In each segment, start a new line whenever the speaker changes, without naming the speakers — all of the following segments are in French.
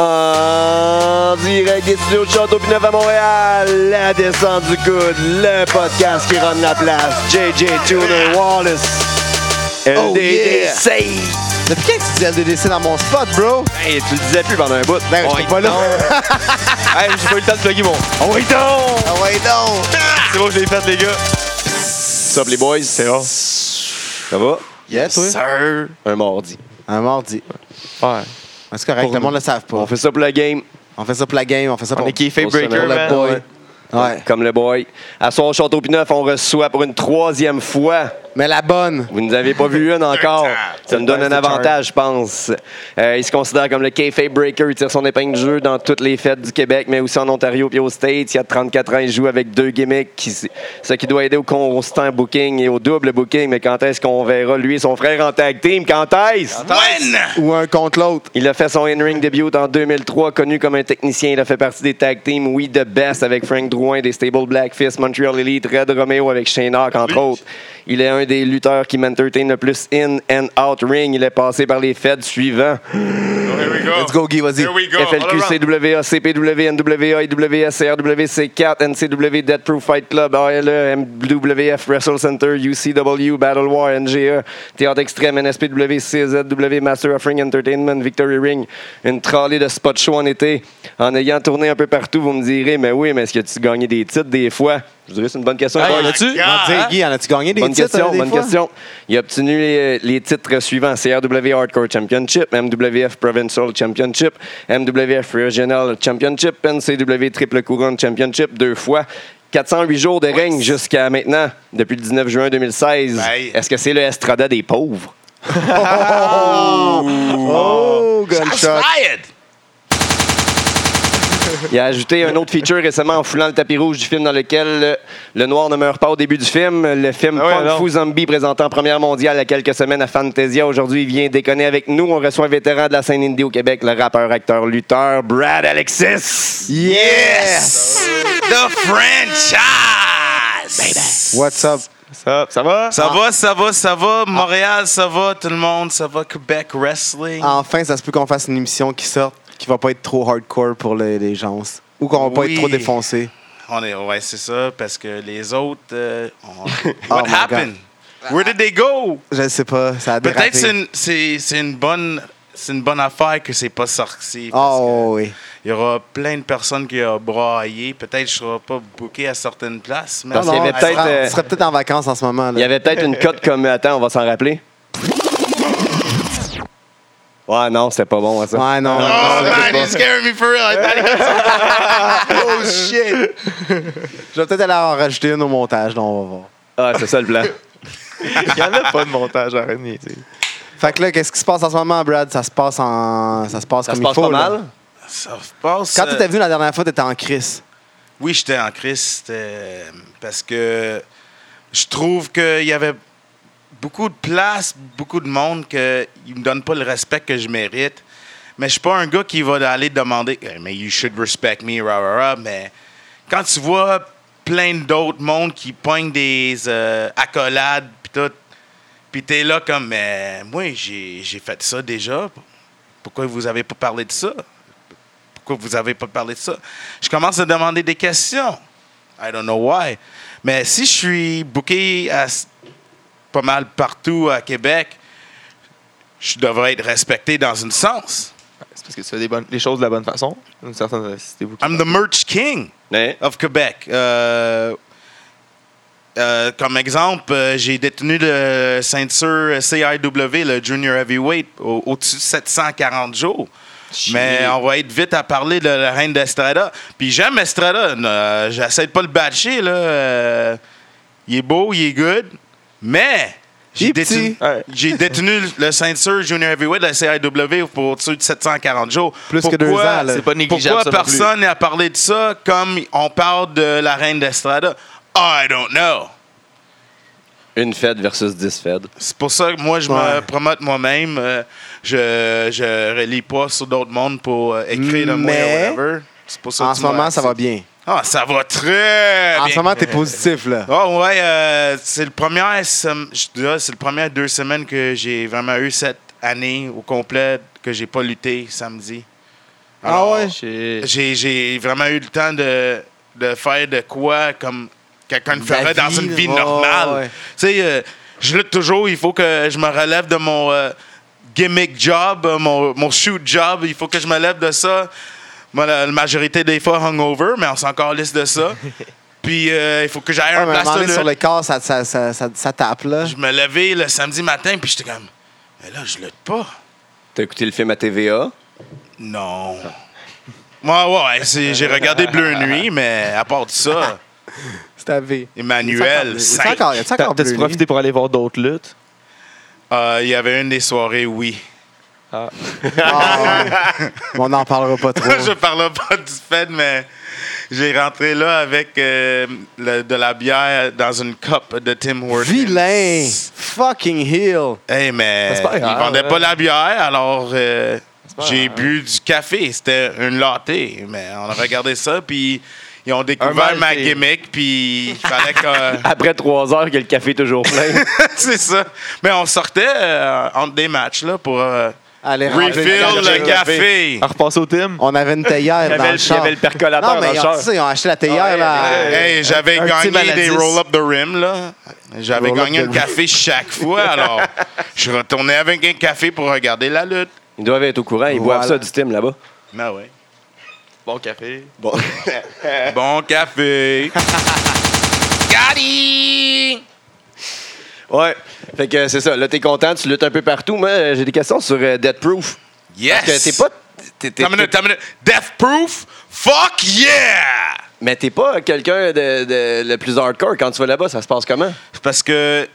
En direct des studios de Château Pinot à Montréal, la descente du coude, le podcast qui rend la place, JJ Tuner Wallace, LDDC.
Oh, yeah. Depuis quand tu dis LDDC dans mon spot, bro?
Hey, tu le disais plus pendant un bout.
Ben, je
Oh,
suis pas là.
Hey, j'ai pas eu le temps de plugger mon.
Oh, oui, donc!
Ah ouais, donc!
C'est bon, je l'ai fait, les gars.
Sup, les boys? C'est
bon.
Ça va?
Yes, oui.
Sir.
Un mardi.
Un mardi.
Ouais.
Mais C'est correct,
Pour
le
nous.
monde le savent pas.
On fait ça pour la game.
On fait ça pour la game, on fait ça
On
pour,
est kiffé
on se
Breaker,
met
le
man.
boy. Ouais.
Comme le boy. À soir, Château Pineuf, on reçoit pour une troisième fois.
Mais la bonne.
Vous ne nous avez pas vu une encore. Ça nous donne un
Nice to
avantage, je pense. Euh, il se considère comme le kayfabe breaker. Il tire son épingle de jeu dans toutes les fêtes du Québec, mais aussi en Ontario puis aux States. Il y a 34 ans, il joue avec deux gimmicks, qui- ce qui doit aider au constant booking et au double booking. Mais quand est-ce qu'on verra lui et son frère en tag team? Quand est-ce?
Ou un contre l'autre.
Il a fait son in-ring debut en 2003, connu comme un technicien. Il a fait partie des tag teams We The Best avec Frank Drouin, des Stable Black Fist, Montreal Elite, Red Romeo avec Shane Hawk, entre autres. Il est un des lutteurs qui m'entertain le plus in and out ring. Il est passé par les feds suivants.
Here we go.
Let's go, Guy, vas-y.
Here we go.
FLQ,
All
CWA,
around.
CPW, NWA, IWS, CRWC4, NCW, Dead Proof Fight Club, E, ALE, MWF, Wrestle Center, UCW, Battle War, NGE, Théâtre Extrême, NSPW, CZW, Master of Ring Entertainment, Victory Ring. Une trolley de spot show en été. En ayant tourné un peu partout, vous me direz, mais oui, mais est-ce que tu gagnais des titres des fois? Je vous dirais, c'est une bonne question.
Hey,
Paul.
on a-tu?
God.
On dirait, Guy, en as-tu gagné des
Bonne
titres?
question,
euh, des
bonne
fois?
question. Il a obtenu les, les titres suivants CRW Hardcore Championship, MWF Provincial Championship, MWF Regional Championship, NCW Triple Couronne Championship deux fois. 408 jours de règne jusqu'à maintenant, depuis le 19 juin 2016.
Aïe.
Est-ce que c'est le Estrada des pauvres?
Oh, gunshot.
fired.
Il a ajouté un autre feature récemment en foulant le tapis rouge du film dans lequel le, le noir ne meurt pas au début du film. Le film
Ah ouais,
Kung
non.
Fu Zombie présentant en première mondiale il y a quelques semaines à Fantasia. Aujourd'hui, il vient déconner avec nous. On reçoit un vétéran de la scène indie au Québec, le rappeur, acteur, lutteur Brad Alexis.
Yes!
The franchise.
What's up?
Ça, ça va?
Ça va, ça va, ça va. Montréal, ça va. Tout le monde, ça va. Québec Wrestling.
Enfin, ça se peut qu'on fasse une émission qui sorte, qui va pas être trop hardcore pour les, les gens. Ou qu'on va pas
Oui.
être trop défoncé.
On est, ouais, c'est ça. Parce que les autres, euh, on-
Oh
what
my
happened? Where did they go?
Je sais pas, ça a dérapé.
Peut-être c'est une, c'est, c'est une bonne, c'est une bonne affaire que c'est pas sorti. parce
Oh, oui.
que Il y aura plein de personnes qui ont braillé. Peut-être que je serai pas booké à certaines places. Mais
Parce qu'il y avait
tu
peut-être,
serais-
euh,
tu serais peut-être en vacances en ce moment. Là.
Il y avait peut-être une cote comme. Attends, on va s'en rappeler. Ouais, non, c'était pas bon, hein, ça.
Ouais, non.
Oh man, he's scaring me for real. I thought he
Oh, shit! Je vais peut-être aller en rajouter une au montage, donc on va voir.
Ah, c'est ça le plan.
Il y en a pas de montage à René, tu sais.
Fait que là, qu'est-ce qui se passe en ce moment, Brad? Ça se passe en. Ça se passe
Ça se
comme
passe
il
pas
faut. là.
mal.
Ça se passe.
Quand
euh,
tu étais venu la dernière fois, t'étais en crise.
Oui, j'étais en crise. c'était, euh, Parce que je trouve qu'il y avait beaucoup de place, beaucoup de monde qui ne me donne pas le respect que je mérite. Mais je suis pas un gars qui va aller demander Eh, mais you should respect me, rah, rah, rah. Mais quand tu vois plein d'autres mondes qui pognent des euh, accolades, puis tout, puis t'es là comme mais moi j'ai j'ai fait ça déjà. Pourquoi vous avez pas parlé de ça? Pourquoi vous avez pas parlé de ça? Je commence à demander des questions. I don't know why. Mais si je suis booké à s- pas mal partout à Québec, je devrais être respecté dans une sens.
C'est parce que tu fais des bonnes, les choses de la bonne façon. Une certaine. C'était vous qui.
I'm the merch king.
Mais,
of Quebec. Euh, euh, comme exemple, euh, j'ai détenu le ceinture CIW, le Junior Heavyweight, au- au-dessus de 740 jours. Mais on va être vite à parler de la reine d'Estrada. Puis j'aime Estrada. euh, J'essaie de pas le bâcher. Là. euh, il est beau, il est good. Mais
Il
j'ai
est petit.
détenu,
Ouais.
j'ai détenu le ceinture Junior Heavyweight, la CIW, pour au-dessus de 740 jours.
Plus que deux ans, là.
C'est pas négligeable,
Pourquoi
ça, non plus.
personne n'a parlé de ça comme on parle de la reine d'Estrada? I don't know.
une fed versus 10 fed.
C'est pour ça que moi, je me
Ouais.
promote moi-même. euh, je je relis pas sur d'autres mondes pour euh, écrire de moi
Mais-
ou whatever. C'est pour ça que
En
tu
ce
m'as-
moment, ça va bien.
Ah, ça va très
En
bien.
ce moment, t'es positif, là.
Oh ouais, euh, c'est le premier sem- je te dirais, c'est le premier deux semaines que j'ai vraiment eu cette année au complet que j'ai pas lutté samedi.
Ah ouais?
Shit.
J'ai, j'ai vraiment eu le temps de, de faire de quoi comme quelqu'un le ferait
La
dans une
vie,
vie
ouais,
normale.
ouais.
Tu sais, euh, je lutte toujours, il faut que je me relève de mon euh, gimmick job, euh, mon, mon shoot job, il faut que je me lève de ça. Moi, la, la majorité des fois, hungover, mais on s'en calisse de ça. Puis, euh, il faut que j'aille
Ouais,
à un
mais à un moment
place de
donné,
lutte.
sur le corps, ça, ça, ça, ça, ça tape, là.
Je me levais le samedi matin, puis j'étais comme, mais là, je lutte pas.
T'as écouté le film à TVA?
Non.
Ah.
Moi, ouais, c'est- j'ai regardé Bleu Nuit, mais à part de ça,
C'est à V.
Emmanuel,
C'est encore-
5.
c'est encore- c'est
T'as-
encore
T'as-tu
bleu, lui.
profité pour aller voir d'autres luttes?
Euh, Il y avait une des soirées, oui.
Ah.
Ah, ouais. Mais On n'en parlera pas trop.
je parle pas du fait, mais j'ai rentré là avec euh, le- de la bière dans une coupe de Tim Hortons.
Vilain! Fucking heel!
Hey, mais
C'est pas
ils
grave,
vendaient
ouais.
pas la bière, alors euh,
pas
j'ai
grave.
bu du café. C'était une latte. Mais on a regardé ça, puis ils ont
Un
découvert ma
malté.
gimmick, puis il fallait que...
Après trois heures que le café est toujours plein.
C'est ça. Mais on sortait euh, entre des matchs là, pour euh,
Allez, ranger
refill
le café.
le café.
À repasser au team?
On avait une théière
Il y
dans
avait,
le
le- il y
char.
avait le percolateur
non,
dans
mais
le
ils ont,
char.
tu sais, ils ont acheté la théière,
Ah, ouais,
là.
ouais, ouais.
Hey, j'avais
un petit
gagné
maladis.
des roll-up the rim, là. J'avais
Roll-up
gagné
the
un
rim.
café chaque fois, alors je retournais avec un café pour regarder la lutte.
Ils doivent être au courant, ils
Voilà.
boivent ça du team là-bas.
Ah ouais.
Bon café.
Bon.
Bon café. Gary!
ouais. Fait que c'est ça. Là, t'es content, tu luttes un peu partout. Moi, euh, j'ai des questions sur euh, Death Proof.
Yes!
Parce que t'es pas. t'es- t'es-
T'as minute, t'as minute. Death Proof? Fuck yeah!
Mais t'es pas quelqu'un de, de- le plus hardcore quand tu vas là-bas, ça se passe comment?
C'est parce que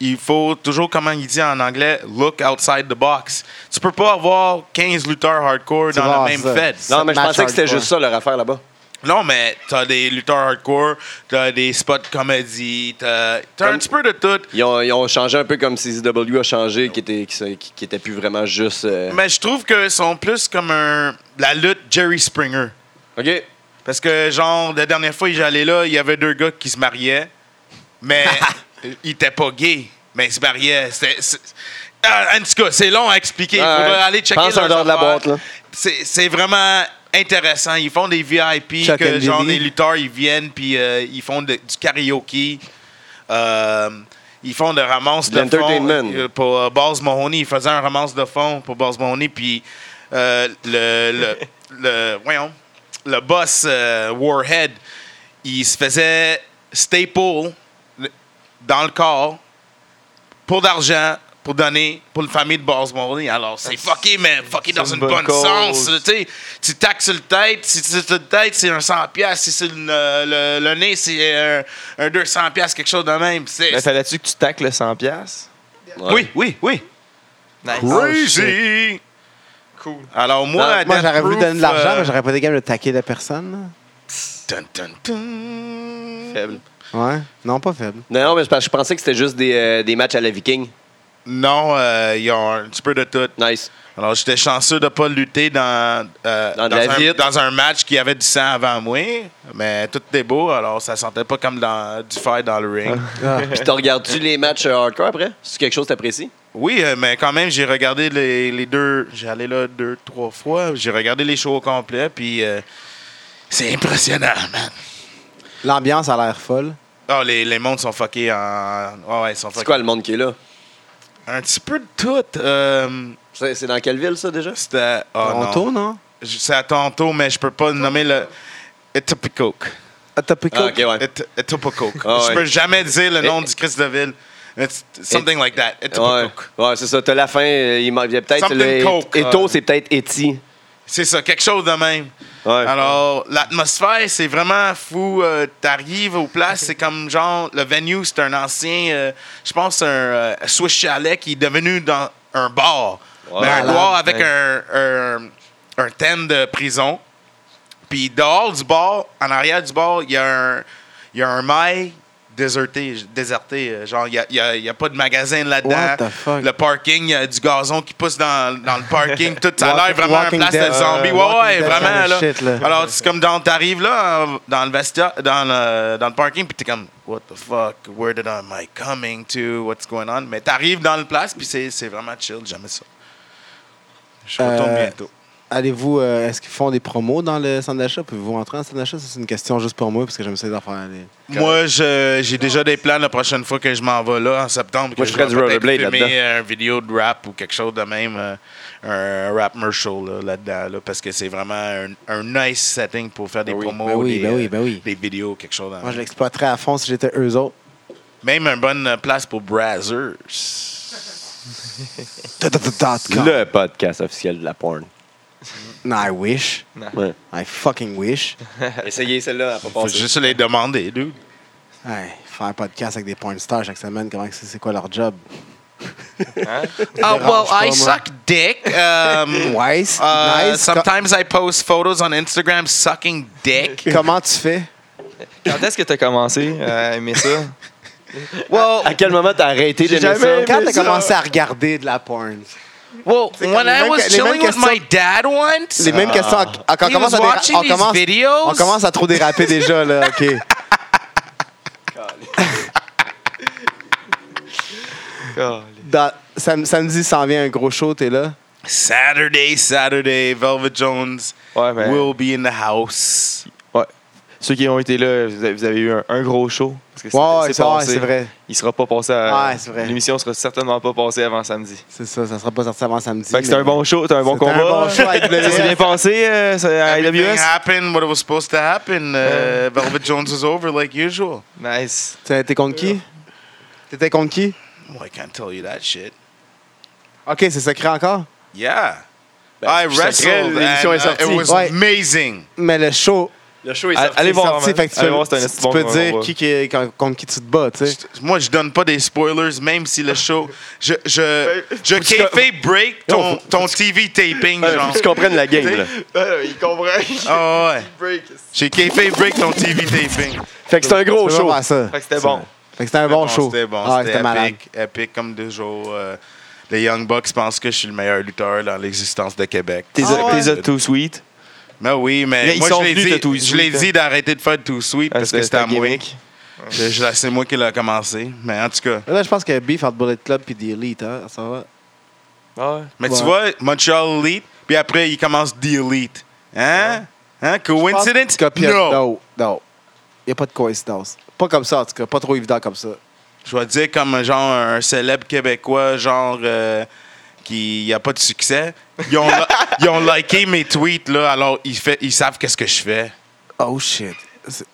il faut toujours, comment il dit en anglais, look outside the box. Tu peux pas avoir 15 lutteurs hardcore
Tu vas
dans
avoir
la même
ça.
fête.
Non, mais je
match
pensais que c'était
hardcore.
juste ça leur affaire là-bas.
Non, mais t'as des lutteurs hardcore, t'as des spots de comédie, t'as t'as un
Comme-
petit peu de tout.
Ils ont, ils ont changé un peu comme CZW a changé, qui était, qui, se- qui- qui était plus vraiment juste. euh,
Mais je trouve que sont plus comme un, la lutte Jerry Springer.
OK.
Parce que, genre, la dernière fois que j'allais là, il y avait deux gars qui se mariaient, mais euh, ils étaient pas gays, mais ils se mariaient. C'était- c'est- Ah, en tout cas, c'est long à expliquer. Il
Ouais,
faudrait
ouais.
aller checker
Pense en
leurs
dehors de la
affaires.
boîte, là.
C'est c'est vraiment intéressant. Ils font des VIP,
Chuck
que
and
genre
Billy.
les lutteurs, ils viennent, puis euh, ils font de- du karaoke. Euh, ils font de ramasses
De
de fonds.
l'entertainment.
euh, Pour euh, Baz Mahoney, ils faisaient un ramasse de fonds pour Baz Mahoney, puis euh, le, le, le- voyons, le boss euh, Warhead, il se faisait staple dans le corps pour d'argent pour donner pour une famille de Baz Mahoney. Alors, c'est fucké, mais fucké dans
Ah, une
une
bonne
bonne
cause.
sens. là, tu sais. Tu taxes sur le tête, si c'est sur le tête, c'est un 100$, piastres. si c'est le, le- le nez, c'est un, un 200$, piastres, quelque chose de même. C'est-
Ben,
Mais fallait-tu que tu tacles le 100$? piastres?
Oui, oui, oui.
Nice.
Crazy! Cool. Alors, moi,
Non,
à
Moi,
Death
j'aurais voulu
Proof,
donner de l'argent,
euh,
mais j'aurais pas été capable de taquer la personne.
dun, dun, dun.
Faible.
là. Ouais. Non, pas faible.
Non, non, mais c'est parce que je pensais que c'était juste des, euh, des matchs à la Viking.
Non, euh, ils ont un petit peu de tout.
Nice.
Alors, j'étais chanceux de ne pas lutter dans, euh,
Dans de la
un,
vitre.
dans un match qui avait du sang avant moi, mais tout était beau, alors ça sentait pas comme dans, du fer dans le ring.
Puis t'en regardes-tu les matchs euh, hardcore après? C'est quelque chose que t'apprécies?
Oui, euh, mais quand même, j'ai regardé les, les deux. J'ai allé là deux, trois fois. J'ai regardé les shows au complet, puis euh, c'est impressionnant, man.
L'ambiance a l'air folle.
Oh, les, les mondes sont fuckés en. ouais, ouais, ils sont
C'est
fuckés.
quoi le monde qui est là?
Un petit peu de tout. euh,
C'est c'est dans quelle ville, ça, déjà?
C'était.
Ah,
oh, non.
Toronto, non?
Je- C'est à Toronto, mais je peux pas nommer le. Etopicoke.
Ah, OK, ouais.
Et- Etopicoke.
Ah,
Je
ouais.
peux jamais dire le nom
Et-
du Christ de ville. It's Something like that.
Ouais,
Etopicoke.
ouais c'est ça. T'as la fin. euh, Il manque il y a peut-être.
Something
le-
Coke.
Eto,
Ouais.
c'est peut-être Eti.
C'est ça, quelque chose de même.
Ouais.
Alors, l'atmosphère, c'est vraiment fou. Euh, T'arrives aux places, c'est comme genre le venue, c'est un ancien, euh, je pense, un euh, Swiss chalet qui est devenu dans un bar.
Ouais.
Mais un
Malade,
bar avec
ouais.
un, un, un thème de prison. Puis dehors du bar, en arrière du bar, il y a un, il y a un mail déserté. déserté euh, genre, il n'y a, il y a pas de magasin là-dedans.
What the fuck?
Le parking, il y a du gazon qui pousse dans, dans le parking. Tout ça a
Walking-
l'air vraiment un
Walking
place
Dead,
de zombie.
euh,
ouais,
Walking
ouais,
Dead
vraiment.
kind
Là.
of shit, là.
Alors, c'est comme dans, t'arrives là, en- dans le vestia, dans le, dans le parking, puis t'es comme, what the fuck, where did am I coming to, what's going on? Mais t'arrives dans le place, puis c'est c'est vraiment chill, jamais ça. Je retourne
Euh,
bientôt.
allez-vous, euh, est-ce qu'ils font des promos dans le centre d'achat? Pouvez-vous rentrer en centre d'achat? Ça, C'est une question juste pour moi, parce que j'aime ça les affaires. les-
Moi, je- j'ai déjà des plans la prochaine fois que je m'en vais là, en septembre. que
Moi, je ferais
vais
du
peut-être
rollerblade
filmer
là-dedans.
un vidéo de rap ou quelque chose de même, euh, un rap commercial là, là-dedans, là, parce que c'est vraiment un, un nice setting pour faire des
Ben oui.
promos,
Ben oui,
des,
ben oui,
euh,
ben oui.
des vidéos, quelque chose. dans-
Moi, je l'exploiterais à fond si j'étais eux autres.
Même une bonne place pour Brazzers.
Le-
Le podcast officiel de la porn.
Non, I wish.
Ouais.
I fucking wish.
Essayez celle-là, à pas
Faut
passer.
juste les demander, dude.
Hey, faire un podcast avec des porn stars chaque semaine, comment que c'est c'est quoi leur job?
Hein?
Oh, well,
Dérange pas,
I
moi.
suck dick. Um,
Wise,
uh,
Euh,
nice. Co-
Sometimes I post photos on Instagram sucking dick.
comment tu fais?
Quand est-ce que t'as commencé à aimer ça?
Wow! À quel moment t'as arrêté
J'ai
d'aimer
jamais
ça?
aimé
Quand t'as
ça.
commencé à regarder de la porn?
Well,
comme
when
les
I
mêmes
was
que- les mêmes
chilling with my dad once.
Les mêmes questions. on- on
He
commence
was
à déra-
watching
on
these
commence-
videos.
on commence à trop déraper déjà, là. OK.
Caliste.
Dans- sam- samedi, s'en vient un gros show, t'es là.
Saturday, Saturday, Velvet Jones
ouais, mais
will be in the house.
ceux qui ont été là, vous avez, vous avez eu un, un gros show. Parce que c'est-
Ouais, ouais,
c'est
c'est ouais,
passé.
c'est vrai.
Il sera pas passé à.
Ouais, c'est vrai.
L'émission sera certainement pas passée avant samedi.
C'est ça, ça sera pas sorti avant samedi.
Fait que c'était
mais-
un bon show, t'as un bon
C'était
combat.
un bon show avec
ça s'est bien
WF.
passé euh, ça- à
Everything
AWS.
happened what it was supposed to happen. Uh, Velvet Jones was over like usual.
Nice.
T'es t'es contre qui? T'étais contre qui?
Oh, I can't tell you that shit.
OK, c'est secret encore.
Yeah. I
c'est secret,
wrestled and
l'émission est
uh, it
sortie.
was
Ouais.
amazing.
Mais le show
Le show est
Ah,
sorti.
allez
est
voir,
sorti,
man.
fait que tu
Allez
peux,
voir, c'est un
tu-
esti bon
tu peux
combat.
dire qui, qui est- con- contre qui tu te bats, tu sais.
Moi, je donne pas des spoilers, même si le show. Je, je, je kayfabe break ton, ton TV taping,
Ouais,
genre.
faut que tu comprennes la game, là.
il comprend.
Ah ouais. J'ai kayfabe break ton TV taping.
Fait que c'est un gros
C'est
show.
vraiment ça.
Fait que c'était bon.
Fait que c'était un bon, show.
C'était bon,
Ah,
c'était
c'était malade.
épique, épique comme deux jours. euh, les Young Bucks pensent que je suis le meilleur lutteur dans l'existence de Québec.
T'es
Ah ouais.
t'es a too sweet.
Mais oui, mais,
Mais ils
moi,
sont
je l'ai
venus de Too
dit, je
Sweet,
l'ai
hein.
dit d'arrêter de faire Too Sweet
Ah,
parce
c'était-
que c'était à
c'était
moi.
gimmick.
Je- je- C'est moi qui l'a commencé. Mais en tout cas.
Là, je pense que Beef entre Bullet Club puis The Elite, hein, ça va.
Ouais.
Mais
Ouais.
tu vois, Montreal Elite, puis après, il commence The Elite. Hein? Hein? Coincidence?
Copie-
Non.
Non, non. Il n'y a pas de coïncidence. Pas comme ça, en tout cas. Pas trop évident comme ça.
Je vais dire comme genre un célèbre Québécois, genre euh, qui n'a pas de succès. Ils ont, li- ils ont liké mes tweets, là, alors ils, fait, ils savent qu'est-ce que je fais.
Oh shit. C'est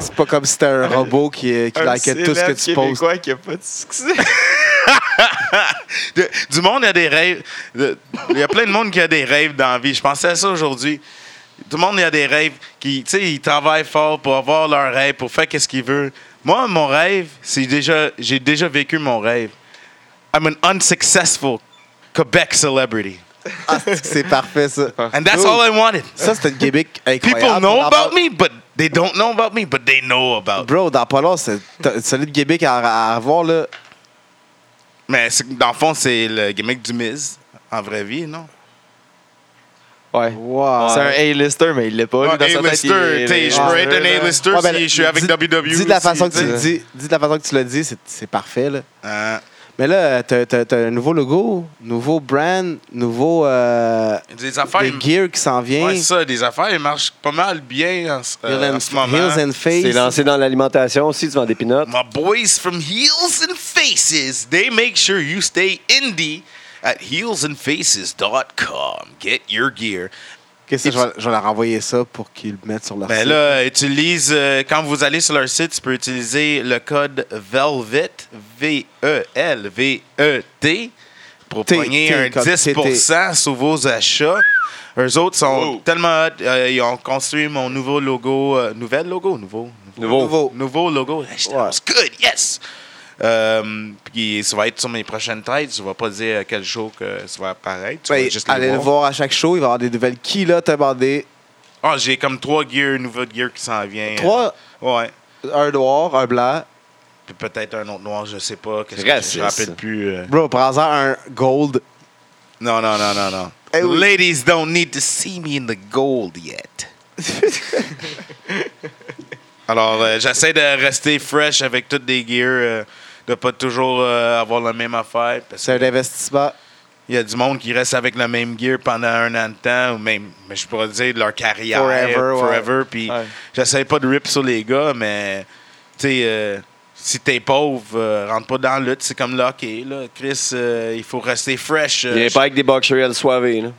c'est pas comme si c'était un robot qui, euh, qui likait tout ce que tu postes.
Québécois qui a pas de succès.
De- du monde a des rêves. De- Il y a plein de monde qui a des rêves dans la vie. Je pensais à ça aujourd'hui. Tout le monde il a des rêves qui, tu sais, ils travaillent fort pour avoir leur rêve, pour faire qu'est-ce qu'ils veulent. Moi, mon rêve, c'est déjà, j'ai déjà vécu mon rêve. I'm an unsuccessful Quebec celebrity,
Ah, c'est c'est parfait, ça.
and that's all I wanted.
Ça, c'était une gimmick incroyable.
People know
Dans
about
pas-
me, but they don't know about me, but they know about me.
Bro, dans pas long, c'est t'as une solide gimmick à, à avoir, là.
Mais c'est- dans le fond, c'est le gimmick du Miz en vraie vie, non?
Ouais.
Wow.
C'est un A-lister, mais il l'est pas.
Ah,
lui, dans sa tête,
A-lister,
il est-
t'sais, je
Ouais.
pourrais être un A-lister
Ouais, ben,
si je suis avec
dis-
WWE.
Dis de la
aussi,
façon que
tu
tu
sais.
le dis, dis de la façon que tu l'as dit, c'est- c'est parfait, là.
Ah.
Mais là, t'as t'as- t'as un nouveau logo, nouveau brand, nouveau euh,
Des affaires.
des gear qui s'en vient.
Ouais, c'est ça, des affaires, ils marchent pas mal bien en, ce- euh,
Heels
en
and,
ce moment.
Heels and face.
C'est lancé dans l'alimentation aussi, tu vends des pinottes.
My boys from Heels and Faces, they make sure you stay indie at heelsandfaces.com. Get your gear.
Ok, ça, je, vais, je vais leur envoyer ça pour qu'ils le mettent sur leur
Ben
site.
là, utilise, euh, quand vous allez sur leur site, tu peux utiliser le code VELVET, E V-E-L-V-E-T, E pour
T,
pogner
T,
un
comme
10 sur vos achats. Eux autres sont
Wow.
tellement hot, euh, ils ont construit mon nouveau logo, euh, nouvel logo, nouveau,
Nouveau.
Nouveau.
nouveau logo. Hey, shit, that
Ouais.
was good, yes! Euh, puis ça va être sur mes prochaines têtes. Je ne vais pas dire à quel show que ça va apparaître. Tu vas
Ben,
juste les
allez le voir à chaque show, il va y avoir des nouvelles qui là t'as bandé.
Ah, J'ai comme trois gears, nouveaux gears qui s'en viennent.
Trois,
Ouais.
un noir, un blanc.
Puis peut-être un autre noir, je sais pas. Qu'est-ce
C'est
que
raciste.
je me rappelle plus. euh.
Bro, prends-en un gold.
Non, non, non, non, non.
Eh oui.
Ladies don't need to see me in the gold yet. Alors, euh, j'essaie de rester fresh avec toutes des gears, euh, de pas toujours euh, avoir la même affaire. parce
C'est un investissement.
que- Il y a du monde qui reste avec le même gear pendant un an de temps, ou même, mais je pourrais dire, leur carrière.
Forever, ouais.
forever, Puis
Ouais.
j'essaie pas de rip sur les gars, mais tu sais, euh, si t'es pauvre, euh, rentre pas dans le lutte. C'est comme le hockey. Là. Chris, euh, il faut rester fresh. euh,
Il est
je-
pas avec des boxers L soivés. là.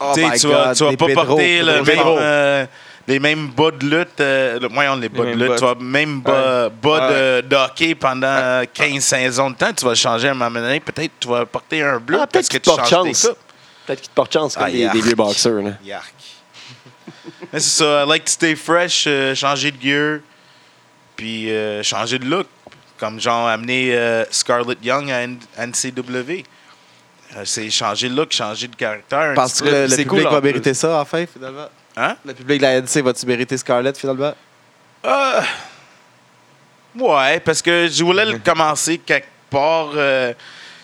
Oh
tu sais,
my
tu vas,
God,
tu vas
des
pas
Pedro,
porter le
Pedro
même,
Pedro.
euh, les mêmes bas de lutte. Euh, le- voyons, les bas
mêmes
de lutte.
bottes.
Tu vas même bas, bas de, de hockey pendant euh, 15 saisons de temps. Tu vas le changer à un moment donné. Peut-être tu vas porter un bleu
Ah,
parce
peut-être
que
qu'il
tu
te porte
changes tes
chance.
coupes.
Peut-être qu'il te porte chance comme
Ah,
des, des
yark.
vieux boxeurs. là.
Yark. Mais c'est ça. I like to stay fresh, euh, changer de gear, puis euh, changer de look. Comme genre amener euh, Scarlett Young à N- NCW. Euh, c'est changer de look, changer de caractère. un
Parce
petit
que le, le
C'est
public
cool, en
va
plus.
mériter ça, enfin, finalement.
peu. Hein?
Le public de la NC va-tu mériter Scarlett, finalement?
Euh, ouais, parce que je voulais le commencer quelque part. euh,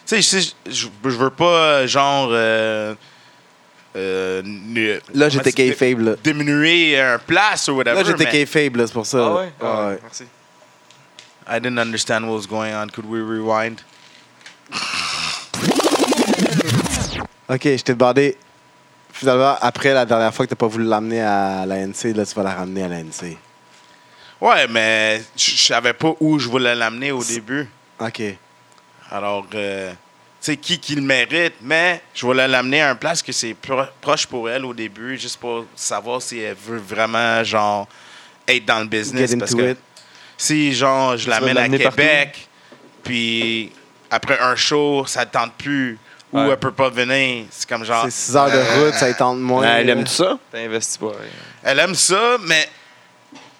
tu sais, je- je je veux pas, euh, genre. euh, euh, nu-
Là, j'étais
comment tu-
kayfabe, là.
Diminuer un place ou whatever.
Là, j'étais
mais
kayfabe, là, c'est pour ça.
Ah
là.
ouais? Ah
Ouais.
ouais, Merci.
I didn't understand what was going on. Could we rewind?
OK, je t'ai demandé, finalement, après la dernière fois que t'as pas voulu l'amener à la NC, là, tu vas la ramener à la NC.
Ouais, mais je je savais pas où je voulais l'amener au début.
OK.
Alors, euh, tu sais, qui, qui le mérite, mais je voulais l'amener à un place que c'est pro- proche pour elle au début, juste pour savoir si elle veut vraiment, genre, être dans le business.
Get
parce
into
que
it.
si, genre, je l'amène à
l'amener partout?
Québec, puis après un show, ça ne tente plus, ou
Ouais.
elle peut pas venir, c'est comme genre,
C'est 6 heures de route, ça y tente moins.
Ah, elle aime tout ça?
T'investis pas. ouais.
elle aime ça, mais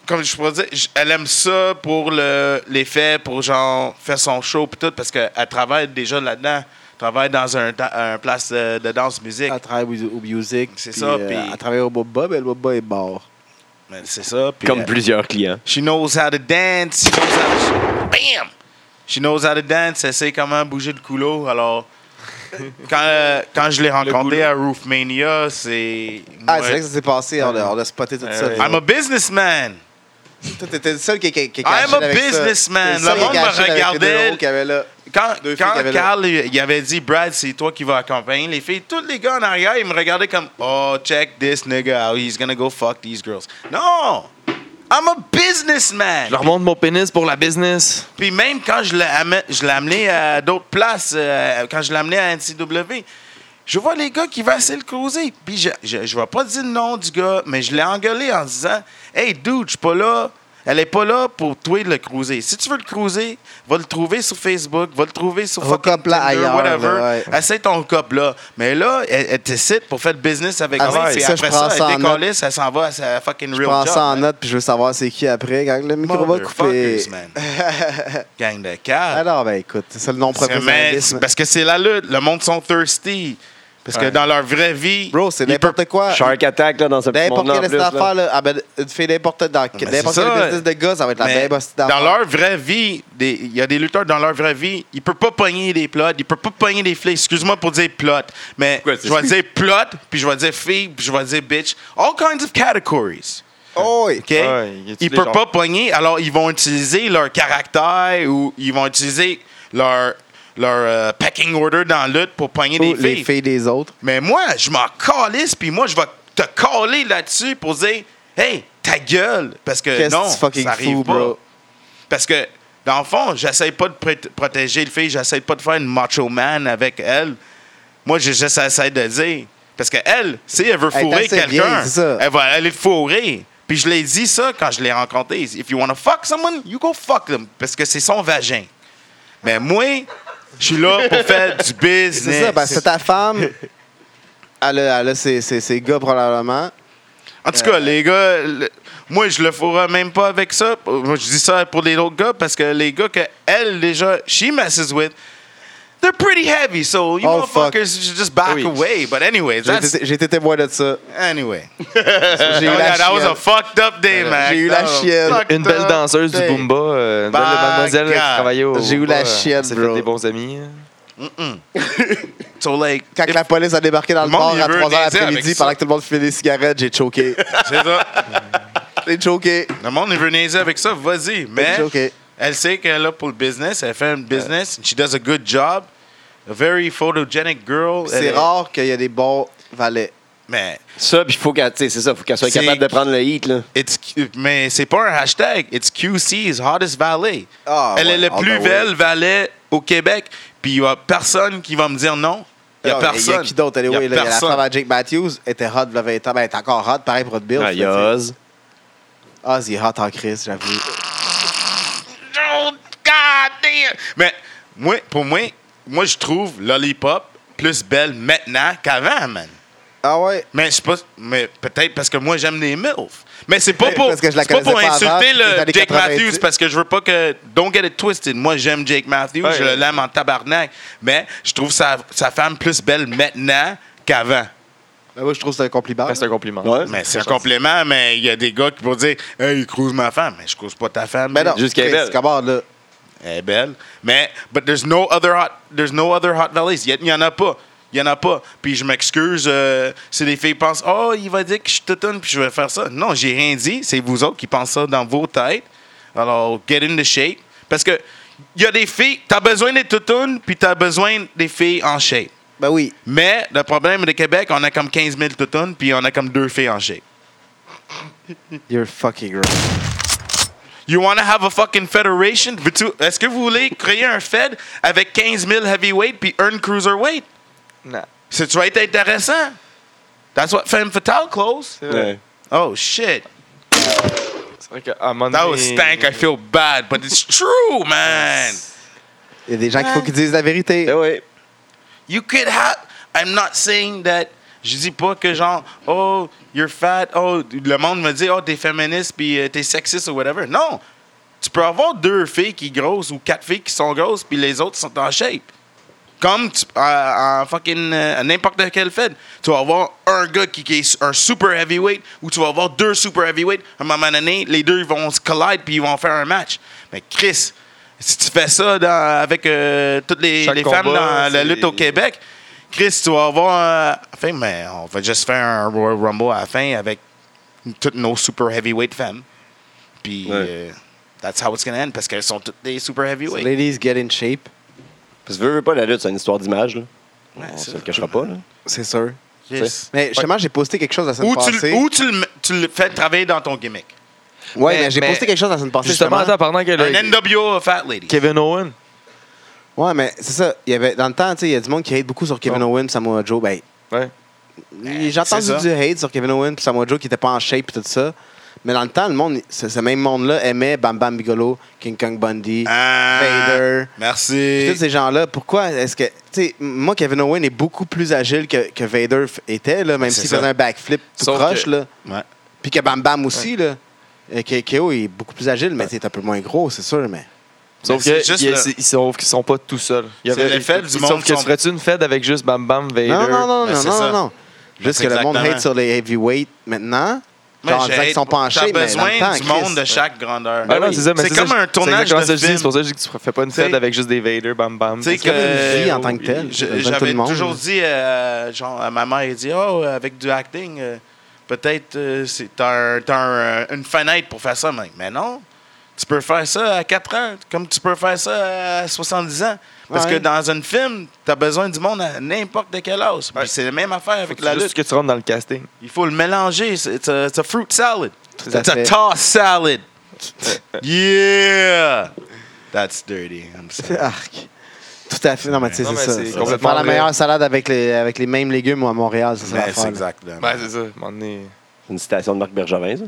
comme je pourrais dire, j- elle aime ça pour le, les faits, pour genre faire son show pis tout, parce qu'elle travaille déjà là-dedans. Elle travaille dans un, ta- un place de, de danse musique.
Elle travaille au, au music.
C'est
puis,
ça,
euh,
puis-
Elle travaille au Boba, mais le Boba est mort.
Mais C'est ça. Pis
Comme
elle-
plusieurs clients.
She knows how to dance. She knows how to... Bam! She knows how to dance. Elle sait comment bouger le couloir. Alors, quand, euh, quand je l'ai rencontrée à Roofmania, c'est...
Ah,
moi-
c'est vrai que ça s'est passé, on a, on a spoté tout
Ouais,
ça.
ouais.
I'm a businessman.
Toi, t'étais le seul qui, qui, qui est
I'm
caché
a
avec ça.
businessman.
T'es seul
Le
qui est
monde me
caché avec les deux
regardait.
euros qu'il y avait là.
Quand,
Deux filles
quand
qui avaient le-
Carl il avait dit Brad, c'est toi qui vas accompagner les filles, tous les gars en arrière, ils me regardaient comme Oh, check this nigga out, he's gonna go fuck these girls. Non! I'm a businessman!
Je leur montre mon pénis pour la business.
Puis même quand je l'ai amè- je l'ai amené à d'autres places, euh, quand je l'ai amené à NCW, je vois les gars qui vont essayer de causer. Puis je, je, je vais pas dire le nom du gars, mais je l'ai engueulé en disant Hey dude, je suis pas là. Elle est pas là pour toi de le cruiser. Si tu veux le cruiser, va le trouver sur Facebook, va le trouver sur
Hook
fucking
up là
Tinder,
ailleurs,
whatever.
là, ouais.
Essaie ton cop là. Mais là, elle, elle t'essayait pour faire business avec
Ah,
moi.
ouais,
Puis
ça, je
après
prends
ça,
ça en
elle décolle, ça s'en va à sa fucking
Je
real
prends
job.
ça en
man.
note, puis je veux savoir c'est qui après. Quand le micro va couper.
Motherfuckers, man. Gang de cadres.
Alors, ben écoute, c'est le nom
Parce que, mais, c'est-
professionnalisme.
parce que c'est la lutte. Le monde sont thirsty. Parce que
Ouais.
dans leur vraie vie.
Bro, c'est
ils peuvent-
n'importe quoi.
Shark Attack là, dans ce petit
N'importe
monde-là. en
quelle
plus, là.
affaire, là. Ah, ben, une fille n'importe dans
Ah, ben, c'est
n'importe
ça,
quel
ouais.
business de gars, ça va être la
mais
même hostie
dans
d'affaire.
leur vraie vie, des- il y a des lutteurs dans leur vraie vie, ils ne peuvent pas pogner des plots, ils ne peuvent pas pogner des filles. Excuse-moi pour dire plot, mais
Pourquoi tu-
je vais dire plot, puis je vais dire fille, puis je vais dire bitch. All kinds of categories.
Oh, oui.
OK?
Ouais, il y a tous les
ils ne peuvent
genres.
pas pogner, alors ils vont utiliser leur caractère ou ils vont utiliser leur, leur euh, packing order dans la lutte pour pogner
Oh,
des
les
filles.
filles des autres.
Mais moi, je m'en calisse, puis moi, je vais te caler là-dessus pour dire Hey, ta gueule! Parce que
Qu'est-ce
Euh, non,
que tu fucking
ça arrive
fous,
pas.
bro?
Parce que, dans le fond, j'essaie pas de prét- protéger le fille, j'essaie pas de faire une macho man avec elle. Moi, j'ai- juste j'essaie de dire. Parce que elle, si elle veut
Elle est
fourrer
assez vieille,
quelqu'un,
c'est ça.
elle va aller le fourrer. Puis je l'ai dit ça quand je l'ai rencontré. If you want to fuck someone, you go fuck them. Parce que c'est son vagin. Mais moi, je suis là pour faire du business.
C'est ça, parce que ta femme, elle a, elle a ses, ses- ses gars probablement.
En tout
Euh,
cas, les gars, le- moi, je le ferai même pas avec ça. Moi, je dis ça pour les autres gars parce que les gars que elle déjà, she messes with, they're pretty heavy. So you
Oh,
motherfuckers should just back
Oui.
away. But
J'ai
anyways, that's
été- j'ai été témoin de ça.
anyway.
J'ai eu
Oh,
la
yeah, that was a
chienne.
fucked up day, man.
J'ai eu la
That was
chienne.
fucked
Une belle
up
danseuse du
day.
Boomba, euh, une belle
Bah,
mademoiselle qui
gars.
travaillait au.
J'ai eu la
Boomba, euh,
chienne,
s'est
bro.
fait des bons amis.
So like,
Quand
if-
la police a débarqué dans le
Le monde,
bar
il
à
veut
3h
niaiser
l'après-midi
avec ça.
pendant que tout le monde fumait des cigarettes, j'ai choqué.
c'est ça.
J'ai choqué.
Le monde, il veut niaiser avec ça, vas-y. Mais
It's okay.
elle sait qu'elle est là pour le business, elle fait un business, she does a good job. A very photogenic girl.
C'est
Elle est-
rare qu'il y ait des bons valets.
Mais
Ça, puis il faut qu'elle tu sais, c'est ça, faut qu'elle soit
C'est-
capable de prendre le hit. Là.
It's Q- mais c'est pas un hashtag. It's QC's hottest valet.
Ah,
Elle
ouais.
est le
Ah,
plus
ben ouais.
belle valet au Québec. Puis il y a personne qui va me dire non. Il y a
Non, Ah, mais
personne.
Il y a qui d'autre? Allez,
Y a
oui, là, il y a la
personne.
femme à Jake Matthews, était hot le 20 ans. Ben, elle est encore hot, pareil pour Hot Bill.
Ah, il y a Oz.
Oz, il est Ah, hot en crise, j'avoue.
Oh, God damn! Mais moi, pour moi, moi je trouve Lollipop plus belle maintenant qu'avant, man.
Ah ouais?
Mais je sais pas, mais peut-être parce que moi j'aime les MILF. Mais c'est pas
Peut-être
pour,
parce que je la
c'est pas
connaissais
pour
pas avant,
insulter
puis les années
le Jake
90.
Matthews parce que je veux pas que. Don't get it twisted. Moi j'aime Jake Matthews,
Ouais.
je l'aime en tabarnak. Mais je trouve sa, sa femme plus belle maintenant qu'avant.
Ben, moi, je trouve que c'est un compliment.
C'est un compliment.
Ouais.
Mais c'est un compliment, mais il y a des gars qui vont dire Hey, il crouse ma femme. Mais je crouse pas ta femme.
Ben non,
Juste qu'elle est
Chris,
belle.
Comment, là?
Elle est Eh, belle. Mais, but there's no other hot, there's no other hot valets. Il n'y en a pas. Il n'y en a pas. Puis je m'excuse euh, si les filles pensent, oh, il va dire que je suis toutoune puis je vais faire ça. Non, j'ai rien dit. C'est vous autres qui pensez ça dans vos têtes. Alors, get in the shape. Parce que, il y a des filles, tu as besoin des toutounes puis tu as besoin des filles en shape.
Ben oui.
Mais le problème de Québec, on a comme 15 000 toutounes puis on a comme deux filles en shape.
You're fucking right.
You want to have a fucking federation? Veux-tu- Est-ce que vous voulez créer un Fed avec 15 000 heavyweight puis un cruiserweight?
Non.
Ça tu vas être intéressant. That's what Femme Fatale close.
C'est vrai.
Ouais.
Oh shit.
C'est vrai qu'à un moment
That was stank. I feel bad, but it's true, man.
Il y a des gens qu'il faut qu'ils disent la vérité.
Ben oui.
You could have. I'm not saying that. Je dis pas que genre, oh, you're fat. Oh, le monde me dit, oh, t'es féministe puis euh, t'es sexiste ou whatever. Non. Tu peux avoir deux filles qui grosses ou quatre filles qui sont grosses puis les autres sont en shape. Comme tu- à- à fucking euh, à n'importe quel fait, tu vas avoir un gars qui, qui est un super heavyweight ou tu vas avoir deux super heavyweight. À un moment donné, les deux ils vont se collide puis ils vont faire un match. Mais Chris, si tu fais ça dans- avec euh, toutes les,
Chaque
les femmes
combat,
dans la
c'est-
lutte au Québec, Chris, tu vas avoir. euh, enfin, mais on va juste faire un Royal Rumble à la fin avec toutes nos super heavyweight femmes. Puis,
Ouais.
euh, that's how it's gonna end parce qu'elles sont toutes des super
So,
heavyweight.
ladies, get in shape.
Parce que veux, veux pas, la lutte, c'est une histoire d'image. là.
Ouais,
On
c'est
se le
vrai.
cachera pas. Là.
C'est sûr.
Yes.
Mais justement, j'ai posté quelque chose la semaine
Ou tu,
passée.
le- ou tu, le, mets- tu le fais travailler dans ton gimmick.
Ouais, mais,
Mais-
j'ai
mais-
posté quelque chose la semaine passée.
Justement,
justement.
attends, pendant que
Un
le-
NWO Fat Lady.
Kevin Owen.
Ouais, mais c'est ça. Il y avait, dans le temps, tu sais, il y a du monde qui hate beaucoup sur Kevin
Non.
Owens, Samoa Joe. Ben,
Ouais.
j'ai
c'est
entendu
ça.
du hate sur Kevin Owens et Samoa Joe qui n'étaient pas en shape et tout ça. Mais dans le temps, le monde, ce, ce même monde-là aimait Bam Bam Bigolo, King Kong Bundy,
Ah,
Vader. Puis
Merci.
tous ces gens-là, pourquoi est-ce que. Tu sais, moi, Kevin Owens est beaucoup plus agile que, que Vader f- était, là, même
C'est
s'il
ça.
faisait un backflip tout
Sauf
croche.
que-
Là.
Ouais.
Puis que Bam Bam aussi, là. Euh, K- KO est beaucoup plus agile, mais c'est un peu moins gros, c'est sûr, mais.
Sauf
Mais
que
c'est juste
il y a-
le-
c'est- ils sont, ils sont pas tout seuls. Il y
C'est
aurait-
le fait
il-
du monde
Sauf que
sont-
ferais-tu une fête avec juste Bam Bam Vader?
Non, non, non,
Ben,
non,
c'est
non,
ça.
non, non. Juste
c'est
que le monde
exactement.
hate sur les heavyweights maintenant.
Mais
Genre, on
j'ai-
dirait qu'ils sont pas en shape,
T'as
mais dans
besoin
le temps,
du
Chris.
monde de chaque grandeur.
Ben non, c'est ça, mais
C'est
ça,
comme un
c'est
tournage
exactement ça
de
que je dis,
film.
C'est pour ça que je dis que tu fais pas une
T'sais-
fête avec juste des Vader, Bam Bam.
Tu sais
C'est comme
que-
une vie en tant que telle.
Je-
Ils veulent tout
J'avais
le monde.
toujours dit, euh, genre, à ma mère, elle dit, oh, avec du acting, euh, peut-être euh, c'est- t'as un- t'as un- euh, une fenêtre pour faire ça. Mais, mais non, tu peux faire ça à 4 ans, comme tu peux faire ça à 70 ans. Parce
Ouais.
que dans un film, t'as besoin du monde à n'importe quel âge. Puis C'est la même affaire avec la
C'est
lutte.
juste que tu rentres dans le casting.
Il faut le mélanger. C'est it's a, it's a fruit salad.
à
It's a
fait.
toss salad. yeah! That's dirty. I'm sorry.
Arc. Tout à fait. Non, mais tu sais,
Non,
c'est
mais
ça.
c'est
C'est ça.
complètement
Faire la
vrai.
meilleure salade avec les, avec les mêmes légumes ou à Montréal, ça, c'est
Mais Ben, c'est
l'affaire. là.
exactement.
Ouais, c'est ça. À un moment donné.
C'est une citation de Marc Bergevin, ça.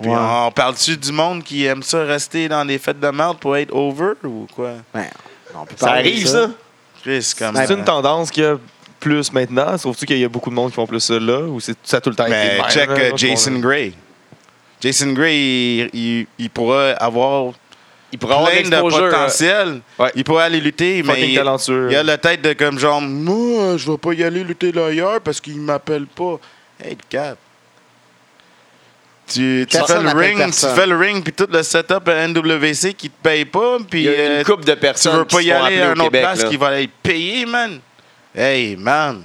Puis
Ouais.
on parle-tu du monde qui aime ça rester dans des fêtes de merde pour être over ou quoi?
Ouais. Non, on peut
Ça
parler de
arrive, ça.
Chris, comme euh,
Ouais,
C'est
ben.
une tendance qu'il y a plus maintenant. Sauf-tu qu'il y a beaucoup de monde qui font plus ça là? Ou c'est ça a tout le temps été
Mais
de même,
check
là?
euh,
Moi, je
Jason
pense-
Gray. Jason Gray, il, il- il pourra avoir
Il
plein de potentiel.
Ouais.
Il pourrait aller lutter, mais
Fucking
il,
talentueux.
il a la tête de comme genre, moi, je vais pas y aller lutter là ailleurs parce qu'il m'appelle pas. Hey, cap. Tu, tu fais
Personne
le
n'appelle
ring, tu
personne.
fais le ring, puis tout le setup à NWC qui te paye pas,
Il
puis
y a
euh,
une couple de
Tu
personnes
veux pas
qui
y
se font
aller
appeler
à
au
un autre
Québec,
place
là.
qui va aller payer, man. Hey, man.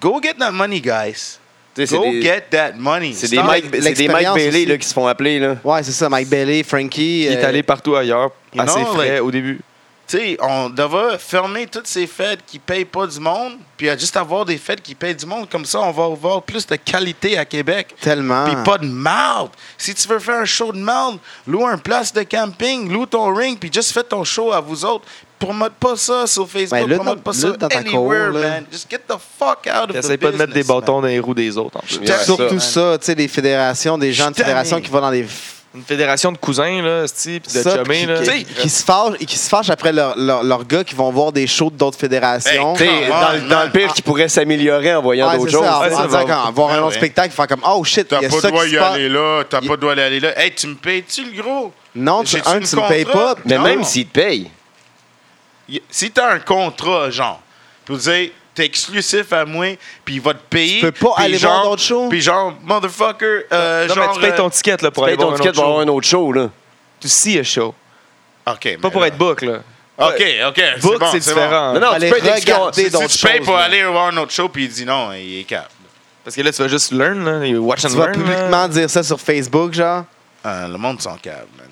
Go get that money, guys.
Tu sais, c'est
Go
des-
get that money.
C'est des
Stop.
Mike, c'est des Mike
l'expérience
Bailey
aussi.
là, qui se font appeler. Là.
Ouais, c'est ça. Mike Bailey, Frankie.
Il est
euh,
allé partout ailleurs,
You
à ses
know,
frais
like-
au début.
Tu sais, on devrait fermer toutes ces fêtes qui payent pas du monde, puis à juste avoir des fêtes qui payent du monde. Comme ça, on va avoir plus de qualité à Québec.
Tellement.
Puis pas de merde. Si tu veux faire un show de merde, loue un place de camping, loue ton ring, puis juste fais ton show à vous autres. Promote pas ça sur Facebook,
Ben, lutte
promote
dans-
pas ça
lutte dans ta
anywhere,
cour, là.
man. Just get the fuck out of the
T'essayes pas de mettre des
business, man.
bâtons dans les roues des autres. en plus.
Ouais,
Surtout ça, tu sais, des fédérations, des gens de
Je suis tanné.
fédérations qui vont dans les.
Une fédération de cousins, là, c'ti, pis de
ça,
chummies,
qui,
là.
qui- qui se fâchent, qui se fâchent après leurs leur, leurs gars qui vont voir des shows d'autres fédérations.
T'sais,
Come on,
dans, le- dans le
man.
pire, qui pourrait s'améliorer en voyant
Ouais,
d'autres
c'est ça, en-
choses.
Ouais,
en
ça
disant
va.
qu'en voir un
Ouais,
autre
ouais.
spectacle, faire comme Oh shit,
T'as
il y a
pas
ça
droit
qui
d'y
se passe.
aller là, t'as pas droit d'y aller là. Hey, tu me payes-tu le gros?
Non, tu,
J'ai-tu
un,
une
tu me payes
contrat?
pas.
Mais
Non.
même s'ils te payent,
Y- Si t'as un contrat, genre, pour dire t'es exclusif à moi, puis il va te payer.
Tu peux pas
puis
aller
genre-
voir d'autres shows?
Puis genre, motherfucker, euh,
non,
genre.
mais tu payes ton ticket, là, pour
paye
aller voir
ton
un
ticket
autre
pour avoir
show.
un autre show. Là.
To see a show.
euh, OK.
Pas
mais
pour
là-
être book, là.
OK, OK. c'est
Book,
bon,
c'est
bon.
différent.
Non, non, tu
Fallait
peux être
regarder
exclu-
Si
d'autres
tu payes
choses,
pour
là.
aller voir un autre show, puis il dit non, il est cap.
Parce que là, tu vas juste learn, là. you Watch and
Tu vas
learn,
publiquement
là.
dire ça sur Facebook, genre.
Euh, le monde s'en cave, man.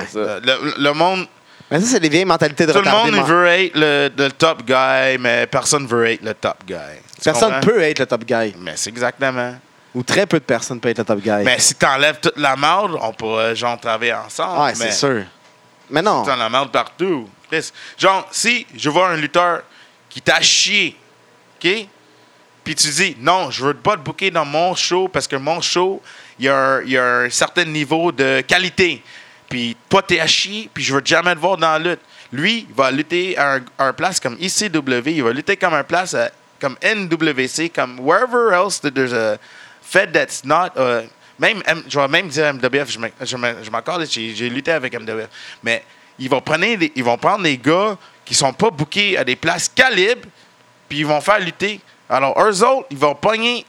Ouais.
C'est ça.
Euh, Le, le monde,
Mais ça, c'est les vieilles mentalités de
tout le monde
retardés,
il
man.
veut être le, le top guy, mais personne veut être le top guy. Tu
Personne
comprends?
peut être le top guy.
Mais c'est exactement.
Ou très peu de personnes peuvent être le top guy.
Mais si t'enlèves toute la merde, on pourrait genre travailler ensemble.
ouais, c'est
mais
sûr. Mais non.
T'en la merde partout. Chris, Genre, si je vois un lutteur qui t'a chié, OK? Puis tu dis, non, je veux pas te booker dans mon show parce que mon show, il y, a un- il y a un certain niveau de qualité. Puis toi, t'es à chier, puis je veux jamais te voir dans la lutte. Lui, il va lutter à un, à un place comme ICW, il va lutter comme un place à- comme NWC, comme wherever else that there's a fed that's not. uh, même, M- je vais même dire MWF, je m'en- je m'en- je m'accorde, j'ai j'ai lutté avec MWF. Mais ils vont, prendre des, ils vont prendre des gars qui sont pas bookés à des places calibres, puis ils vont faire lutter. Alors, eux autres, ils vont pogner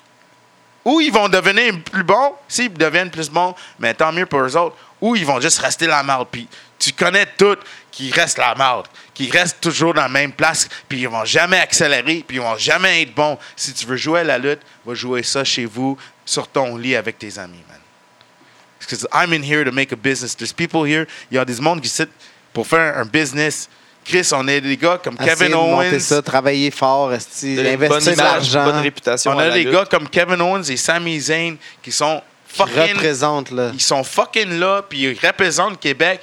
ou ils vont devenir plus bons, s'ils deviennent plus bons, mais tant mieux pour eux autres, ou ils vont juste rester la marde. Puis tu connais tout qui reste la marde, qui reste toujours dans la même place, puis ils vont jamais accélérer, puis ils vont jamais être bons. Si tu veux jouer à la lutte, va jouer ça chez vous, sur ton lit avec tes amis, man. Because I'm in here to make a business. There's people here. Il y a des monde qui sont pour faire un business. Chris, on est des gars comme
Essayer
Kevin
de monter
Owens.
ça, travailler fort, esti,
Une
investir
bonne
de
image, bonne
l'argent,
réputation.
On
à
a
la
des
lutte.
gars comme Kevin Owens et Sami Zayn qui sont fucking
représente là.
ils sont fucking là, puis ils représentent le Québec.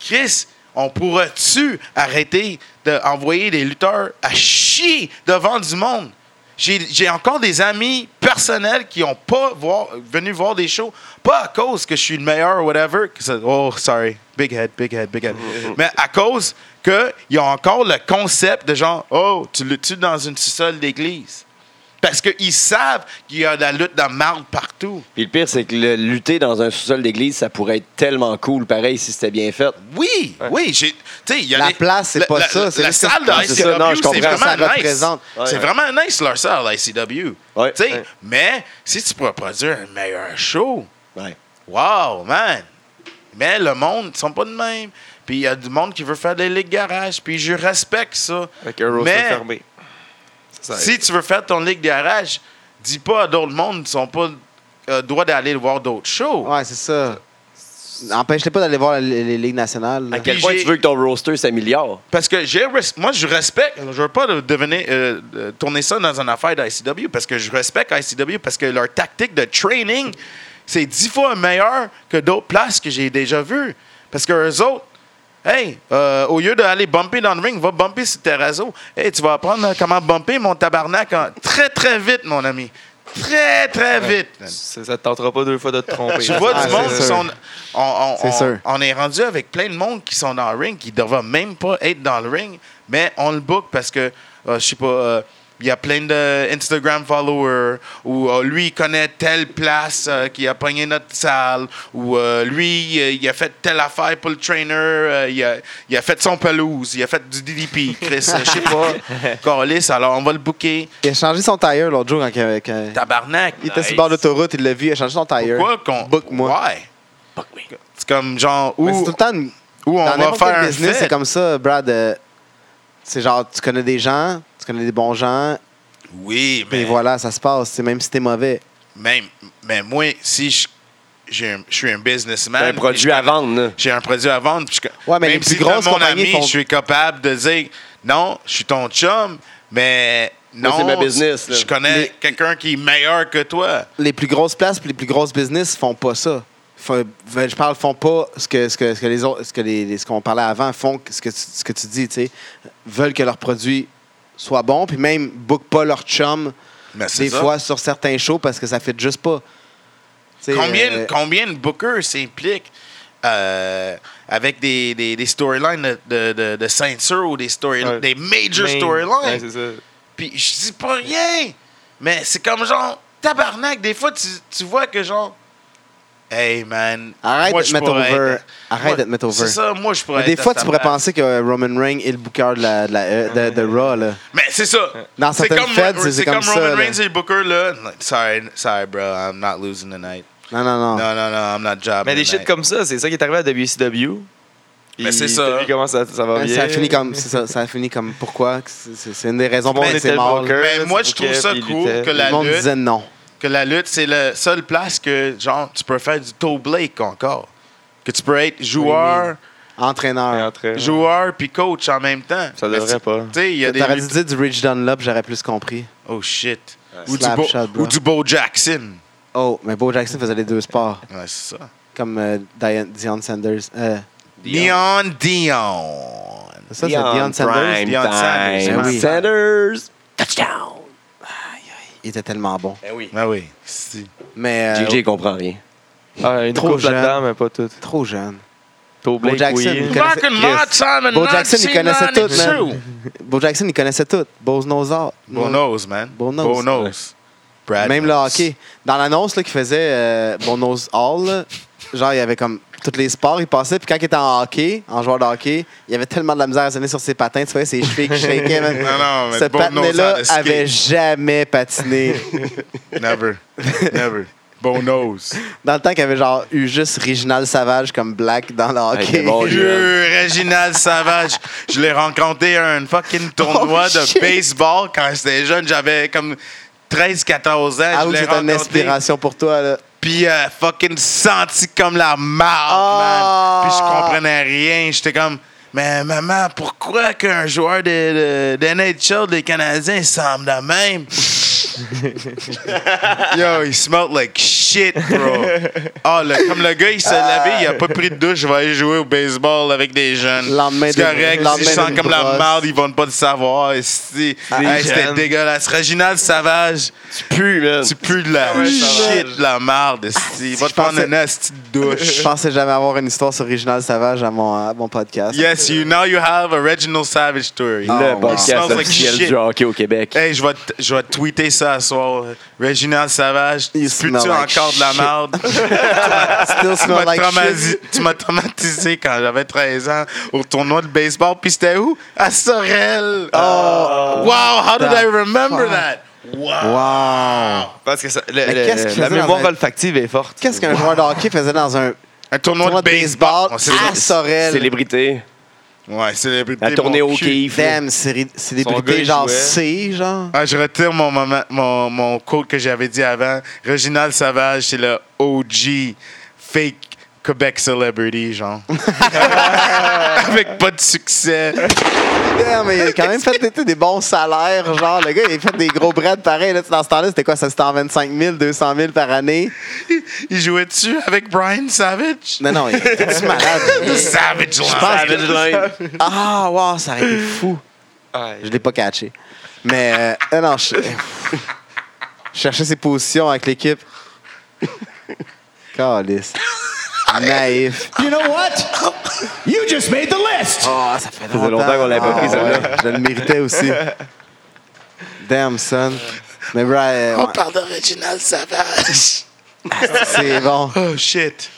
Chris, on pourra-tu arrêter d'envoyer des lutteurs à chier devant du monde? J'ai j'ai encore des amis personnels qui n'ont pas voir, venu voir des shows, pas à cause que je suis le meilleur ou whatever. que ça- Oh, sorry. Big head, big head, big head. Mais à cause qu'ils ont encore le concept de genre, oh, tu le tues dans une sous-sol d'église. Parce qu'ils savent qu'il y a de la lutte de marde partout.
Puis le pire, c'est que le- lutter dans un sous-sol d'église, ça pourrait être tellement cool, pareil, si c'était bien fait.
Oui, oui, j'ai. Tu sais, il y a
La
des-
place, c'est
la-
pas
la-
ça, c'est
La
juste que-
salle
Ah,
de
c'est ça, non, je
ICW, c'est
comprends,
vraiment
ça
nice.
représente.
Ouais,
C'est
ouais.
vraiment nice leur salle, ICW.
Ouais,
Tu sais,
ouais.
mais si tu pourrais produire un meilleur show,
Ouais.
wow, man! Mais le monde, ils sont pas de même. Puis il y a du monde qui veut faire des ligues garage, puis je respecte ça.
Avec un roster
Mais-
fermé. Ça, ça
si tu veux faire ton ligue garage, dis pas à d'autres mondes qui sont pas euh, droit d'aller voir d'autres shows.
Ouais, c'est ça. Empêche-les pas d'aller voir les, les ligues nationales. là.
À quel
Puis
point
j'ai-
tu veux que ton roster s'améliore?
Parce que j'ai res- moi, je respecte. Je veux pas devenir, euh, euh, tourner ça dans une affaire d'ICW parce que je respecte ICW parce que leur tactique de training, c'est dix fois meilleur que d'autres places que j'ai déjà vues. Parce que eux autres, hey, euh, au lieu d'aller bumper dans le ring, va bumper sur terrazzo. Hey, tu vas apprendre comment bumper mon tabarnak en- très, très vite, mon ami. Très, très vite.
ça- ça te tentera pas deux fois de te tromper.
Tu vois
Ah,
du monde
c'est
qui
sûr.
sont. On, on-
C'est
on-
sûr.
on est rendu avec plein de monde qui sont dans le ring, qui ne devraient même pas être dans le ring, mais on le book parce que, euh, je sais pas, euh, il y a plein de Instagram followers, ou euh, lui, il connaît telle place euh, qui a pogné notre salle, ou euh, lui, euh, il a fait telle affaire pour le trainer, euh, il, a, il a fait son pelouse, il a fait du DDP, Chris, euh, je sais pas, Carlis, alors on va le booker.
Il a changé son tailleur l'autre jour quand il, avait- quand-
Tabarnak.
il était sur
nice.
le bord d'autoroute, il l'a vu, il a changé son tailleur.
Pourquoi qu'on.
Book-moi.
Ouais. C'est comme genre.
Mais c'est
Où,
tout le temps une-
où on
dans
va
n'importe quel
faire un
business, c'est
fête.
comme ça, Brad. euh, c'est genre, tu connais des gens, tu connais des bons gens,
Oui,
et
mais,
voilà, ça se passe. C'est même si t'es mauvais.
même, mais moi, si je, j'ai un- je suis un businessman,
T'as un
puis je
produit
connais-
à vendre, là.
j'ai un produit à vendre, puis je co-
Ouais, mais les
Même
plus
si t'es
grosses
mon
compagnies
ami,
font-
je suis capable de dire non, je suis ton chum, mais
Moi,
non,
c'est ma business, là.
je connais
Mais-
quelqu'un qui est meilleur que toi.
les plus grosses places puis les plus grosses business font pas ça. Font- ben, je parle, font pas ce que, ce que, ce que les autres, ce que les, les- ce qu'on parlait avant, font que- ce que tu, ce que tu dis, tu sais. Veulent que leur produit soit bon, puis même book pas leur chum
Mais c'est
des
ça.
fois sur certains shows parce que ça fait juste pas. Tu sais,
Combien,
euh,
combien de bookers s'impliquent euh, avec des, des, des storylines de, de, de, de ceinture ou des, story,
Ouais.
des major
Mais- Ouais,
storylines?
c'est ça.
Puis je dis pas rien, mais c'est comme genre, tabarnak, des fois tu, tu vois que genre, hey man,
Arrête
moi,
de te
je
mettre
pourrais
over.
être-
Arrête
moi-
de te mettre over.
C'est ça, moi je pourrais
mais des
être à
fois, tu
ta
pourrais
place.
penser que euh, Roman Reigns est le booker de, la, de, la- euh, de- de Raw, là.
Mais c'est ça.
Dans
C'est
certaines
comme,
feds, c'est
c'est
comme
comme
ça, là.
Roman Reigns et le Booker, là. Like, Sorry, sorry, bro, I'm not losing tonight.
Non, non, non.
Non, non, non, I'm not jobbing.
Mais des
tonight.
shit comme ça, c'est ça qui est arrivé à WCW.
Mais
Et
c'est ça.
t'as vu comment ça, ça va
Ben,
bien.
ça a fini comme. c'est Ça, ça a fini comme. Pourquoi? C'est- C'est c'est une des raisons
Tout le
pour
monde
lesquelles
était
c'est mort.
booker,
Mais
là,
moi,
tu
je trouve
bookais,
ça
puis il
cool
luttait.
que la-
Le monde
lutte.
disait non.
que la lutte, c'est la seule place que, genre, tu peux faire du toe break encore. Que tu peux être joueur,
Ouais,
Entraîneur.
entre-
joueur puis coach en même temps.
Ça
Mais
devrait
c'est-
pas.
Tu sais, il y a des.
T'aurais dû dire du Rich Dunlop, j'aurais plus compris.
Oh shit. Ou, du
Slap
Bo,
shot, bro.
ou du Bo Jackson.
Oh, mais Bo Jackson faisait les deux sports,
Ouais, c'est ça.
comme euh, Dion, Deion Sanders. Euh,
Dion Dion.
ça, c'est Dion Sanders.
Prime Deion Sanders,
time.
ben oui.
Sanders. Touchdown.
Il était tellement bon.
Ben oui.
Ah oui. Si.
Mais euh,
JJ comprend rien.
Ah, une
Trop
couche
jeune.
là-dedans, mais pas toute.
trop jeune.
Toe Blake,
Jackson.
oui.
Connaissez-
Back in my
Chris.
time in
Bo Jackson, il connaissait tout, man.
1992.
Bo Jackson, il connaissait tout. Bo's Nose Out.
Bo knows, man.
Bo knows.
Bo knows. Brad
Même le
knows.
hockey. Dans l'annonce là, qu'il faisait euh, Bon Nose Hall, là, genre, il y avait comme tous les sports, il passait. Puis quand il était en hockey, en joueur de hockey, il y avait tellement de la misère à sonner sur ses patins. Tu vois, ses chevilles qui shakaient. man.
Non, non, mais
Ce
Bon Nose
patinet-là
Hall de ski.
avait jamais patiné.
Never. Never. Bo knows.
dans le temps qu'il y avait genre eu juste Réginald Savage comme Black dans le
Hey,
hockey.
c'est bon, lui.
Dieu, Réginald Savage. Je l'ai rencontré à un fucking tournoi
Oh,
de
shit.
baseball quand j'étais jeune. J'avais comme 13-14 ans.
ah
je
oui,
l'ai
c'est une
rencontré.
inspiration pour toi. Là.
Puis euh, fucking senti comme la marde,
Ah.
man. Puis je comprenais rien. J'étais comme, mais maman, pourquoi qu'un joueur de, de, de NHL des Canadiens semble de même? Yo, il smelled like shit, bro. Ah, le- comme le gars, il s'est lavé, il a pas pris de douche, il va aller jouer au baseball avec des jeunes.
Lendemain
C'est
de-
correct,
lendemain
s'il sent
d'une
comme
brosse.
la marde, ils vont pas le savoir. Et si- Hey, C'était
jeunes.
dégueulasse. Reginald Savage,
Tu pues, man.
tu pues de la
Ouais, ça va.
shit, de la marde, esti. Va
Ah, je
te prendre
pensais-
une esti de
Je
douche.
pensais jamais avoir une histoire sur Réginald Savage à mon, à mon podcast.
Yes, you now you have a Reginald Savage story.
Le
Oh,
podcast
smells like
officiel
shit.
du hockey au Québec.
Hey, je vais, t- je vais tweeter ça à soir. Reginald Savage,
You
tu
smell
tu
like
encore de la
shit.
marde?
Still
Tu m'as
smell like
traumasi-
shit.
tu m'as traumatisé quand j'avais 13 ans au tournoi de baseball. Puis c'était où? À Sorel. wow, how did
that
I remember
Oh. fuck.
that? Wow.
Wow!
Parce que ça- le-
Mais
le-
qu'est-ce qu'il
la
faisait dans
mémoire
un-
olfactive est forte.
Qu'est-ce qu'un joueur de hockey faisait dans un
Un tournoi,
tournoi
de baseball.
à
On sait ça.
Sorel?
Célébrité.
Ouais, célébrité.
La tournée
mon
au
cul.
kiff.
Damn, célébrité
gars, il
genre
jouait.
C, genre.
Ah, je retire mon, moment, mon, mon quote que j'avais dit avant. Reginald Savage, c'est le OG fake Quebec celebrity, genre. Avec pas de succès.
Damn, mais il a quand même fait des- des bons salaires, genre. Le gars, il a fait des gros breads pareil. Là, dans ce temps-là, c'était quoi? Ça, c'était en 25 000, 200 000 par année.
Il jouait-tu avec Brian Savage?
Non, non, il était malade.
The Savage Line.
Savage Line.
Ah, wow, ça aurait été fou. Je l'ai pas catché. Mais, euh, euh, non, je... je cherchais ses positions avec l'équipe. Calice. Naïf.
You know what? You just made the list.
Oh, ça fait
faisait longtemps qu'on l'avait pas
Ah,
pris, celle-là.
ouais, Je le méritais aussi. Damn, son. Mais, bro, euh, ouais,
parle d'Original Savage.
c'est bon.
Oh, shit.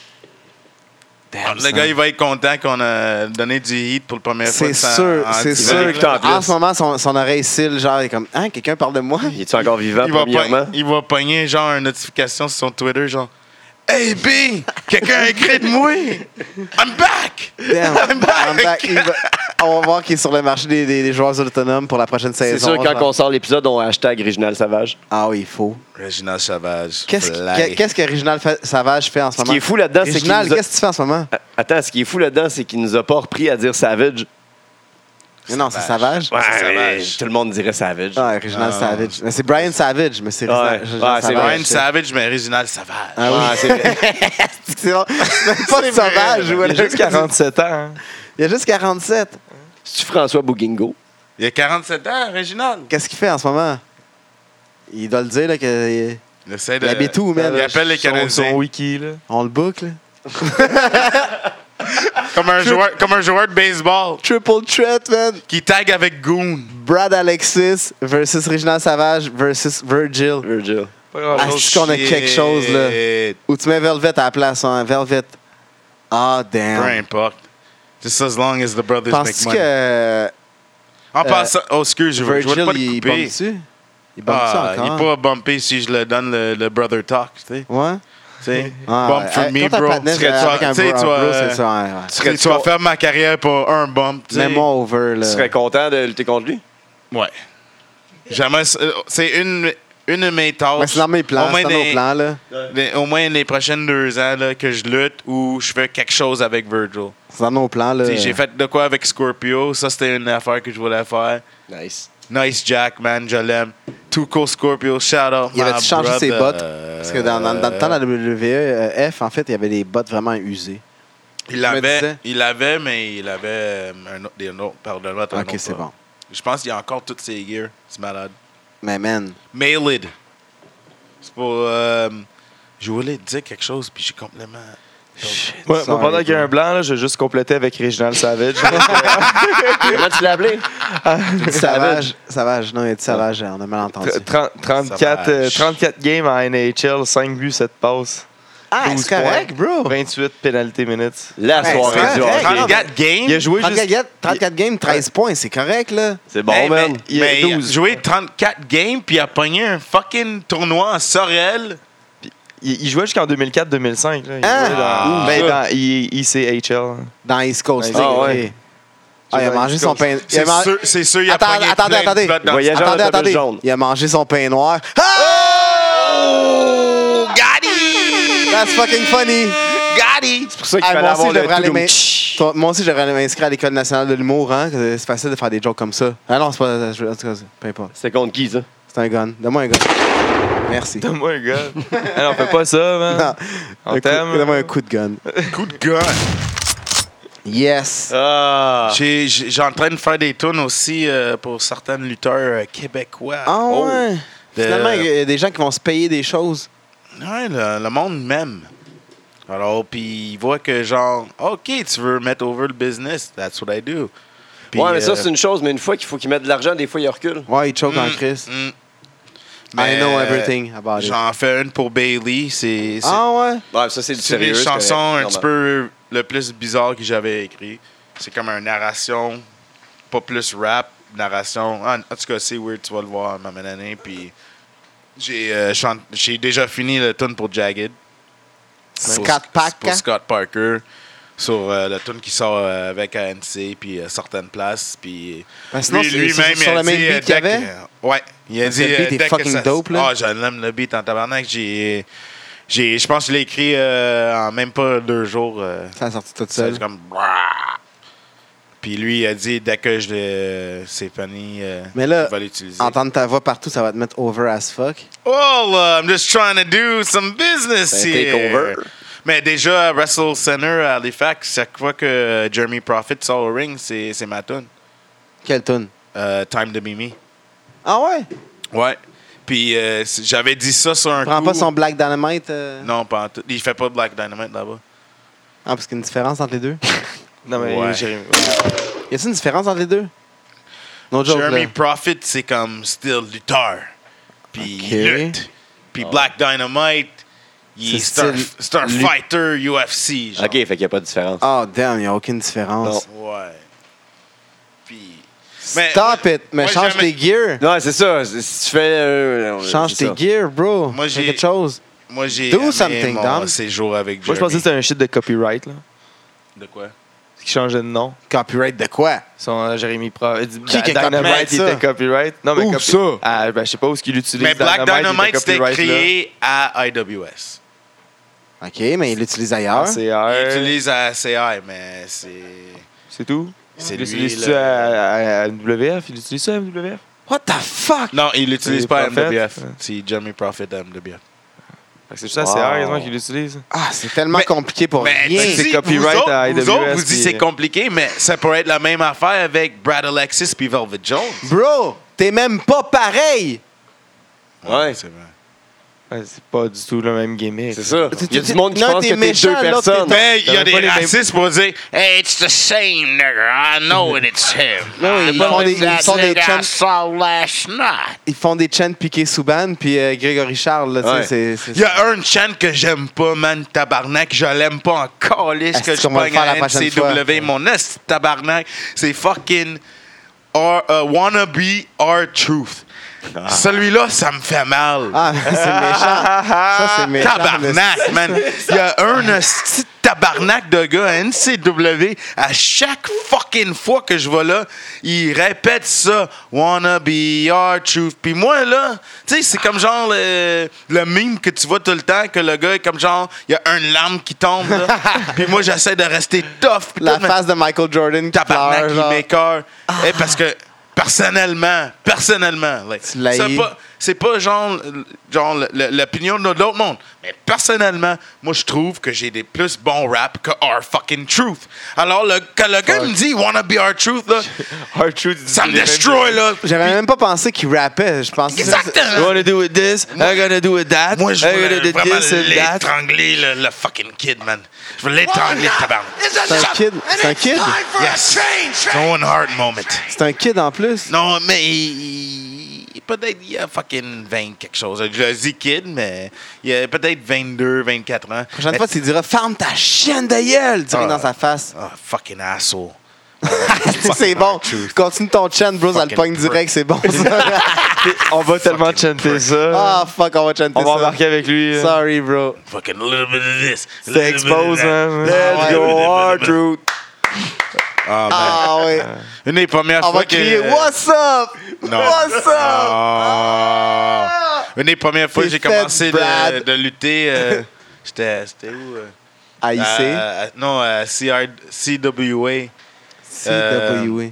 Damn,
le
son.
gars, il va être content qu'on a donné du hit pour le premier fois.
C'est sûr, c'est
il va
sûr.
l'écouter en plus.
En ce moment, son, son oreille cille, genre, il est comme, hein, quelqu'un parle de moi?
Il est-tu encore vivant,
Il va,
Hein, premièrement?
pogn- il va pogner genre une notification sur son Twitter, genre Hey B, quelqu'un a écrit de moi! I'm back!
Damn,
I'm back!
I'm back. Il va- on va voir qu'il est sur le marché des, des- des joueurs autonomes pour la prochaine saison.
C'est sûr, quand on sort l'épisode, on hashtag Original Savage.
Ah oui, il faut.
Réginald Savage.
Qu'est-ce
fly.
que- qu'est-ce que Réginald Fa- Savage fait en ce
Ce
moment?
qui est fou là-dedans, c'est qu'il
Réginald,
nous a-
qu'est-ce que tu fais en ce moment?
Ah, Attends, ce qui est fou là-dedans, c'est qu'il nous a pas repris à dire Savage. Ah,
Mais non, c'est Savage.
Ouais,
C'est
mais
Tout le monde dirait Ah, Savage.
Ah, Réginald
Ah.
Savage. Mais c'est Brian Savage, mais c'est
Ouais. Ouais,
Réginald- Réginald
c'est
Savage.
Brian Savage, mais Réginald Savage.
Ah oui.
Ah, c'est vrai.
C'est bon. C'est pas de
vrai.
Savage.
Il
Il a juste 47 ans. hein.
Il a juste 47.
C'est-tu François Bouguingo?
Il a 47 ans, Réginald.
Qu'est-ce qu'il fait en ce moment? Il doit le dire, là, que...
Il essaie de.
Il habite où, man?
Il appelle les
Son- Son
Canadiens.
wiki, là.
On le boucle.
Comme un, joueur, comme un joueur de baseball
Triple threat, man.
qui tag avec Goon.
Brad Alexis versus Réginald Savage versus Virgil.
Virgil.
Pas grand
Ah,
chose.
Est-ce qu'on a quelque chose, là?
Shit.
Ou tu mets Velvet à la place, hein? Velvet. Ah,
Peu
damn.
importe. Just as long as the brothers make
Penses-tu
money.
que
En passant. Oh, excuse, je veux, je veux
Euh, Virgil,
pas te
il
couper.
bombe dessus? Il bombe dessus
Ah, il
encore?
est pas bumpé si je le donne le, le brother talk, tu sais.
Ouais?
Tu sais.
Ah,
bump
ouais.
for
Hey,
me,
toi, t'as
bro.
un
Tu
partner
serais-
euh, avec
tu
un
sais,
bro-
tu
un
vas-
bro, c'est ça, ouais, ouais.
Tu, sais, tu vas faire ma carrière pour un bump, tu sais.
Mets-moi over, là.
Tu serais content de lutter contre lui?
Ouais. Jamais. C'est une, une de mes tâches.
Ouais, c'est dans mes plans,
Au moins
c'est dans nos
des-
plans, là.
des- au moins les prochaines deux ans là, que je lutte ou je fais quelque chose avec Virgil.
C'est dans nos plans, là.
Tu sais, J'ai fait de quoi avec Scorpio. Ça, c'était une affaire que je voulais faire.
Nice.
Nice Jack, man, je l'aime. Too cool Scorpio, shout out.
Il avait
my
changé ses
brother. euh,
bottes. Parce que dans, dans- dans le temps, la WWE, euh, F, en fait, il y avait des bottes vraiment usées.
Il
me disais.
l'avait, il l'avait, mais il avait euh, un autre, des autres, pardonne-moi, t'as un
ok,
autre,
c'est
là.
bon.
Je pense qu'il y a encore toutes ses gears. C'est malade.
Mais man,
Mailed. C'est pour. euh, je voulais te dire quelque chose, puis j'ai complètement.
Ouais, moi,
Sorry,
pendant qu'il y a
bro.
un blanc, là, je vais juste compléter avec Réginald Savage. Ah,
Comment tu l'as appelé?
dit Savage, Savage, non, il a dit Savage, on a mal entendu.
Tr- tren- 34, euh, 34 games à NHL, 5 buts, 7 passes,
Ah, c'est
12
correct, bro!
28 pénalités minutes.
La
Hey,
soirée
c'est
du
correct.
hockey.
34 games.
Il a joué
34,
juste...
games, 34 games, 13 points, c'est correct, là!
C'est bon,
Hey,
man.
mais-
Il y a
mais il a
12.
joué 34 games, puis il a pogné un fucking tournoi en Sorel.
Il, il jouait jusqu'en 2004-2005. là. Il
Hein?
jouait dans,
Ah.
ben, dans I- ICHL.
Dans East Coast,
Ah,
League,
ouais.
ok. Ah, il a
Dans
mangé
East
son
Coast.
pain. Il a
C'est
man-
sûr, c'est sûr, il a
Attends,
pogné
attendez,
plein de
attendez.
blottes dans-
Voyageur
Attendez,
à la table
attendez!
jaune.
Il a mangé son pain noir. Ah!
Oh! Got it!
That's fucking funny!
Got it!
C'est pour ça qu'il
Ah,
fallait
moi, aussi,
avoir
je
le
devrais aller
tout
m'in-
doux.
Toi- moi aussi, je devrais aller m'inscrire à l'École nationale de l'humour. Hein? que C'est facile de faire des jokes comme ça. Ah non, c'est pas. je- En tout cas, c'est- peu importe.
C'était contre qui, ça?
C'est un gun. Donne-moi un gun. Merci.
Donne-moi un gars. Ah, on fait pas ça, man.
Non.
On
Un coup-
t'aime.
Donne-moi un coup de gun.
Coup de gun!
Yes.
Ah!
J'ai- j'ai- J'ai en train de faire des tunes aussi euh, pour certains lutteurs euh, québécois.
Ah ouais.
de-
Finalement, il y a des gens qui vont se payer des choses.
Oh, Ouais, le, le monde même. Alors, puis ils voient que genre, OK, tu veux mettre over le business, that's what I do. Puis,
ouais, mais ça,
euh,
c'est une chose, mais une fois qu'il faut qu'il mette de l'argent, des fois, il recule.
Ouais, ils choquent en
mm,
crise.
mm.
I
Mais,
know
euh,
everything about it.
J'en fais une pour Bailey, c'est c'est-
Ah ouais.
Ouais, ça, c'est du
c'est
sérieux.
une
c'est
chanson un
correct,
petit
normal.
peu le plus bizarre que j'avais écrit. C'est comme une narration, pas plus rap, narration. En, en tout cas, c'est weird, tu vas le voir à ma même année. Puis j'ai euh, chan- j'ai déjà fini le tune pour Jagged.
Scott
pour-
Pack.
Pour
hein?
Scott Parker. Sur euh, le tune qui sort euh, avec ANC, puis euh, certaines places. Puis
Ben, sinon,
lui-
c'est- c'est sur
il a
le même
dit,
beat
euh,
qu'il y
dès que-
avait?
euh, ouais. Il a
Parce
dit.
que le beat
euh,
est
dès que
fucking
ça-
dope, là.
Ah, je l'aime, le beat en tabarnak. J'ai. j'ai- Je pense que je l'ai écrit euh, en même pas deux jours. euh,
Ça a sorti toute
ça a
seule.
été comme. Brrr. Puis lui, il a dit, dès que je l'ai- c'est fini, euh,
Mais là,
il va l'utiliser.
Entendre ta voix partout, ça va te mettre over as fuck.
Well, uh, I'm just trying to do some business
C'est un
here.
takeover.
Mais déjà, à Wrestle Center à Halifax, chaque fois que Jeremy Prophet sort au ring, c'est c'est ma tune.
Quelle tune?
Euh, Time to Be Me.
Ah ouais?
Ouais. Puis euh, c'est- j'avais dit ça sur un
Prends
coup.
pas son Black Dynamite. euh?
Non, pas en tout. Il fait pas Black Dynamite là-bas.
Ah, parce qu'il y a une différence entre les deux.
Non, mais
Ouais.
Jérémy-
Y a-t-il une différence entre les deux? No joke,
Jeremy
là.
Prophet, c'est comme still lutteur. Puis
Ok.
il lutte. Puis Black Dynamite, il est
C'est
star,
style
star
lut-
fighter UFC. genre.
OK, fait qu'il n'y a pas de différence.
Oh, damn, y a aucune différence.
Ouais. Puis.
Stop it! Mais
moi,
change
jamais-
tes gears!
Non, c'est ça. c'est- Si tu fais... euh,
Change
c'est
tes
ça.
gears, bro!
Moi,
Fais
j'ai-
quelque chose!
Moi, j'ai
Do
aimé
something,
mon
Dom.
séjour avec
Moi,
Jeremy.
je pensais que c'était un shit de copyright. Là.
De quoi?
qui changeait de nom.
Copyright de quoi?
Son euh, Jérémy Pro. Qui
Qui qui a copyright
Dynamite il
ça?
était copyright. Non, mais
Où
copi-
ça?
Ah, ben, je sais pas où ce qu'il utilise.
Mais Black
il était
Dynamite, c'était
copyright,
créé à IWS.
OK, mais il l'utilise
là.
ailleurs.
Ah, Il
ACR,
utilise à CI, mais c'est.
C'est tout?
C'est
il
lui,
l'utilise-tu
le-
à, à- à MWF? Il l'utilise ça à MWF?
What the fuck?
Non, il l'utilise
C'est
pas à
Prophet.
MWF. C'est Jeremy Prophet à MWF.
Fait que C'est juste ACR,
Wow.
les gens qui l'utilisent.
Ah, c'est tellement
Mais-
compliqué pour
Mais
rien.
tu
c'est
dis,
copyright
vous autres,
à
Vous
AWS,
autres, vous dites
puis-
c'est compliqué, mais ça pourrait être la même affaire avec Brad Alexis puis Velvet Jones.
Bro, t'es même pas pareil.
Ouais.
c'est vrai.
Ouais, c'est pas du tout le même gimmick.
C'est ça.
Tu- tu-
Il y a du monde qui
l'un,
pense
t'es
que t'es
méchant,
deux
l'autre, t'es
personnes.
Non,
Mais il y a
t'avais pas
des
les mêmes-
racistes pour dire Hey, it's the same nigger. I know it, it's him.
Non,
I
ils
know
font des-
it's that
ils sont des
nigger I
chums.
saw last night.
Ils font des chants piqué Souban puis euh, Grégory Charles, là, tu sais,
Ouais.
c'est- c'est...
Il y a un chant que j'aime pas, man, tabarnak. Je l'aime pas en calice que
Est-ce
je
qu'on va le
pogne
faire la
à
prochaine fois?
NCW. Mon est, tabarnak, c'est fucking our, euh, wannabe our truth. Celui-là, ça me fait mal.
Ah, c'est méchant. Ça, c'est méchant.
Tabarnak, man. Il y a un esti de tabarnak de gars à NCW. À chaque fucking fois que je vais là, il répète ça. Wanna be our truth. Puis moi, là, tu sais, c'est comme genre le, le meme que tu vois tout le temps, que le gars est comme genre, il y a une lame qui tombe, là. Puis moi, j'essaie de rester tough. puis
La
tout, mais
face de Michael Jordan qui
tabarnak,
pleure,
il
genre. Ah.
m'écoeure. Eh, parce que personnellement, personnellement, like,
Tu l'haïs.
c'est pas, c'est pas genre, genre le- le- l'opinion de l'autre monde, mais personnellement, moi je trouve que j'ai des plus bons rap que Our Fucking Truth. Alors le, quand le gars me dit Wanna Be Our Truth, là,
Hard truth.
ça me destroy là.
J'avais même pas pensé qu'il rappait. Je pensais...
You
Exactement.
wanna do with this? I'm gonna do with that.
Moi, je
I'm gonna
veux
do
vraiment
this and that.
l'étrangler, le, le fucking kid, man. Je veux l'étrangler, tabarnak.
C'est un kid. C'est un kid.
Yes. Owen Hart moment.
C'est un kid en plus.
Non, mais il- il- peut-être il a fucking 20 quelque chose. Je dis kid, mais il a peut-être 22, 24 ans.
La prochaine fois, tu diras Ferme ta chienne de gueule! Dirais
Ah.
dans sa face.
Ah, fucking asshole.
c'est bon. Continue ton chant, bro. Ça le
Fucking
pogne
prick.
direct. C'est bon, ça.
On va tellement
Fucking
chanter ça.
Ah, fuck, on va chanter
On va
ça.
embarquer avec lui. hein.
Sorry, bro.
Fucking a little bit of this. a
C'est
little bit of
expose,
that.
man.
Ah
Let's
ouais.
euh,
go hard, truth.
Ah, man.
Ah, oui.
Une des premières
On
fois
va crier
que...
What's up?
Non.
What's up?
Ah. Une des premières fois que
T'es
j'ai
fait,
commencé de,
Brad.
de lutter, euh, c'était c'était où? euh?
Ah, ici.
À- à- non, euh, à CR, CWA.
CWA. Ça, c'est
euh, Le-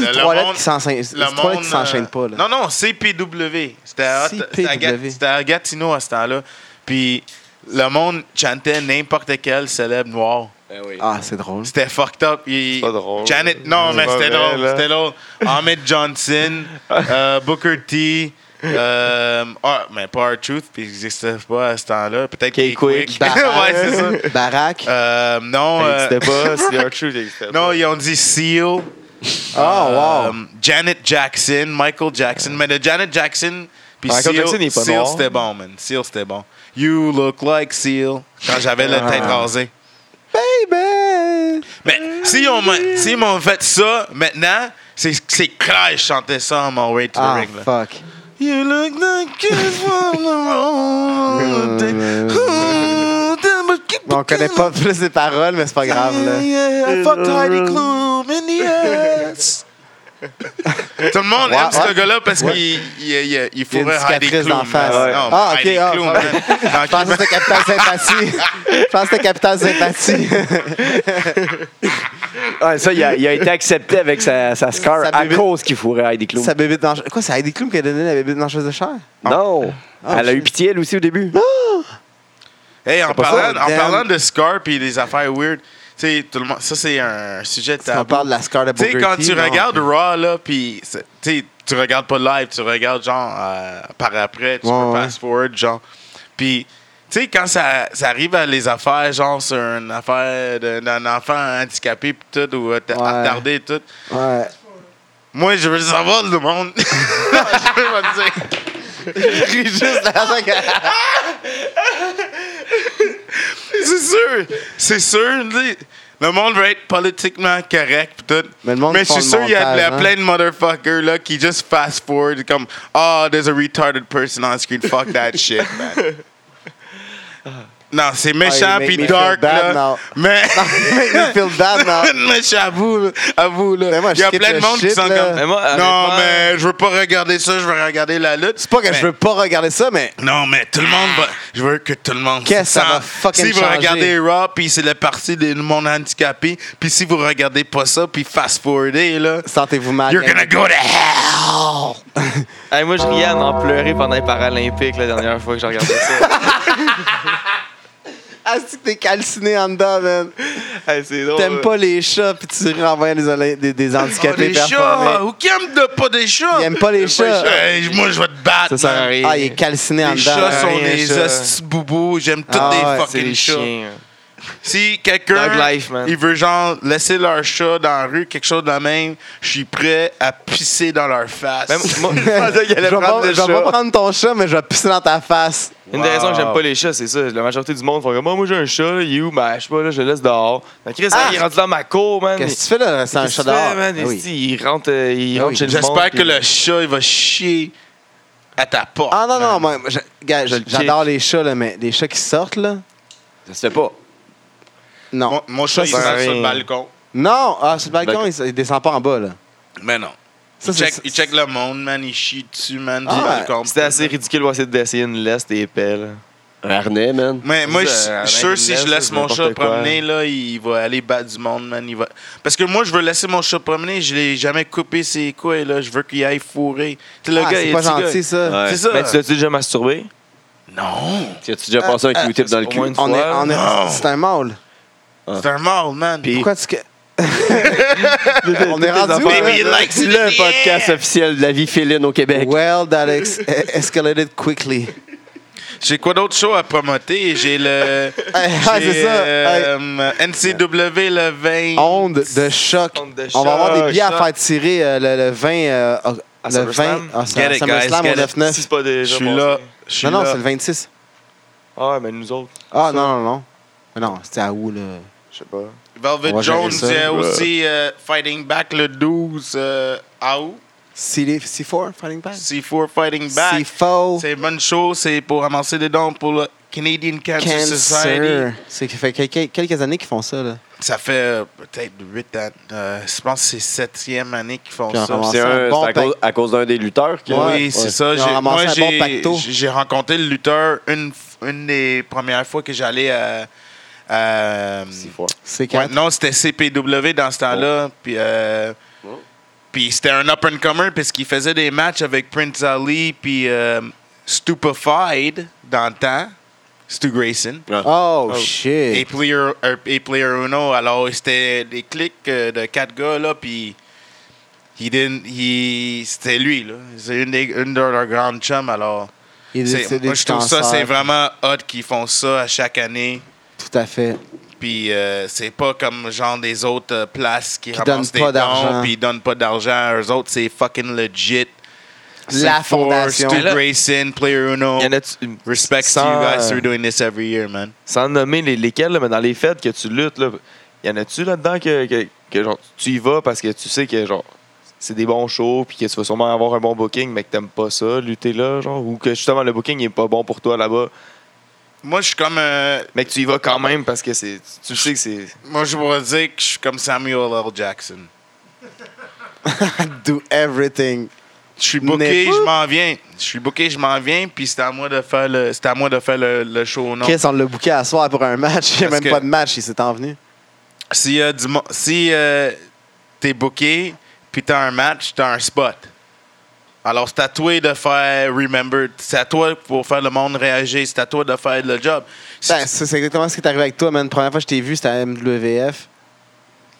le
trois lettres
monde-
qui s'enchaînent. C'est
le
trois lettres
monde,
qui s'enchaînent
euh,
pas, là.
Non, non, CPW. C'était à, Hot- c'était à Gat-
CPW.
c'était à Gatineau à ce temps-là. Puis le monde chantait n'importe quel célèbre noir.
Ben
Ah, c'est drôle.
C'était fucked up. Il-
C'est pas drôle.
Janet, non,
C'est
mais c'était
mauvais,
drôle.
là.
C'était drôle. Ahmed Johnson, euh, Booker T. euh, ah, mais pas R-Truth, puis il n'existait pas à ce temps-là. Peut-être
K-Quick.
K-Quick. ouais, c'est ça.
Barack.
Euh, non, euh,
C'était pas. C'est hard truth. il existait
non,
pas.
ils ont dit Seal.
Oh, wow.
Um, Janet Jackson, Michael Jackson. Mais de Janet Jackson, puis
Michael
Seal,
Jackson, il est pas
Seal
noir.
c'était bon, man. Seal, c'était bon. You look like Seal. Quand j'avais la tête rasée.
Ah. Baby!
Mais si on m'a- s'ils m'ont fait ça maintenant, c'est c'est clair, je chantais ça en mon way to the
Ah,
ring. là.
fuck.
You look like you're from the road. Oh, damn, but keep
On connaît pas plus les paroles, mais c'est pas grave, là.
Yeah, I fucked Heidi Klum in the ass. Tout le monde aime
Ouais,
ce
ouais.
gars-là parce qu'il il, il, il
Il y a
fourrait
une
Heidi
cicatrice
Klum.
d'en face.
man.
Ouais.
Non,
Ah, ok,
Heidi
ah,
Klum,
sorry.
man.
Je pense que c'était Capital Sympathie. Je pense que c'était Capital Sympathie.
Ah, Ouais, ça, il a, il a été accepté avec sa, sa scar
Sa
à
bébé.
cause qu'il fourrait Heidi Klum.
Sa bébite dans... Quoi, c'est Heidi Klum qui a donné la bébite dans Chose de chair?
Non.
Ah,
Elle a eu
shit.
pitié, elle aussi, au début.
Hey, en,
pas
parlant,
ça,
en
damn.
parlant de Scar et des affaires weird, tu sais, tout le monde, ça c'est un sujet
Si on
tabou.
parle de la scar de
Tu
Booker
sais, quand
T,
tu
non.
regardes Raw, là, puis c'est- tu sais, tu regardes pas live, tu regardes genre euh, par après, tu
Ouais,
peux
ouais.
fast forward, genre. Puis, tu sais, quand ça, ça arrive à les affaires, genre sur une affaire de- d'un enfant handicapé, pis tout, ou euh, t-
Ouais.
attardé et tout,
Ouais.
moi, je veux savoir le monde. Non, je veux pas dire.
Je ris juste la
C'est sûr, c'est sûr. tu sais, Le monde va être politiquement correct, pis tout.
Mais le monde
je suis
font le
sûr, il y a
montage,
il y a
hein.
plein de motherfuckers là, qui just fast Ah, forward, comme, oh, there's a retarded person on screen, fuck that shit, man. Non,
Ah,
c'est méchant
you make
puis
me feel
dark,
bad
là.
now.
Mais.
Make me feel bad now.
méchant à vous, là. À vous, là.
Mais moi, je
Il y a
skip
plein de
le
monde qui
shit,
sont
là.
comme.
Mais moi,
non,
honnêtement-
mais je veux pas regarder ça, je veux regarder la lutte.
C'est pas que
Mais-
je veux pas regarder ça, mais
Non, mais tout le monde va. Je veux que tout le monde.
Ah. Qu'est-ce que ça
sente.
va fucking
Si vous
changer?
regardez Raw, puis c'est le parti du monde handicapé, puis si vous regardez pas ça, puis fast-forwardez, là.
sentez-vous mal.
You're gonna go to hell!
Hey, moi, je riais à en pleurer pendant les Paralympiques la dernière fois que je regardais ça.
Ah, c'est que t'es calciné en dedans, man.
Hey, c'est drôle.
T'aimes pas les chats, puis tu renvoies des, Olym- des, des
Oh,
handicapés
des chats!
performants.
Ou qui aime de- pas des chats?
Il aime pas les chats.
Hey, moi, je vais te battre.
Ça sert à
man.
rien.
Ah, il est calciné en
Les
dedans. hein.
chats sont
rien,
des
chat.
hosties boubous. J'aime tous
Ah
des
ouais,
C'est
fucking
les
chats.
chiens.
Si quelqu'un,
Dog life, man.
il veut genre laisser leur chat dans la rue, quelque chose de même, je suis prêt à pisser dans leur face.
Même, moi,
je vais pas, je vais pas prendre ton chat, mais je vais pisser dans ta face.
Une des raisons que j'aime pas les chats, c'est ça. La majorité du monde font comme, Ah, moi, moi j'ai un chat, là, il est où? Ben, je sais pas, là, je le laisse dehors. Ben, Chris,
Ah!
il est rendu dans ma cour, man.
Qu'est-ce que tu fais là, c'est un
Qu'est-ce
chat
que tu fais,
dehors?
man?
Ah oui.
Esti, Il rentre, euh, il
Ah
rentre
oui.
chez le monde.
J'espère que
puis-
le chat, il va chier à ta porte.
Ah non, non, moi, je- gars,
Je le
j'adore les chats, là, mais les chats qui sortent, là,
Ça se fait pas.
non.
Mon, mon chat, il
Ça sert
sort
à
sur le
rien.
balcon.
Non, ah, sur le balcon, il, il descend pas en bas, là.
Mais Ben, non.
Ça,
il,
c'est-
check, il check le monde, man. Il chie dessus, man.
Ah
du
ouais.
balcon.
C'était assez ridicule d'essayer d'essayer une leste et épais, là.
Un harnais, man.
Mais moi, je
Ça,
suis
avec
sûr,
une
si je
laisse,
laisse
c'est
mon chat
n'importe quoi.
promener, là, il va aller battre du monde, man. Il va... Parce que moi, je veux laisser mon chat promener. Je l'ai jamais coupé ses couilles, là. Je veux qu'il aille fourrer. Tu sais, le
Ah,
gars, il
c'est
est
pas
petit
gentil,
gars.
ça.
Ouais.
C'est ça.
Mais tu l'as-tu déjà masturbé?
Non.
Tu as-tu déjà passé un Q-tip dans le
au
cul?
moins une
On est,
fois,
on est-
Non.
c'est un mâle.
Ah.
C'est un mâle, man. Puis,
Pourquoi tu... que- on est rendu où,
Baby,
là?
it likes it in
Le
the
podcast
air.
officiel de la vie féline au Québec.
Well, that ex- escalated quickly.
J'ai quoi d'autre show à promoter? J'ai le.
ah,
j'ai,
c'est ça.
euh, NCW le 20.
Onde de choc.
Onde de
On va avoir des
choc.
billets à faire tirer euh, le, le 20... euh, o-
À
le 20...
SummerSlam?
ah, c'est
Get
à
it,
SummerSlam
guys,
au
get it.
9-9.
Si c'est pas
Je
déjà
suis
passé.
là. Je suis
Non, non,
là.
c'est le 26.
Ah, mais nous autres,
Ah, non, non, non. Mais non, c'était à où, là?
je sais pas.
Velvet
On va gérer
Jones
ça.
euh,
Ouais.
aussi euh, Fighting Back le 12 euh, août.
C- C4, Fighting Back?
C4 Fighting Back.
C4,
C'est une bonne chose, c'est pour ramasser des dons pour le Canadian Cancer, Society.
Cancer. C'est ça fait quelques- quelques années qu'ils font ça, là.
Ça fait euh, peut-être 8 ans. euh, je pense que c'est septième année qu'ils font
Puis on
ça.
ramasse-
C'est un-
Bon
c'est à
pack.
cause- à cause d'un des lutteurs qui
Oui,
Ouais.
c'est ça.
Ils ont
J'ai-
ramassé
moi,
un bon
j'ai
pacto.
j'ai rencontré le lutteur une, f- une des premières fois que j'allais euh, à. à-
C4.
Ouais, non, c'était CPW dans ce
Oh.
temps-là. Puis, euh, puis c'était un up-and-comer parce qu'il faisait des matchs avec Prince Ali puis euh, Stupefied dans le temps, Stu Grayson.
Oh,
Et
shit.
Player, euh, et player Uno. Alors, c'était des clics euh, de quatre gars, là, puis he didn't- he- c'était lui, là. C'est une, des- une de leurs grandes chums, alors...
Il est
c'est-
décédé
moi,
du
je trouve ça,
cancer.
c'est vraiment hot qu'ils font ça à chaque année.
Tout à fait.
Puis euh, c'est pas comme genre des autres euh, places qui,
Qui donnent
ramassent des
pas
dons
d'argent.
puis ils donnent pas d'argent à eux autres. C'est fucking legit.
La
C'est for
fondation.
Stu
Mais là-
Grayson, Player Uno.
Il y en a-tu-
Respect to
Sans,
you guys
euh,
for doing this every year, man.
sans nommer les- lesquels, là, mais dans les fêtes que tu luttes, là, y en a-tu là-dedans que, que- que, genre, tu y vas parce que tu sais que genre c'est des bons shows puis que tu vas sûrement avoir un bon booking, mais que t'aimes pas ça, lutter là, genre, ou que justement le booking il est pas bon pour toi là-bas,
Moi, je suis comme... euh,
mais que tu y vas quand même parce que c'est tu sais que c'est.
Moi, je vais dire que je suis comme Samuel L. Jackson.
Do everything.
Je suis
N'est
booké,
pas-
je m'en viens. Je suis booké, je m'en viens, puis c'est à moi de faire le, c'est à moi de faire le, le show, non?
Chris, on l'a booké à soir pour un match. Il n'y a
Parce
même
que-
pas de match, il s'est envenu.
Si, euh, du mo- si euh, t'es booké, puis t'as un match, t'as un spot. Alors, c'est à toi de faire Remember. C'est à toi pour faire le monde réagir. C'est à toi de faire le job. Si
Ben,
tu-
c'est c'est exactement ce qui est arrivé avec toi, man. La première fois que je t'ai vu, c'était à MWF.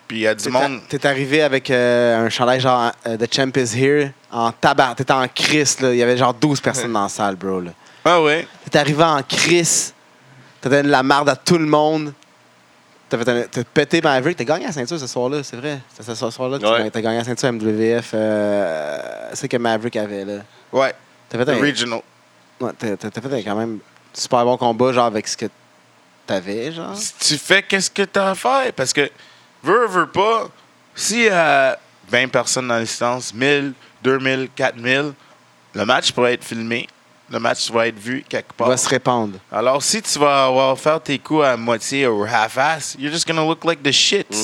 Puis il y a du
T'es
monde.
t'es arrivé avec euh, un chandail genre euh, The Champ is Here en tabac. T'étais en crise, là. Il y avait genre 12 personnes dans la salle, bro. là.
Ah ouais.
T'es arrivé en crise. T'as donné de la marde à tout le monde. T'as fait un- t'as pété Maverick. T'as gagné la ceinture ce soir-là, c'est vrai. C'est ce soir-là que tu
Ouais.
gagnes- t'as gagné la ceinture MWF. euh, c'est que Maverick avait, là.
Ouais.
T'as fait un-
Original.
Ouais, t'as- t'as t'as fait un quand même super bon combat, genre avec ce que t'avais, genre.
Si tu fais qu'est-ce que t'as à faire. Parce que, veux, veux pas, euh, s'il y a 20 personnes dans l'assistance, 1000, 2000, 4000, le match pourrait être filmé. le match va être vu quelque part.
va se répandre.
Alors, si tu vas avoir faire tes coups à moitié ou half-ass, you're just gonna look like the shit.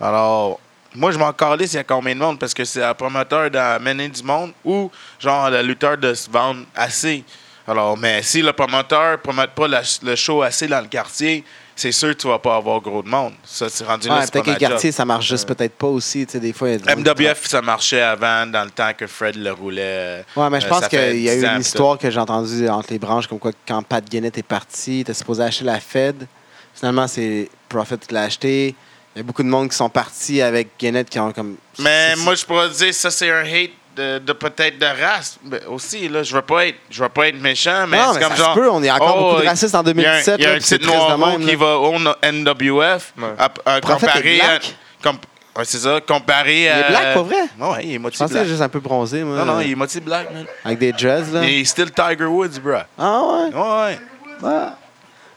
Alors, moi, je m'en calisse il y a combien de monde parce que c'est un promoteur d'amener du monde ou, genre, le lutteur de se vendre assez. Alors, mais si le promoteur ne promote pas la- le show assez dans le quartier, c'est sûr que tu vas pas avoir gros de monde. Ça, c'est rendu là,
Ouais,
c'est pas
peut-être qu'un
ma job.
quartier, ça marche juste peut-être pas aussi. Tu sais, des fois, il y a du monde qui
MWF, ça marchait avant, dans le temps que Fred le roulait.
Ouais, mais je
Euh,
pense
ça fait
qu'il y a
10 ans,
eu une
pis
histoire que j'ai entendue entre les branches, comme quoi quand Pat Guinnett est parti, il était supposé acheter la Fed. Finalement, c'est Profit qui l'a acheté. Il y a beaucoup de monde qui sont partis avec Guinnett qui ont comme.
Mais
c'est-
moi, je pourrais dire ça, c'est un hate de, de peut-être de race mais aussi. Là, je veux pas être, je veux pas être méchant, mais
Non,
c'est
mais
comme
ça se
genre.
peut, on est encore beaucoup de
il-
racistes en
il y a un-
2017,
Il y a
là,
un
puis c'est
petit
triste de
noir
même,
qui
là.
va au no- NWF
Ouais.
à- à
Prophet est
comparer à-
black?
com- ouais, c'est ça, comparé à.
est black, pour vrai?
Ouais, il est
Je
moitié
pensais
black.
juste euh, un peu bronzé, moi.
Non, non, il est moitié black, man.
Avec des dreads, là.
Il est still Tiger Woods, bro.
Ah ouais?
Ouais.
ouais.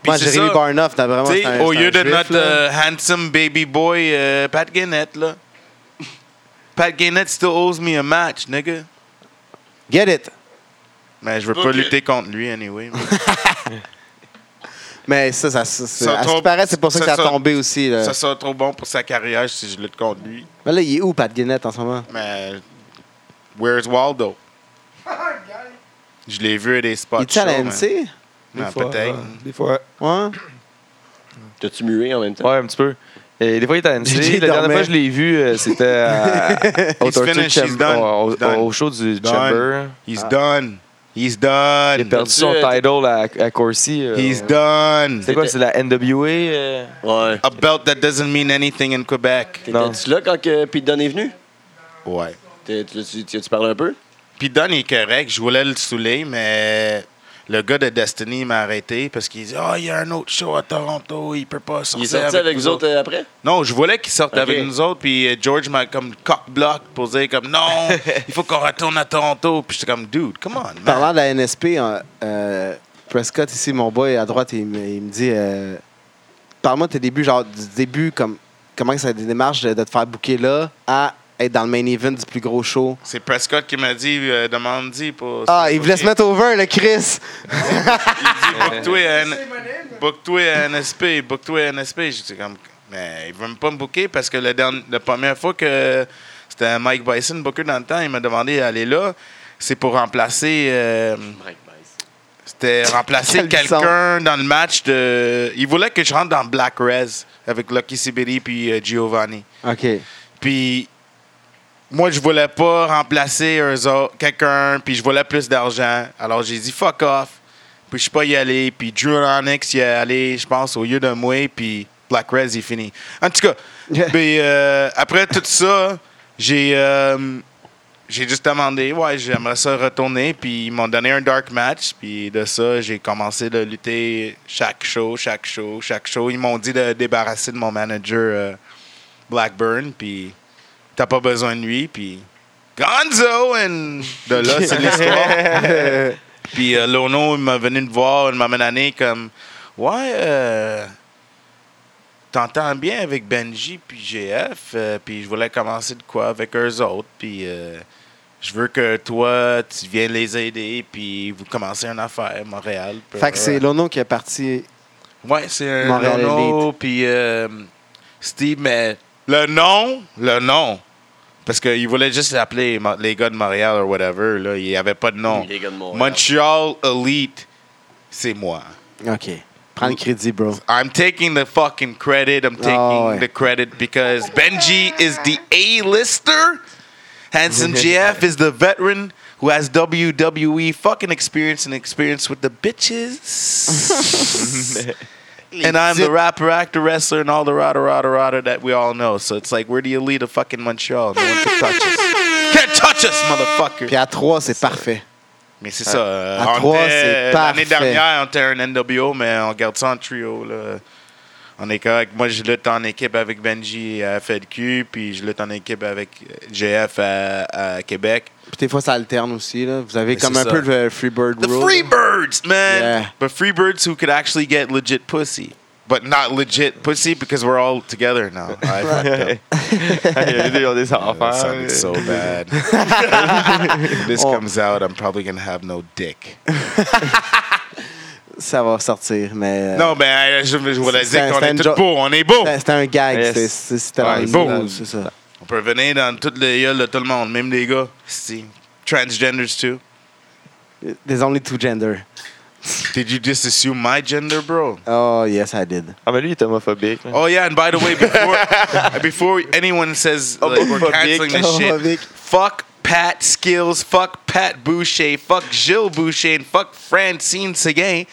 Puis
Moi,
c'est
Jérémy
ça.
Barnoff, t'as vraiment.
Tu
c'est un-
sais, au
c'est un
lieu de
juif,
notre
là.
euh, handsome baby boy, euh, Pat Gannett, là. Pat Gannett still owes me a match, nigga.
Get it!
Mais je veux pas
Book it.
lutter contre lui, anyway.
Mais ça, ça, ça,
Ça
à ce qui
tombe-
paraît, c'est pour ça que ça a
ça- ça-
tombé aussi. Là.
ça sera trop bon pour sa carrière si je lutte contre lui.
Mais là, il est où, Pat Guinnett, en ce moment?
Mais where's Waldo? Je l'ai vu à des spots.
Il est-tu à la
show, man.
MC?
Des
Ah,
fois,
peut-être.
ouais. Des fois.
Ouais.
T'as-tu mué en même temps?
Ouais, un petit peu. Et des fois, il était à NC.
J'ai
La dernière
dormi.
fois que je l'ai vu, euh, c'était à- au
He's
Torture
finished, he's
Chamber-
done.
au-
He's done.
au- au show du
Done.
Chamber.
He's done. He's done.
Il a perdu son
euh,
T'as-tu-
title à, à Corsi. euh,
He's done.
C'est quoi, c'est la NWA? euh?
Ouais.
A belt that doesn't mean anything in Quebec.
T'étais-tu là quand que Pete Dunne est venu?
Ouais.
T'es- Tu, tu, tu- tu parles un peu?
Puis Don est correct. Je voulais le saouler, mais le gars de Destiny m'a arrêté parce qu'il dit « Ah, il y a un autre show à Toronto. Il peut pas sortir
Il est sorti avec vous autres euh, après?
Non, je voulais qu'il sorte
Ok.
avec nous autres, puis euh, George m'a comme cock-block pour dire comme non, il faut qu'on retourne à Toronto. Puis j'étais comme dude, come on, man.
Parlant de la NSP, euh, euh, Prescott, ici, mon boy à droite, il, me- il me dit euh, Parle-moi de tes débuts, genre du début, comme, comment que ça a été des démarches de, de te faire booker là à être dans le main event du plus gros show.
C'est Prescott qui m'a dit euh, demande y pour.
Ah, il voulait se mettre over, le Chris
Book-toi un- book-toi un NSP, book-toi un NSP. J'étais comme mais il veut même pas me booker parce que la, dernière, la première fois que c'était Mike Bison booker dans le temps, il m'a demandé d'aller là. C'est pour remplacer. euh, C'était remplacer
Quel
quelqu'un dans le match de. Il voulait que je rentre dans Black Res avec Lucky Sibiri puis euh, Giovanni.
Ok.
Puis moi, je voulais pas remplacer eux autres- quelqu'un, puis je voulais plus d'argent. Alors j'ai dit fuck off. Puis je suis pas y aller. Puis Drew Onyx y est allé, je pense, au lieu d'un mois, puis Black Res il est fini. En tout cas, puis, euh, après tout ça, j'ai euh, j'ai juste demandé, ouais, j'aimerais ça retourner. Puis ils m'ont donné un dark match. Puis de ça, j'ai commencé de lutter chaque show, chaque show, chaque show. Ils m'ont dit de débarrasser de mon manager euh, Blackburn. Puis t'as pas besoin de lui. Puis Gonzo! And de là, c'est l'histoire. puis euh, Lono, il m'a venu me voir une même année comme, ouais, euh, t'entends bien avec Benji puis GF, euh, puis je voulais commencer de quoi avec eux autres, puis euh, je veux que toi, tu viennes les aider, puis vous commencez une affaire, Montréal.
Fait que c'est Lono qui est parti.
Ouais, c'est un
Montréal
Lono, puis euh, Steve, mais le nom, le nom, parce qu'ils voulaient juste l'appeler Mo- les gars de Montréal ou whatever, là, il n'y avait pas de nom.
Les gars de Montréal.
Montreal Elite, c'est moi.
Ok. Prends le crédit, bro.
I'm taking the fucking credit. I'm taking
Oh, yeah.
the credit because Benji is the A-lister. Handsome GF is the veteran who has WWE fucking experience and experience with the bitches. and I'm the rapper, actor, wrestler, and all the rada, rada, rada that we all know. So it's like, we're the elite of fucking Montreal. No one can touch us. Can't touch us, motherfucker.
Puis à 3, c'est parfait.
Mais c'est ça. euh,
à
on
trois,
était-
c'est parfait.
L'année dernière, on était un NWO, mais on garde ça en trio. Là. On est correct. Moi, je lutte en équipe avec Benji à FLQ, puis je lutte en équipe avec GF à, à Québec.
Puis des fois, ça alterne aussi, là. Vous avez
Mais
comme
c'est
un
ça.
peu le Freebird
The
Rule.
Freebirds, man!
Yeah.
But Freebirds who could actually get legit pussy. but not legit pussy because we're all together now. I fucked up.
Ils ont des
That
enfants.
sounded so bad. When this comes out, I'm probably gonna have no dick.
Ça va sortir, mais. euh,
Non, mais je, je voulais
C'est- c'est
dire
un-
qu'on
c'est un
est tous
joke.
beaux, on est beaux.
c'était- C'était un gag,
Yes.
c'est- c'est- c'était
Ouais,
dans
bon.
les- c'est ça.
On peut venir dans toutes les gueules de tout le monde, même les gars. Si. Transgenders too.
There's only two gender.
Did you just assume my gender, bro?
Oh, yes, I did.
Ah, mais lui, il est homophobique. là.
Oh yeah, and by the way, before before anyone says like, we're
Homophobic.
canceling this
Homophobic.
shit, fuck Pat Skills, fuck Pat Boucher, fuck Gilles Boucher, and fuck Francine Seguin.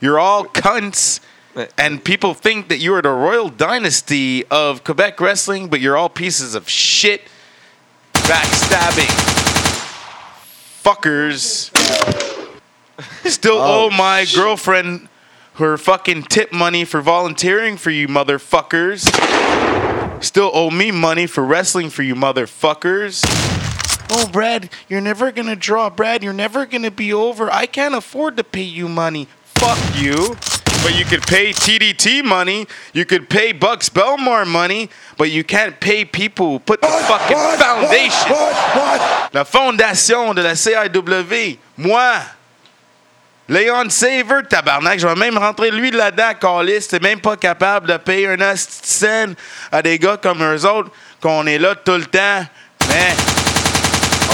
You're all cunts,
Right.
and people think that you are the royal dynasty of Quebec wrestling, but you're all pieces of shit, backstabbing fuckers. Still owe my girlfriend her fucking tip money for volunteering for you motherfuckers. Still owe me money for wrestling for you motherfuckers. Oh, Brad, you're never gonna draw. Brad, you're never gonna be over. I can't afford to pay you money. Fuck you. But you could pay TDT money. You could pay Bucks Belmar money. But you can't pay people who put the fucking foundation. La fondation de la CIW, moi, Léon Saver, tabarnak, je vais même rentrer lui là-dedans, Carlis, t'es même pas capable de payer un asti de scène à des gars comme eux autres, qu'on est là tout le temps. Mais,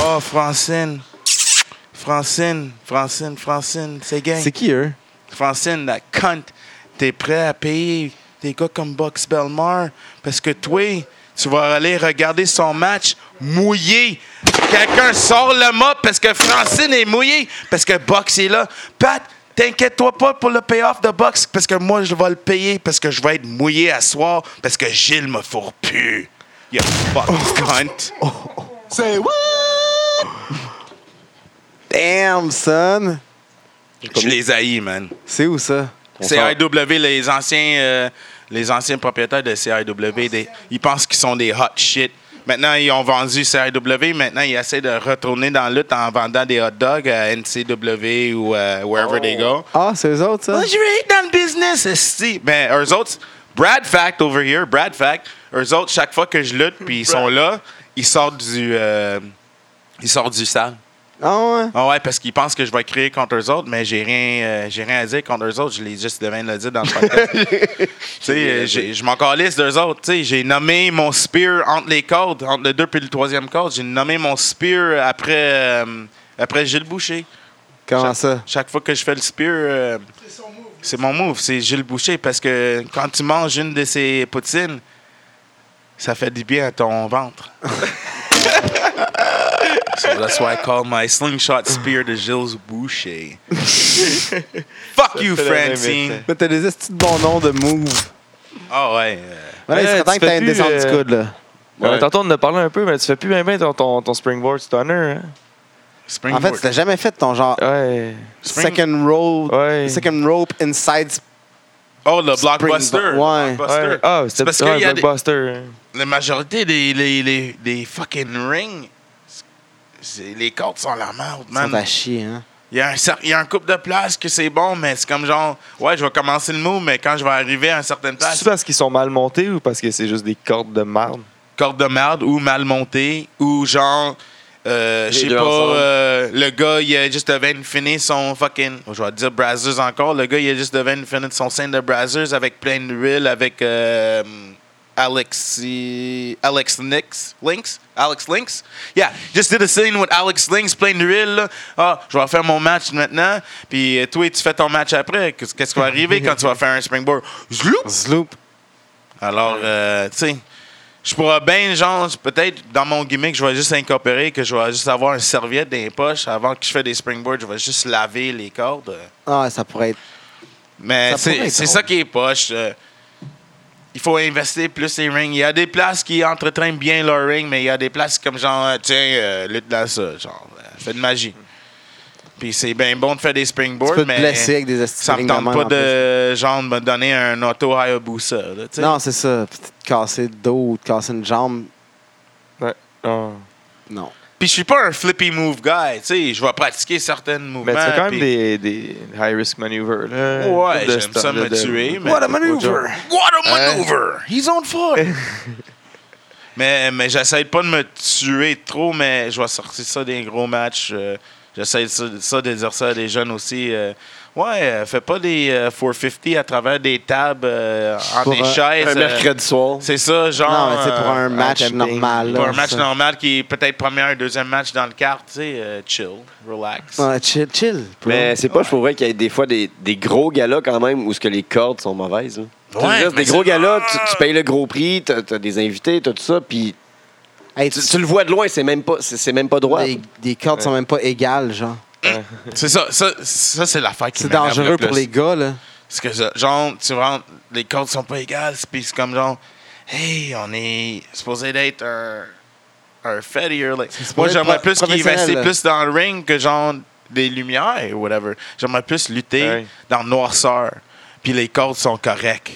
oh, Francine, Francine, Francine, Francine, c'est gang.
C'est qui eux?
Francine, la cunt, t'es prêt à payer des gars comme Box Belmar parce que toi, tu vas aller regarder son match mouillé. Quelqu'un sort le mop parce que Francine est mouillée, parce que Box est là. Pat, t'inquiète-toi pas pour le payoff de Box parce que moi, je vais le payer parce que je vais être mouillé à soir parce que Gilles me fourre plus. You fucking cunt.
Damn, son!
Je les haïs, man.
C'est où ça?
CIW, les anciens, euh, les anciens propriétaires de CIW, des- ils pensent qu'ils sont des hot shit. Maintenant, ils ont vendu CIW. Maintenant, ils essaient de retourner dans la lutte en vendant des hot dogs à NCW ou euh, wherever they go.
Ah, c'est eux autres, ça?
Moi, je vais être dans le business, esti. Ben, eux autres, Brad Fact over here, Brad Fact, eux autres, chaque fois que je lutte, puis ils sont là, ils sortent du... euh, ils sortent du salle.
Ah, ouais.
Ah ouais, parce qu'ils pensent que je vais crier contre eux autres, mais j'ai rien, euh, j'ai rien à dire contre eux autres. Je l'ai juste devant de le dire dans le podcast. tu sais, euh, j'ai- je m'en calisse d'eux autres. Tu sais, j'ai nommé mon spear entre les cordes, entre le 2 et le troisième corde. J'ai nommé mon spear après, euh, après Gilles Boucher.
Comment
Chaque-
ça?
Chaque fois que je fais le spear, euh, c'est mon move, c'est Gilles Boucher, parce que quand tu manges une de ces poutines, ça fait du bien à ton ventre. so that's why I call my slingshot spear de Gilles Boucher. Fuck you,
fait le même
Francine.
effet.
Mais t'as des estis de bons noms de move.
Ah ouais. euh,
Voilà, il
Ouais,
serait
tu
temps que
fais
t'aies une
plus,
descente du
euh,
coude, là.
Ouais,
Ouais.
Tantôt, on en a parlé un peu, mais tu fais plus bien bien ton, ton, ton springboard stunner. Hein?
springboard. Euh,
En fait, tu l'as jamais fait, ton genre
Ouais.
Spring-
second rope,
Ouais.
second rope inside. sp-
oh, le blockbuster.
Spring- ouais.
Blockbuster.
Ouais. Ah, c'était
parce
parce
qu'il y a des-
blockbuster. hein.
La majorité des, les, les, des fucking rings, c'est- les cordes sont la merde,
Ça
man.
va chier, hein?
Il y, a un cer- il y a un couple de places que c'est bon, mais c'est comme genre, ouais, je vais commencer le move, mais quand je vais arriver à une certaine place,
C'est parce qu'ils sont mal montés ou parce que c'est juste des cordes de marde?
corde de merde ou mal montée, ou genre, euh, je sais
deux
pas,
ensemble.
euh, le gars, il a juste devant de finir son fucking, je vais dire Brazzers encore, le gars, il a juste devant de finir son scène de Brazzers avec plein d'huile, avec euh, Alexi, Alex Nix, Lynx, Alex Lynx. Yeah, just did a scene with Alex Lynx, plein d'huile. là. Ah, je vais faire mon match maintenant, puis euh, toi, tu fais ton match après. Qu'est-ce qu'est-ce qui va arriver quand tu vas faire un springboard? Zloup!
Sloop.
Alors, euh, tu sais, je pourrais bien, genre, peut-être dans mon gimmick, je vais juste incorporer que je vais juste avoir une serviette dans les poches avant que je fasse des springboards, je vais juste laver les cordes.
Ah, ça pourrait être.
Mais
Ça pourrait
c'est
être
c'est
drôle.
ça qui est poche. euh, il faut investir plus les rings. Il y a des places qui entretiennent bien leur ring, mais il y a des places comme genre, euh, tiens, euh, lutte dans ça, genre, euh, fais de magie. Puis c'est bien bon de faire des
Tu
springboards,
peux te
mais
blesser avec des estis
ça me
rings de
tente
main,
pas
en plus.
de, genre, de me donner un auto Hayabusa. là, tu sais.
Non, c'est ça. Puis te casser le dos ou te casser une jambe.
Ouais. Ah.
Non.
Puis je suis pas un flippy move guy, tu sais, je vais pratiquer certaines mouvements.
Mais tu fais quand même
puis-
des, des high-risk maneuvers. Là,
Ouais,
de
j'aime
ce
ça
temps-là
me
de-
tuer, mais-
What a maneuver!
What a maneuver! He's on fire! mais mais j'essaie pas de me tuer trop, mais je vais sortir ça des gros matchs. euh, j'essaie ça, ça de dire ça à des jeunes aussi. euh, ouais, euh, fais pas des euh, 450 à travers des tables euh, en
Pour
des
un-
chaises.
Un
euh,
mercredi soir.
c'est ça, genre.
Non, mais c'est pour
euh,
un match
match
normal.
pour
là,
un match
ça.
normal qui est peut-être premier et deuxième match dans le quart, tu sais, euh, chill, relax.
Ouais, chill, chill. bro.
Mais c'est pas, je pourrais qu'il y ait des fois des, des gros galas quand même où ce que les cordes sont mauvaises. là.
Ouais,
Tu sais, juste
mais
des gros
c'est-
galas, tu, tu payes le gros prix, t'as as des invités, t'as tout ça, puis
Hey,
tu,
tu-
tu le vois de loin, c'est même pas, c'est c'est même pas droit.
les, les cordes sont même pas égales, genre.
C'est ça, ça, ça c'est l'affaire qui
C'est
m'énerve le
dangereux pour
plus.
les gars, là.
Parce que, ça- genre, tu rentres, les cordes sont pas égales, puis c'est comme genre, hey, on est supposé d'être un, un failure. like. Moi,
supposé être
j'aimerais
pro-
plus qu'ils investissent
professionnel.
plus dans le ring que genre des lumières ou whatever. J'aimerais plus lutter
Ouais.
dans le noirceur, puis les cordes sont correctes.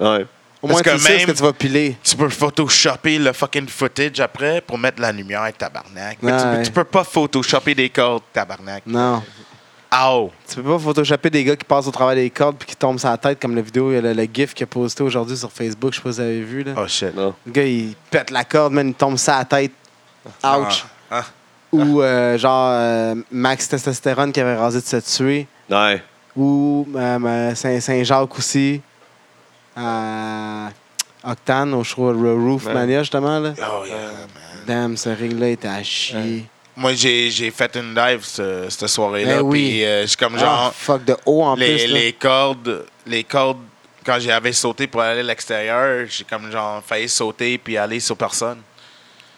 Ouais.
Au
Parce
moins, tu
que
sais ce que
même-
tu vas piler.
Tu peux photoshopper le fucking footage après pour mettre la lumière, tabarnak. Mais tu,
Ouais.
tu peux pas photoshopper des cordes, tabarnak.
Non.
Ow!
Tu peux pas photoshopper des gars qui passent au travers des cordes puis qui tombent sur la tête comme la vidéo, le, le gif qu'il a posté aujourd'hui sur Facebook, je sais pas si vous avez vu. Là.
Oh shit.
Non.
Le gars, il pète la corde, man, il tombe sur la tête. Ouch.
Ah.
Ou euh, genre euh, Max Testostérone qui avait rasé de se tuer.
Ouais.
Ou euh, euh, Saint- Saint-Jacques aussi. Euh, Octane, au show Roof
Ouais.
Mania, justement. Là.
Oh yeah.
Damn, ce ring-là était à chier.
Moi, j'ai j'ai fait une dive ce- cette soirée-là.
Ben oui.
Puis, euh, je suis comme
Ah,
genre,
fuck, de haut en
les,
plus. là.
les cordes, les cordes, quand j'avais sauté pour aller à l'extérieur, j'ai comme genre failli sauter puis aller sur personne.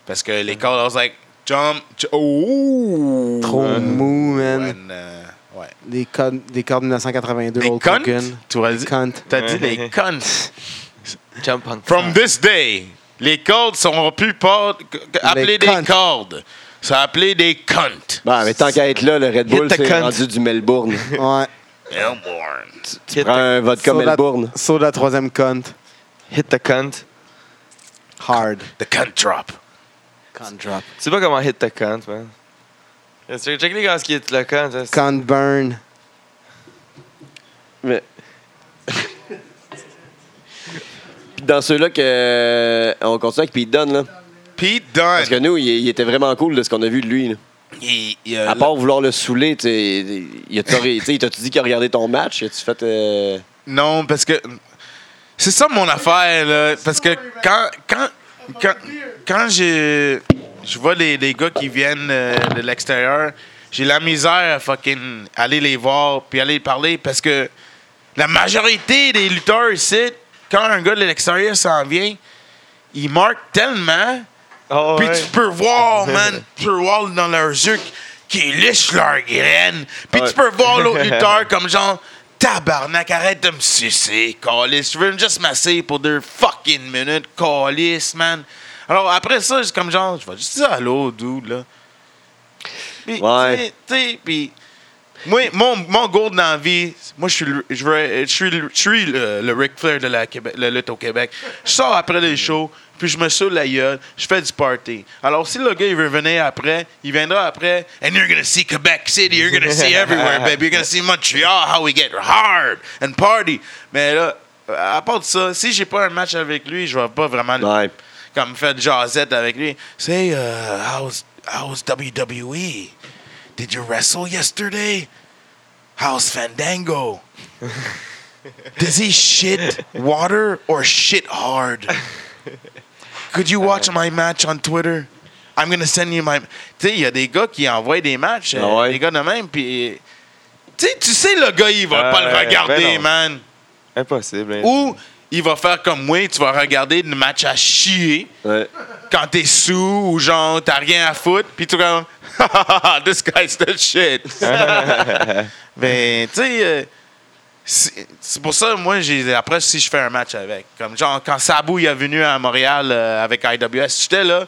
Parce que les cordes, I was like, jump, j- oh!
Trop
Euh,
mou, man.
and, euh, ouais.
Les codes, les codes 1982,
Les
Hulk
cunts,
Hogan.
tu vas
Les
dire-
cunts.
T'as dit les cunts.
Jump on.
From this day, les cordes seront plus pas appelées des
cunts. Bah.
cordes. Ça appelé des cunts.
Bon, Bah, mais tant qu'à être là, le Red
Hit
Bull,
the
c'est
cunt.
rendu du Melbourne.
Ouais.
Melbourne.
tu prends un vodka
Saut la-
Melbourne.
Saut la troisième cunt.
Hit the cunt.
Hard.
The cunt drop.
Cunt drop.
Tu sais pas comment hit the cunt, man. Check, check les gars qui hit le cunt. hein. là.
Cunt burn.
Mais... Puis dans ceux-là que euh, on continue avec Pete Dunne, là.
Pete Dunne.
Parce que nous, il, il était vraiment cool de ce qu'on a vu de lui. là.
Il- il a-
À part vouloir le saouler, tu sais, il a-tu ri- tu sais, il t'a-tu dit qu'il a regardé ton match? Il a-tu fait... euh,
Non, parce que. C'est ça mon affaire, là. Parce que quand. Quand, quand, quand je, je vois les, les gars qui viennent euh, de l'extérieur, j'ai la misère à fucking aller les voir puis aller parler parce que la majorité des lutteurs ici, quand un gars de l'extérieur s'en vient, il marque tellement
Oh,
puis
ouais.
tu peux voir, man, tu peux voir dans leurs yeux qu'ils lichent leurs graines. Puis tu peux voir l'autre lutteur comme genre, tabarnak, arrête de me sucer, calice. Je veux juste masser pour deux fucking minutes, calice, man. Alors après ça, c'est comme genre, je vais juste dire allô, dude, là. Puis,
Ouais.
tu sais, tu sais, puis. Moi, mon, mon goal dans la vie, moi, je suis le, je veux- je suis le, je suis le, le Ric Flair de la, Québec, la lutte au Québec. Je sors après les shows, puis je me saoule la gueule, je fais du party. Alors, si le gars, il veut venir après, il viendra après, and you're gonna see Quebec City, you're gonna see everywhere, baby, you're gonna see Montreal, how we get hard and party. Mais là, à part de ça, si j'ai pas un match avec lui, je vais pas vraiment le-
Ouais.
comme fait jasette avec lui. Say, uh, how's, how's WWE? Did you wrestle yesterday? How's Fandango? Does he shit water or shit hard? Could you watch my match on Twitter? I'm gonna send you my. Tu sais, il y a des gars qui envoient des matchs, euh,
Ah ouais?
des gars de même, puis. Tu sais, tu sais, le gars, il va
Ah
pas le
ouais,
regarder,
ben non.
man.
Impossible. hein.
Ou il va faire comme moi, tu vas regarder le match à chier
ouais.
quand t'es sous ou genre t'as rien à foutre, puis tu comme this guy's the shit. Mais tu sais, euh, c'est c'est pour ça moi j'ai après si je fais un match avec, comme genre quand Sabu il est venu à Montréal euh, avec IWS, j'étais là.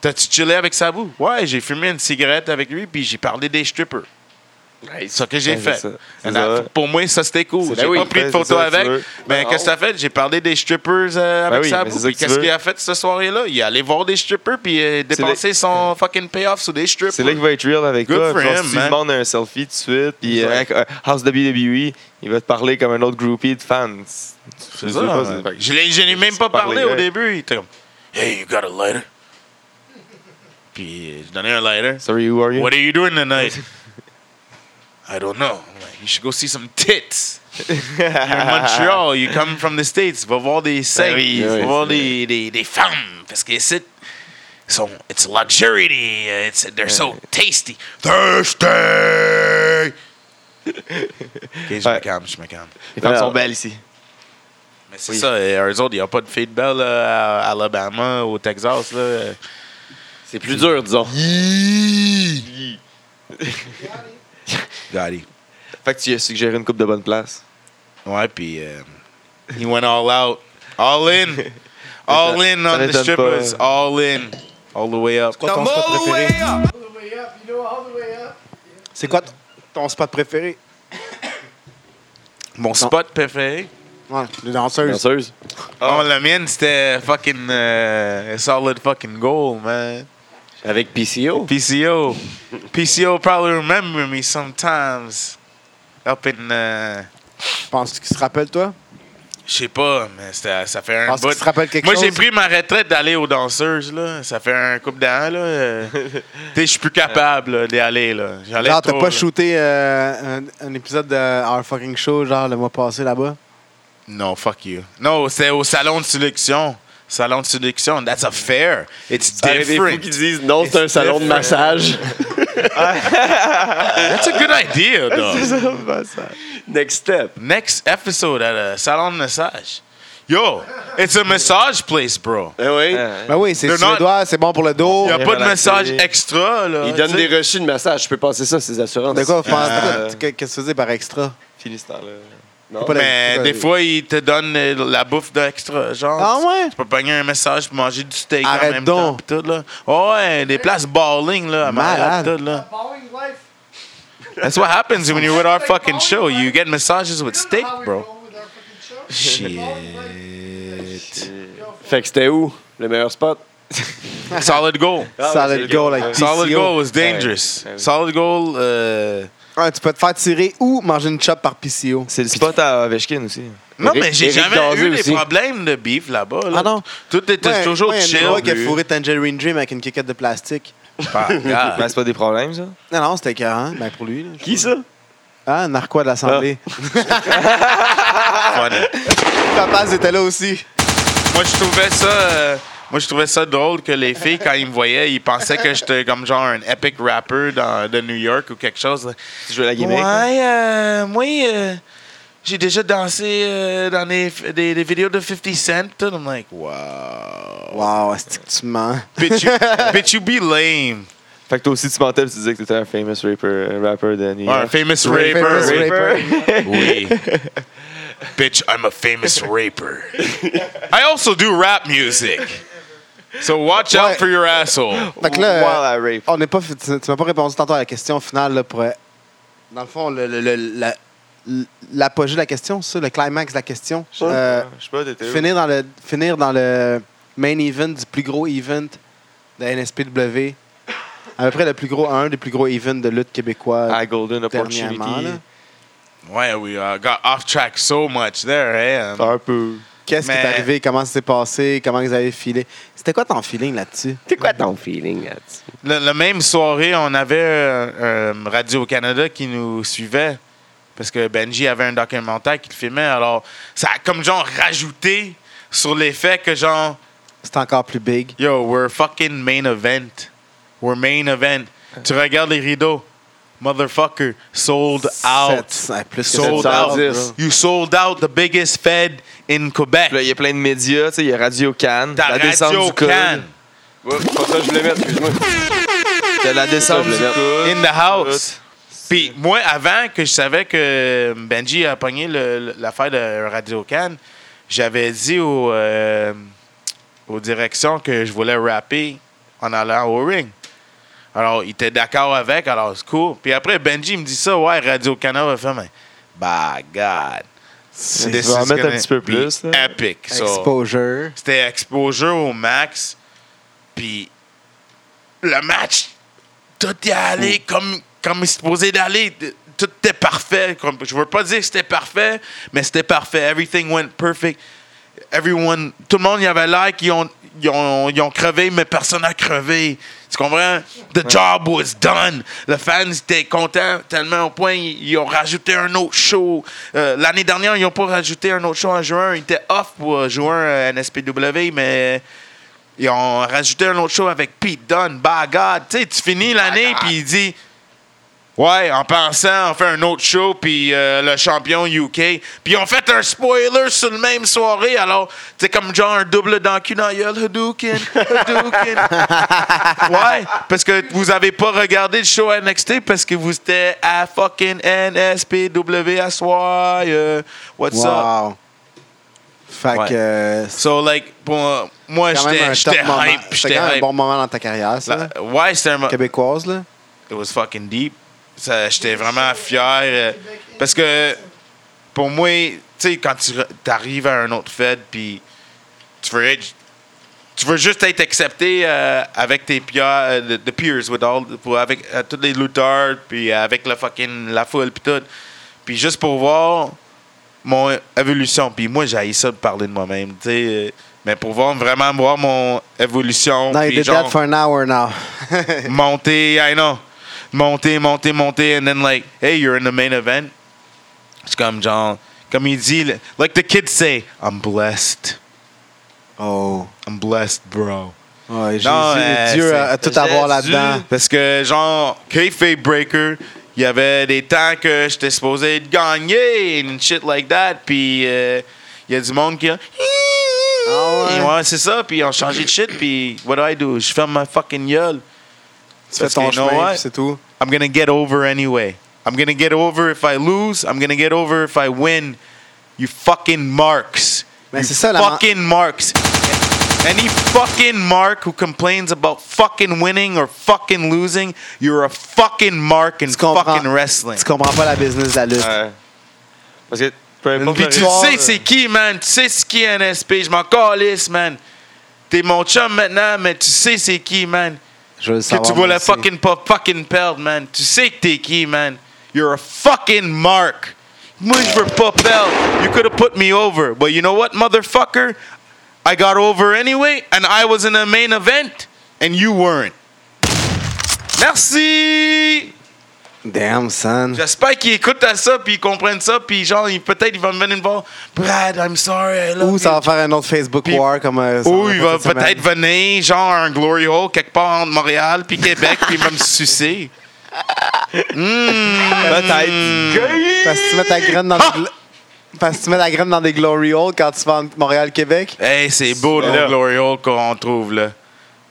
T'as-tu chillé avec Sabu? Ouais, j'ai fumé une cigarette avec lui, puis j'ai parlé des strippers. C'est ça que j'ai
Ben,
fait.
c'est ça. C'est
And
ça.
that- Pour moi, ça, c'était cool.
C'est-
J'ai
ben oui.
pas pris de
Ben,
photo
c'est ça que tu
avec.
veux.
Mais
Ben,
qu'est-ce que ça fait? J'ai parlé des strippers euh, avec
Ben oui,
sa
mais c'est
bouffe.
ça
Puis
que tu
Qu'est-ce
veux.
qu'il a fait ce soirée-là? Il est allé voir des strippers puis euh, dépenser son fucking payoff sur des strippers.
C'est là qu'il va être real avec
Good
toi.
for
Genre,
him,
si tu lui
man.
demandes un selfie tout de suite, puis
Ouais.
euh, House WWE, il va te parler comme un autre groupie de fans.
C'est ça, hein. Je l'ai, je l'ai même pas parlé au début. Il était comme Hey, you got a lighter? Puis euh, je donnais un lighter.
Sorry, who are you?
What are you doing tonight? I don't know. I'm like, you should go see some tits. You're in Montreal, you come from the States. Va voir des seins,
oui,
va
oui,
voir
c'est
des, des, des femmes. Parce que c'est. sont- it's luxury. It's, they're so tasty. Thirsty! ok, je me
Ouais.
calme, je me calme.
Les femmes
Alors-
sont belles ici.
Mais c'est ça, et eux autres, il n'y a pas de filles de belles là, à Alabama, au Texas. Là.
C'est plus dur, disons.
Got it.
Fait que tu lui as suggéré une coupe de bonne place.
Ouais, puis euh, he went all out. All in. All in
Ça
on the
m'étonne
strippers.
pas.
All in. All the way up.
Quoi ton spot préféré? C'est quoi t- ton spot préféré?
Mon spot préféré.
Ouais, les danseuses.
Danseuse.
Oh, la mienne, c'était fucking euh, a solid fucking goal, man.
Avec PCO.
PCO. PCO probably remember me sometimes. Up in. euh,
Penses-tu qu'ils se rappellent, toi?
Je sais pas, mais c'était- ça fait un
Penses-tu
bout.
qu'ils se rappellent quelque
Moi,
chose?
j'ai pris ma retraite d'aller aux danseuses, là. Ça fait un couple d'années, là. euh, tu sais, je suis plus capable là, d'y aller, là. J'allais
Genre, t'as
trop,
pas
là.
shooté euh, un, un épisode de Our Fucking Show, genre, le mois passé, là-bas?
Non, fuck you. Non, c'est au salon de sélection. Salon de sélection, that's a fair. It's
Il y a des fous qui
different.
disent non, c'est un salon de massage.
That's a good idea, though.
Next step.
Next episode at a salon de massage. Yo, it's a massage place, bro.
Eh oui.
Ah.
Bah.
Ben oui, c'est
They're not-
suédois, c'est bon pour le dos.
Y a pas de
relaxé.
massage extra, là.
Ils donnent
Ah, tu sais.
des reçus de massage. Je peux passer ça, ces assurances.
De quoi, vous pensez-
Euh,
qu'est- qu'est-ce que tu faisais par extra?
Fini ce temps-là.
Non.
Pas la-
Mais
pas
des
la-
fois, ils te donnent euh, la bouffe d'extra. Genre,
Ben, Ah ouais?
tu peux pogner un message pour manger du steak en
Arrête
même temps.
donc.
pis Tout, là. Oh Ouais, des places bowling là, à Montréal,
Malade.
pis tout, là. That's what happens when you're with our fucking show. You get massages with steak, bro. Shit.
Fait que c'était où le meilleur spot?
Solid goal.
Ah, ouais,
Solid
c'est le
goal
goal.
avec
Solid
PCO.
goal was dangerous. Solid goal, euh,
Ouais, tu peux te faire tirer ou manger une chop par PCO.
C'est le spot à Ovechkin aussi.
Non,
Eric-
mais j'ai
Eric
jamais
Danger
eu
aussi.
des problèmes de beef là-bas. là.
Ah non?
Tout était
Ouais,
toujours
ouais,
chill.
Un gars qui a fourré Tangerine Dream avec une kickette de plastique.
Ah,
Mais
regarde.
Ben, c'est pas des problèmes, ça.
Non, non, c'était écœurant. Ben pour lui. là.
Qui ça?
Ah, un narquois de l'Assemblée.
Funny.
Papaz était là aussi.
Moi, je trouvais ça. euh, moi, je trouvais ça drôle que les filles, quand ils me voyaient, ils pensaient que j'étais comme genre un epic rapper dans, de New York ou quelque chose.
Tu joues à la
Ouais,
gimmick. là.
euh, moi, euh, j'ai déjà dansé euh, dans des, des, des vidéos de 50 Cent. tout. I'm like, wow.
Wow, c'est que tu mens.
Bitch you, bitch, you be lame.
Fait que toi aussi, tu mentais puis tu disais que t'étais un famous rapper, un rapper de New
Or a
York.
famous
Famous
rapper.
rapper.
Oui. Bitch, I'm a famous rapper. I also do rap music. So watch out
Ouais.
for your asshole.
Fait que là,
While I rape.
Oh, on n'est pas, tu tu m'as pas répondu tantôt à la question finale. Là, pour, euh, dans le fond, le- le- le- la- l'apogée de la question, ça, le climax de la question. Euh,
Je sais pas, t'étais où?
finir dans le finir dans le main event du plus gros event de la NSPW. À peu près le plus gros un des plus gros events de lutte québécois
À Golden
euh, dernièrement. là.
Ah, Opportunity.
Ouais, we uh, got off track so much there, eh? Um,
Un peu.
Qu'est-ce qui
Mais-
est arrivé, comment ça s'est passé, comment ils avaient filé. C'était quoi ton feeling là-dessus?
C'est quoi ton feeling là-dessus?
le, le même soirée, on avait euh, euh, Radio-Canada qui nous suivait parce que Benji avait un documentaire qu'il filmait. Alors, ça a comme genre rajouté sur l'effet que genre,
C'était encore plus big.
yo, we're fucking main event. We're main event. Tu regardes les rideaux. Motherfucker, sold out.
Sept- ouais, plus que
Sold
710.
out. You sold out the biggest Fed in Quebec.
Puis là, il y a plein de médias, tu sais, il y a Radio Cannes,
Ta
la descente
radio
du coude,
can
Ouais, c'est pas ça que je voulais mettre, excuse-moi.
il y a la descente
je
du
le mets.
coude.
in the house. Puis moi, avant que je savais que Benji a pogné le- le- l'affaire de Radio Can, j'avais dit au, euh, aux directions que je voulais rapper en allant au ring. Alors, il était d'accord avec, alors c'est cool. Puis après, Benji me dit ça, ouais, Radio-Canada fait, mais, by God.
Tu vas en mettre un petit peu plus, là.
Epic. ça.
Exposure.
C'était exposure au max. Puis le match, tout est allé comme, comme il se posait d'aller. Tout était parfait. Comme, je veux pas dire que c'était parfait, mais c'était parfait. Everything went perfect. Everyone, tout le monde y avait l'air qu'ils ont, ils ont, ils ont crevé, mais personne n'a crevé. Tu comprends? The job was done. Le fans étaient contents tellement au point ils, ils ont rajouté un autre show. Euh, L'année dernière, ils n'ont pas rajouté un autre show en juin. Ils étaient off pour euh, juin à NSPW, mais ils ont rajouté un autre show avec Pete Dunne. By God, tu sais, tu finis l'année puis il dit Ouais, en pensant, on fait un autre show, puis euh, le champion UK. Puis on fait un spoiler sur le même soirée, alors, c'est comme genre un double dans le cul dans la gueule, Hadouken, Hadouken. Ouais, parce que vous avez pas regardé le show NXT parce que vous étiez à fucking NSPW à soir. euh, what's up?
Wow. Fait
Ouais.
que. euh, c'est
So, like, pour- moi,
quand même
j'étais
un
j'étais
top moment.
hype.
C'était
J'étais
quand même un
hype.
bon moment dans ta carrière, ça.
La- ouais, c'était un. mo-
Québécoise, là.
It was fucking deep. Ça, J'étais vraiment fier. euh, parce que pour moi, tu sais, quand tu re- t'arrives à un autre Fed, puis tu veux être- Tu veux juste être accepté euh, avec tes pia- euh, the, the peers, with all, pour- avec euh, tous les lutteurs, puis avec la fucking la foule, puis tout. Puis juste pour voir mon évolution. Puis moi, j'ai ça de parler de moi-même, tu sais. euh, mais pour voir, vraiment voir mon évolution.
Non, you
puis
did
genre-
that for an hour now.
monter, I know. Monter, monter, monter, and then like, hey, you're in the main event. C'est comme genre, comme il dit, le- like the kids say, I'm blessed.
oh.
I'm blessed, bro.
Ouais, Jésus,
Non, euh,
Dieu a,
c'est-
a tout à voir
Jésus.
là-dedans.
Parce que genre, Kayfabe Breaker, il y avait des temps que j'étais supposé de gagner and shit like that. Puis euh, il y a du monde qui a.
Ah ouais.
Et c'est ça. Puis ils ont changé de shit. Puis what do I do? Je ferme ma fucking gueule.
Tu fais
Parce
ton
que you know
chemin,
what?
puis c'est tout.
I'm gonna get over anyway. I'm gonna get over if I lose. I'm gonna get over if I win. You fucking marks.
Mais
you
c'est ça, la mar-
fucking marks. Any fucking mark who complains about fucking winning or fucking losing, you're a fucking mark in
Tu comprends,
fucking wrestling.
tu comprends pas la business de la lutte.
Ouais. Parce que peu importe
Puis
la
Tu
raison,
sais
euh,
c'est qui, man. Tu sais c'est qui NSP. Je m'en calisse, man. T'es mon chum maintenant, mais tu sais c'est qui, man.
Je veux le
que
savoir.
tu vas
moi
la
aussi.
fucking pas fucking perdre, man. Tu sais que t'es qui, man. You're a fucking mark. Moi, je veux pas perdre. You could have put me over. But you know what, motherfucker? I got over anyway, and I was in a main event, and you weren't. Merci!
Damn, son.
J'espère qu'ils écoutent à ça, puis ils comprennent ça, puis genre, ils- peut-être ils vont venir me voir. Brad, I'm sorry, I love
Ou ça
you.
va faire un autre Facebook
Puis-
War comme. euh, ça, on
Ou
a
il
fait
va
cette
peut-être
semaine.
venir, genre, à un glory hole quelque part entre Montréal puis Québec, puis il va me sucer.
Peut-être.
Parce que tu mets ta graine dans.
Ah!
des gl- Parce que tu mets la graine dans des glory holes quand tu vas en Montréal-Québec.
Hey, c'est beau
C'est
le
là.
glory hole qu'on trouve, là.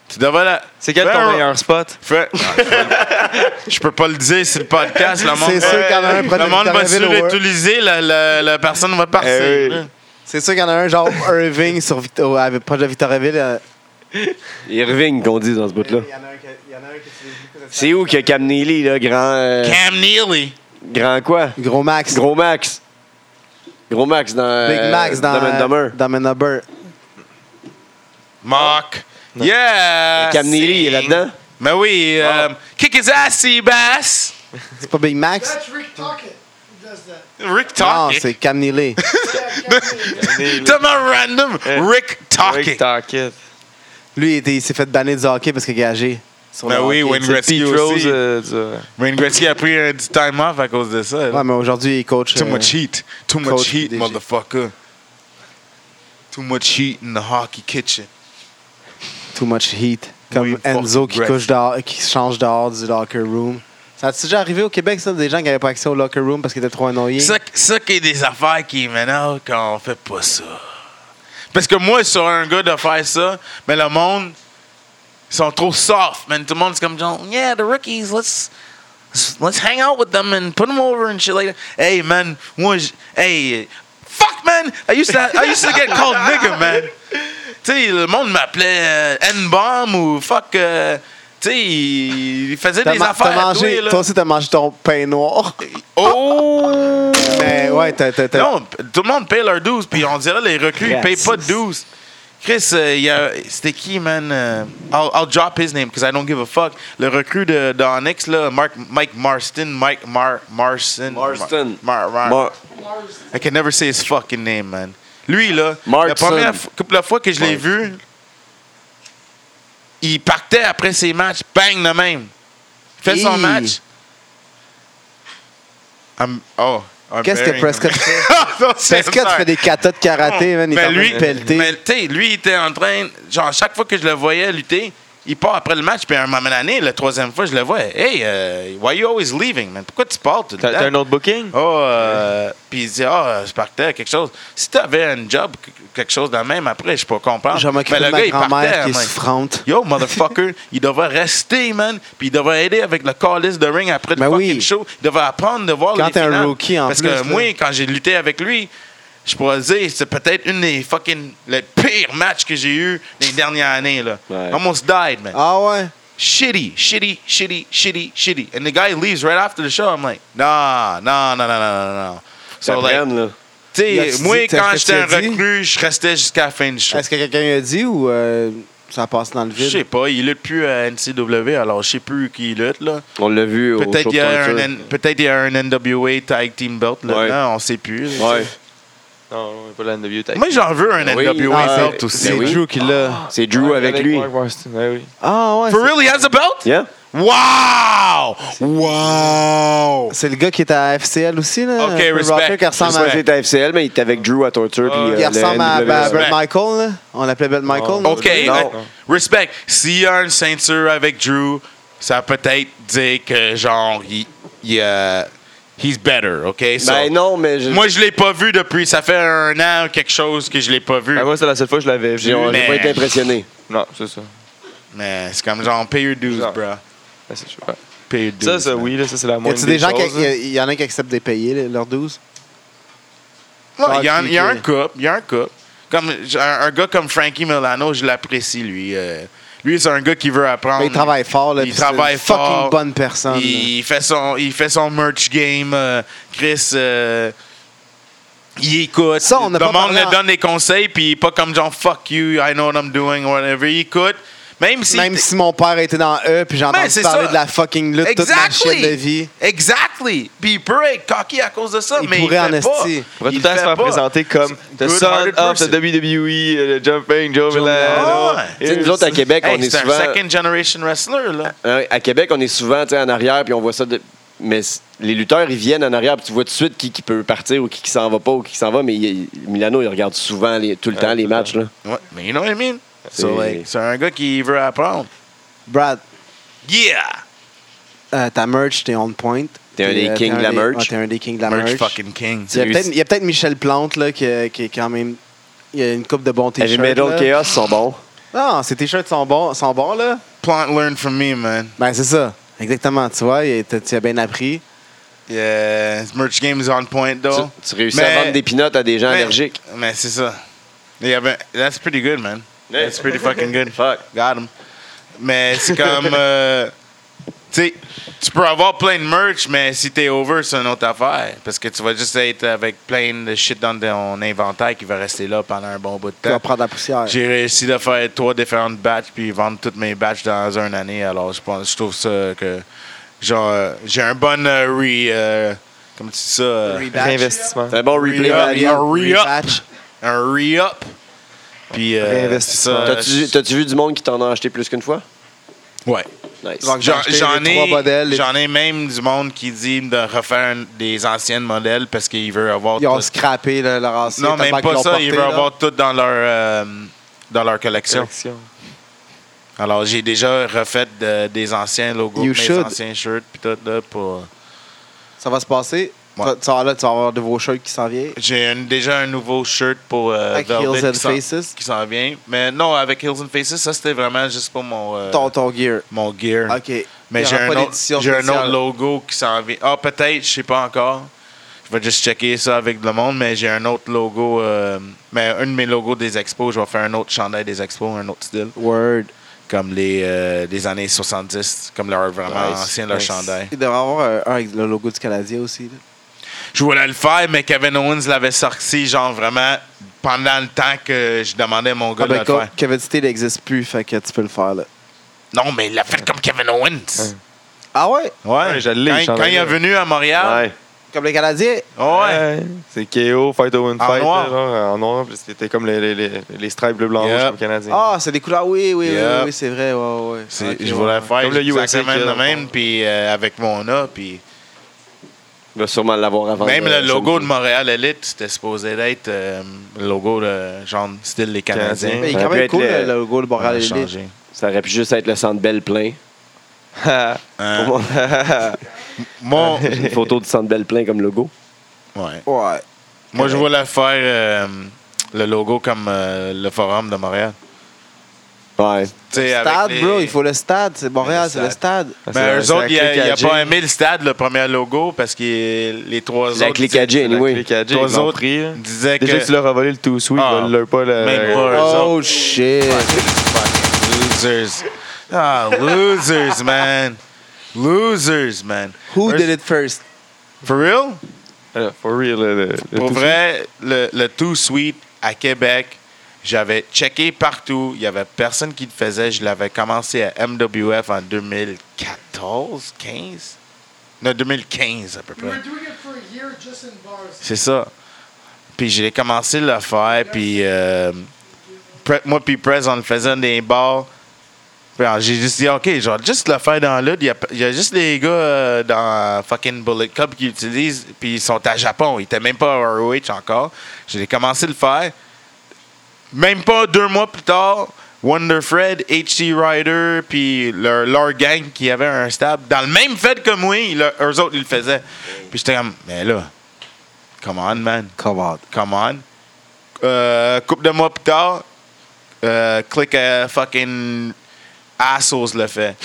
Tu devrais la...
C'est quel
Fais
ton
un-
meilleur spot?
Fais- Non, je peux- Je peux pas le dire, c'est le podcast. Le monde,
C'est sûr qu'il y en a un
le monde va se
Victoriaville au-
l'utiliser, la, la- la personne va partir.
Eh oui.
là.
C'est sûr qu'il y en a un genre Irving sur Vict- au- avec- proche de Victoriaville. euh,
Irving, qu'on dit dans ce bout-là.
Il y en a un que- il y en a un que tu les écoutes,
C'est où que Cam Neely, là, grand. euh,
Cam Neely.
grand quoi?
Gros Max.
Gros Max. Gros Max dans. euh,
Big Max dans.
Dumb and Dumber.
Dumb and Dumber.
Mark. Yeah.
Cam Neely, il est là-dedans.
Mais oui. euh, kick his ass, Seabass.
C'est pas Big Max?
That's Rick Tockett who does that.
Rick
Non,
Tockett.
c'est Cam Neely.
Yeah, Captain-
Tellement random.
Eh.
Rick Tockett.
Rick Tockett.
Lui, il, était- il s'est fait banner du hockey parce qu'il est gagé. Sur
Ben
le
oui,
hockey.
Wayne
C'est
Gretzky
Pete Rose.
aussi.
euh, du-
Wayne Gretzky a pris euh, du time off à cause de ça. là.
Ouais, mais aujourd'hui, il coach.
Too
euh,
much heat. Too much
Coach
heat,
DG.
motherfucker. Too much heat in the hockey kitchen.
too much heat. Comme
Oui,
Enzo qui,
fucking
couche dehors, qui se change dehors du locker room. Ça a-tu déjà arrivé au Québec, ça, des gens qui n'avaient pas accès au locker room parce qu'ils étaient trop ennuyés?
Ça, ça qui est des affaires qui m'énervent quand on fait pas ça. Parce que moi, je serais un gars de faire ça, mais le monde, ils sont trop soft, man. Tout le monde, c'est comme genre, yeah, the rookies, let's. Let's hang out with them and put them over and shit like that. Hey man, moi, j- hey, fuck man, I used to, I used to get called nigger man. Tu sais, le monde m'appelait euh, N-bomb ou fuck. euh, Tu sais, il il faisait
T'as
des
ma-
affaires.
t'as
à
mangé-
toi, là.
toi aussi, t'as mangé ton pain noir.
Oh!
Mais ouais, t'as. t'as- t'as-
Non, p- tout le monde paye leur 12, puis on dirait les recrues, ils payent pas de 12. Chris, euh, il y a- c'était qui, man? Euh, I'll, I'll drop his name, because I don't give a fuck. Le recrue de, de Onyx, là, Mark, Mike Marston, Mike Mar, Marston.
Marston.
Mar- Mar-
Mar-
I can never say his fucking name, man. Lui, là, la
Marston.
première f- couple de fois que je l'ai vu, il partait après ses matchs, bang, de même. Il fait son
Hey.
match. I'm- oh, I'm
Qu'est-ce que
burying him.
Prescott fait?
Non, c'est
Prescott
bizarre.
fait des katas de karaté, man. Il est
mais
en train
lui,
de
ben,
pelleter.
mais, tu sais, lui, il était en train. Genre, chaque fois que je le voyais lutter, il part après le match, puis à un moment donné, la troisième fois, je le vois. Hey, euh, why you always leaving, man? Pourquoi tu pars tout le
T'as t'as un
temps?
autre booking?
Oh, euh, puis il dit, ah, je partais, quelque chose. Si t'avais un job, que- quelque chose de même, après, je peux comprendre.
Je vais m'occuper
Mais
de
le gars,
ma
il partait,
grand-mère qui est
man.
souffrante.
Yo, motherfucker, il devrait rester, man. Puis il devrait aider avec le call-list de ring après le
Ben
fucking
oui.
show. Il devrait apprendre de voir
Quand
les
t'es un
finales.
rookie, en
Parce
plus, là.
que moi, quand j'ai lutté avec lui, je pourrais dire c'est peut-être une des fucking... Le pire match que j'ai eu les dernières années, là.
Ouais.
Almost died, man.
Ah ouais?
Shitty, shitty, shitty, shitty, shitty. And the guy leaves right after the show. I'm like, nah, nah, nah, nah, nah, nah, nah. So, like,
T'apprennes, là.
tu sais,
As-tu
moi,
dit-
quand
est-ce que
j'étais
tu
un
as dit?
recrue, je restais jusqu'à la fin du
Ah,
show.
Est-ce que quelqu'un a dit ou euh, ça passe dans le
Je sais
vide?
pas, il lutte plus à NCW, alors je sais plus qui il lutte, là.
On l'a vu au show
Peut-être
de
qu'il y, a
Culture.
un N- peut-être qu'il y a un NWA Tag Team Belt là-dedans, on sait plus.
Ouais.
Non, non, il est pas la vieux
Moi, j'en veux un
Oui,
NWA
ah,
Belt
c'est-
aussi.
C'est
Ben oui.
Drew qui l'a.
C'est Drew avec, lui.
Mark Marston, ouais, oui.
Ah ouais?
For real, he has a belt?
Yeah?
Wow! Wow!
c'est- C'est le gars qui est à FCL aussi, là.
Ok,
un peu
respect.
rocker, qui ressemble à-
Ouais.
C'est à FCL, mais il était avec Drew à Torture. puis, euh,
Il
le
ressemble
NWA.
à à Brett
Respect.
Michael, là. On l'appelait Brett Michael. non?
OK,
Non.
euh, respect. S'il y a une ceinture avec Drew, ça peut-être dire que, genre, il, il, euh, he's better, OK? So,
Ben non, mais je-
Moi, je l'ai pas vu depuis, ça fait un an ou quelque chose que je l'ai pas vu.
Ben, moi, c'est la seule fois que je l'avais
j'ai
vu.
j'ai
mais-
pas été impressionné.
Non, c'est ça. Ben,
Mais c'est comme, genre, pay your dues,
Genre.
bro.
Ben, c'est chaud. Ouais.
Pay your dues.
Ça, ça,
man.
oui, là, ça, c'est la
Y
moindre
a-tu des gens qui.
choses, là.
Il y en a qui acceptent de payer leurs 12?
Ouais, Il y, a un- il y a
Ok.
un couple, il y a un couple. Comme, j'ai un, un gars comme Frankie Milano, je l'apprécie, lui. Euh, lui, c'est un gars qui veut apprendre.
Il travaille fort, là.
Il
puis c'est une
travaille fort.
fucking bonne personne. là.
Il, il fait son, il fait son merch game. euh, Chris, euh, il écoute.
Ça, on n'a
Le
pas
monde
parlé en-
lui donne des conseils, puis il est pas comme genre fuck you, I know what I'm doing, whatever. Il écoute. Même si. Ben,
Même si mon père était dans E, puis j'ai entendu
c'est
parler
ça.
de la fucking lutte toute ma shit de vie.
Exactly. Exactly. Puis il peut être cocky à cause de ça,
Il
mais
pourrait
il fait
en
pas.
esti.
Il pourrait tout
Il
le temps
fait
se faire
pas.
présenter comme The Son
Good-hearted
of the
person.
WWE, euh, le Jumping Joe Milano.
Ouais.
Tu sais, nous autres, à Québec,
Hey,
on est
c'est
souvent...
un second generation wrestler, là.
Hein, à Québec, on est souvent tu sais, en arrière, puis on voit ça. De... Mais c- les lutteurs, ils viennent en arrière, puis tu vois tout de suite qui, qui peut partir ou qui, qui s'en va pas ou qui, qui s'en va. Mais il- il- Milano, il regarde souvent, les- tout le temps, les matchs. Là.
Ouais, mais you know what I mean? So,
C'est-
like, c'est un gars qui veut apprendre.
Brad,
Yeah!
euh, ta merch, t'es on point.
T'es un des
euh,
kings
un
de la
des-
merch.
ouais, T'es un des kings de la
Merch
merch.
fucking king.
Il y a peut-être- il y a peut-être Michel Plante, là, qui, a- qui est quand même. Il y a une coupe de bons
Heavy
t-shirts.
Metal
là.
Chaos sont bons.
Non, ces t-shirts sont bons, sont bons, là.
Plant learned from me, man.
Ben, c'est ça. Exactement. Tu vois, il- t'as- tu as bien appris.
Yeah, his merch game is on point,
Tu,
though.
tu réussis
Mais-
à vendre des pinottes à des gens
mais-
allergiques.
Man, c'est ça. Yeah, but that's pretty good, man. That's pretty fucking good.
Fuck.
Got him. Mais c'est comme... euh, tu sais, tu peux avoir plein de merch, mais si t'es over, c'est une autre affaire. Parce que tu vas juste être avec plein de shit dans ton inventaire qui va rester là pendant un bon bout de
Tu vas
temps.
prendre la poussière.
Ben, J'ai réussi de faire trois différentes batches puis vendre toutes mes batches dans une année. Alors, je pense, je trouve ça que genre euh, j'ai un bon euh, re, euh, comment tu dis ça, euh,
Réinvestissement.
C'est un bon replay.
Re-up,
value.
un re-up.
Repatch.
un re-up. Puis euh,
Réinvestissement.
c'est ça.
T'as-tu t'as-tu vu du monde qui t'en a acheté plus qu'une fois?
Ouais.
Nice.
Donc,
J'en
acheté
j'en
les trois modèles,
ai,
les-
j'en ai même du monde qui dit de refaire un- des anciennes modèles parce qu'il veut avoir.
Ils ont
tout-
scrappé là, leur ancien.
non,
tellement
même
qu'ils
pas
l'ont
ça.
porté,
Il veut
là.
avoir tout dans leur euh, dans leur collection.
Collection.
Alors, j'ai déjà refait de- des anciens logos,
You
des
should.
anciens shirts, puis tout, là, pour...
Ça va se passer.
Ouais. Euh,
Tu, vas- tu vas, là, tu vas avoir de vos shirts qui s'en viennent.
J'ai un- déjà un nouveau shirt pour euh,
Avec
Velvet
Heels and
qui s'en-
Faces?
qui s'en vient. Mais non, avec Heels and Faces, ça, c'était vraiment juste pour mon, euh,
Ton, Ah, ton gear.
mon gear.
OK. Il
Mais
y
j'ai
aura
un,
pas
autre,
d'édition
j'ai un autre
spéciale.
logo qui s'en vient. Ah, peut-être, je sais pas encore. Je vais juste checker ça avec le monde, mais j'ai un autre logo. euh, mais un de mes logos des expos, je vais faire un autre chandail des expos, un autre style.
Word.
comme les, euh, les années 70, comme leur vraiment
Nice,
ancien, leur
nice.
chandail.
Il devrait avoir un, un avec le logo du Canadien aussi. là.
Je voulais le faire, mais Kevin Owens l'avait sorti, genre vraiment pendant le temps que je demandais à mon gars
Ah ben,
de le
Co-
faire.
Kevin Steen n'existe plus, fait que tu peux le faire là.
Non, mais il l'a fait comme Kevin Owens.
Ah ouais?
Ouais, je l'ai,
Quand-
le
Quand,
chandail.
il est venu à Montréal.
Ouais.
Comme les Canadiens?
Ouais.
C'est KO, Fight Owen
En
Fight.
noir.
là, genre, euh, en noir, puis c'était comme les, les, les, les stripes bleu, blanc,
Yep.
rouge, comme canadien.
Ah, c'est des couleurs, oui, oui, oui,
Yeah.
oui, c'est vrai, ouais, ouais.
C'est-
Ok,
je voulais
ouais.
le faire
Comme le USA
exactement
Kid,
de
dans le
même,
fond.
puis euh, avec mon A, puis
Il va sûrement l'avoir avant.
même
euh,
le logo de
samedi.
Montréal Elite, c'était supposé être euh, le logo de genre style les Canadiens.
Canadien.
Mais il
Ça
est quand
aurait
même
pu
cool,
être
le
le-
logo, le
On a
Montréal Elite.
changé.
Ça aurait pu juste être le centre Bell plein.
Hein?
Pour moi,
Mon-
j'ai une photo du centre Bell plein comme logo.
ouais.
Ouais.
Moi, je voulais faire euh, le logo comme euh, le forum de Montréal.
Ouais.
Tu sais, avec
Stade,
les-
bro, il faut le stade. C'est Montréal,
Le
c'est le stade.
Mais eux autres, il a, il a pas
un
aimé le stade, le premier logo, parce que les trois
La
autres
clique à Jane, oui.
Toi,
Trois
autres,
autres. Déjà
disaient que...
que tu euh, leur as volé le tout sweet,
Ah.
ils veulent pas le.
Même pas. Eux
Oh
autres.
shit.
Fucking losers. Ah, losers, man. Losers, man.
Who
Eux-
did it first?
For real?
Euh, For real. le- le- le
Pour
tout
vrai, le, le Too Sweet à Québec, j'avais checké partout. Il n'y avait personne qui le faisait. Je l'avais commencé à MWF en 2014, 15? Non, 2015 à peu
We
près.
were doing it for a year just in bars.
C'est ça. Puis j'ai commencé à le faire, puis euh, Pre- moi puis Prez, on le faisait dans des bars. Puis alors, j'ai juste dit, OK, je vais juste le faire dans l'autre. Il y a, il y a juste les gars euh, dans fucking Bullet Club qui utilisent, puis ils sont à Japon. Ils n'étaient même pas à ROH encore. J'ai commencé à le faire. Même pas deux mois plus tard, Wonder Fred, HC Rider, puis leur, leur gang qui avait un stable, dans le même fait que moi, ils le- eux autres, ils le faisaient. Puis j'étais comme, mais là, come on, man.
Come on.
Come on. Euh, couple de mois plus tard, euh, click à fucking assholes le fait.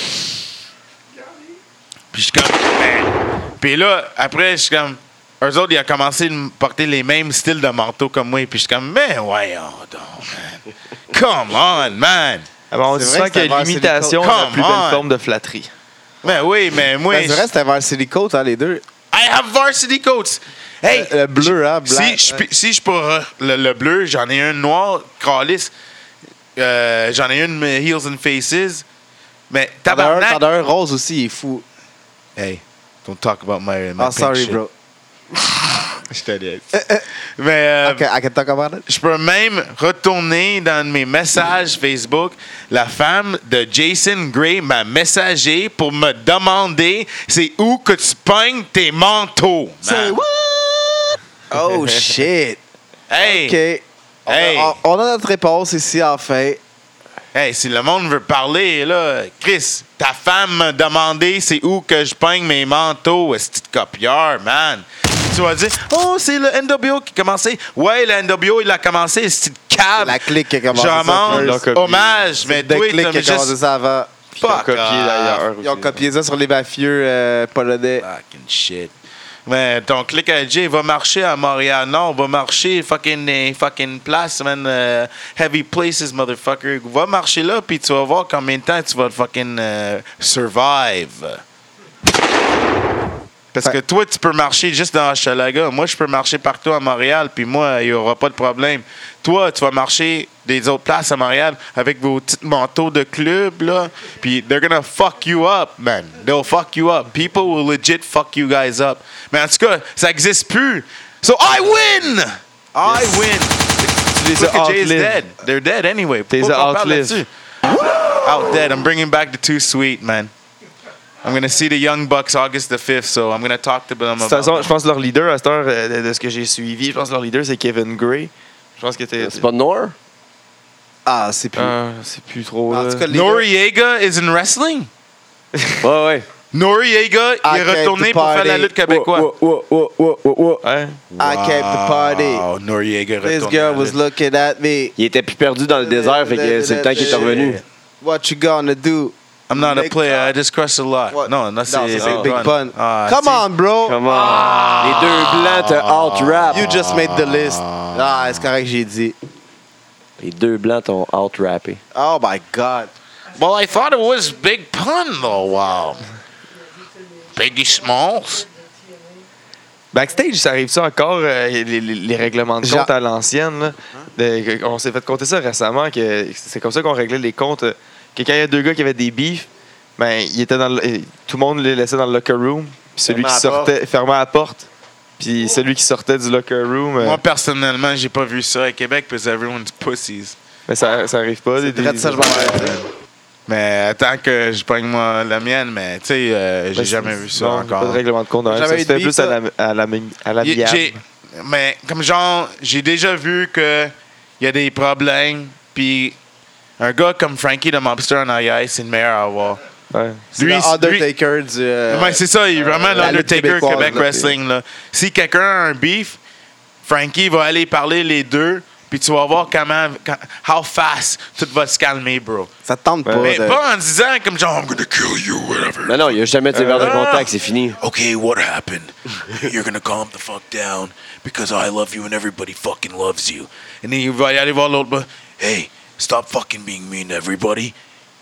Puis je suis comme, man. Puis là, après, je suis comme, eux autres, ils ont commencé à me porter les mêmes styles de manteau comme moi. Puis je suis comme, mais voyons donc, man. Come on, man.
Ah ben, on
C'est
dit
vrai
souvent
que c'est
que
vers
l'imitation est
Silicon.
la plus
Come on.
belle forme de flatterie.
Mais oui, mais moi,
Ben, C'est vrai, c'était Varsity Coat, hein, les deux.
I have varsity coats. Hey,
Le- le bleu, hein,
je-
black,
Si je,
ouais.
si je pourrais le, le bleu, j'en ai un noir, calice. Euh, j'en ai une mais heels and faces. Mais
T'en as un-
tabarnak.
t'en as un rose aussi, il est fou.
Hey, don't talk about my.
Ah,
my pink
sorry,
shit.
bro.
Je te dis. Mais euh,
Ok, I can talk about it.
je peux même retourner dans mes messages Facebook. La femme de Jason Gray m'a messagé pour me demander c'est où que tu peignes tes manteaux. man.
Oh shit.
Hey!
Ok. On a-
Hey.
on- On a notre réponse ici, enfin.
Hey, si le monde veut parler, là, Chris, ta femme m'a demandé c'est où que je peigne mes manteaux, est de copieur, man? Tu vas dire, oh, c'est le NWO qui a commencé. Ouais, le NWO, il a commencé, c'est de câble.
La clique qui a commencé ça
J'en
first.
Ils l'ont
mange,
copié.
hommage, mais
C'est The
toi,
Click
t'as
qui a commencé
juste
ça avant.
Ils ont
Fuck
copié
off.
d'ailleurs.
Ils ont
aussi.
copié ça sur les mafieux euh, polonais.
Fucking shit. Mais ton click LG va marcher à Montréal. Non, va marcher fucking euh, fucking place, man. euh, heavy places, motherfucker. Va marcher là, puis tu vas voir combien de temps tu vas fucking euh, survive. Parce que toi, tu peux marcher juste dans Hochelaga. Moi, je peux marcher partout à Montréal, puis moi, il n'y aura pas de problème. Toi, tu vas marcher des autres places à Montréal avec vos petits manteaux de club, là. Puis they're gonna fuck you up, man. They'll fuck you up. People will legit fuck you guys up. Mais en tout cas, ça n'existe plus. So I win! I win!
Tu les
Look
as
at Jay's
outlived.
dead. They're dead anyway.
T'es
Pourquoi
a
on parle
outlived.
là-dessus? Out dead. I'm bringing back the two sweet, man. I'm gonna see the Young Bucks August the 5th, so I'm gonna talk to them
De toute
about
façon,
it.
je pense que leur leader, à cette heure, euh, de, de ce que j'ai suivi, je pense que leur leader, c'est Kevin Gray. Je pense que t'es.
C'est pas noir?
Ah, c'est plus.
Hein?
Ah, c'est plus trop.
En
là.
tout cas, les deux-
Noriega is in wrestling.
Ouais, ouais.
Noriega, il est
I came
retourné
to
pour faire
party.
la lutte québécoise.
Ouah, ouah, ouah, ouah, ouah, ouah.
Ouais.
I came to party.
Oh, Noriega retourné.
This girl was looking at me.
Il était plus perdu dans le désert, fait que c'est le temps qu'il est revenu.
What you gonna do?
I'm not a
Big
player, I just crushed a lot.
What?
Non, non,
Non,
c'est
ça, Big Pun.
Ah,
Come
c'est-
on, bro.
Comment? Les deux blancs te out-rap.
You just made the list. Ah, c'est correct, j'ai dit.
Les deux blancs t'ont out-rappé.
Oh my God.
Well, I thought it was Big Pun, though. Wow. Biggie Smalls.
Backstage, ça arrive ça encore, euh, les, les- les règlements de
Genre-
compte à l'ancienne? là? De- que- on s'est fait compter ça récemment, que c'est comme ça qu'on réglait les comptes. euh, Que quand il y a deux gars qui avaient des beefs, ben, ils étaient dans le- euh, tout le monde les laissait dans le locker room, puis celui
Fermant
qui
la
sortait fermait la porte, puis celui qui sortait du locker room, euh,
Moi, personnellement, j'ai pas vu ça à Québec parce que everyone's pussies.
ben, ça, ça arrive pas. des-
Drette
des-
ça, je m'en vais.
Mais attends que je pogne moi la mienne, mais tu sais, euh, j'ai
Ben,
jamais
c'est-
vu ça
non, Pas de
encore.
règlement de compte. hein.
J'avais
Ça
eu
se
de
fait
beef,
plus à la, à la, à la
Y-
miable.
j'ai- Mais comme genre, j'ai déjà vu que il y a des problèmes, puis un gars comme Frankie de Mobster en AI, c'est le meilleur à avoir.
Ouais.
C'est
Lui,
le
lui-
Undertaker du. euh,
Ouais, c'est ça, il est vraiment
la lutte
l'Undertaker
québécoise,
Québec
là,
Wrestling. Là. Si quelqu'un a un beef, Frankie va aller parler les deux, puis tu vas voir comment, quand- how fast tout va se calmer, bro.
Ça te tente pas.
Mais
de-
pas en disant comme genre, I'm gonna kill you, whatever.
Mais non, il n'y a jamais de verre de contact, c'est fini.
okay, what happened? You're gonna calm the fuck down because I love you and everybody fucking loves you.
And then il va aller voir l'autre. bas.
Hey, stop fucking being mean to everybody.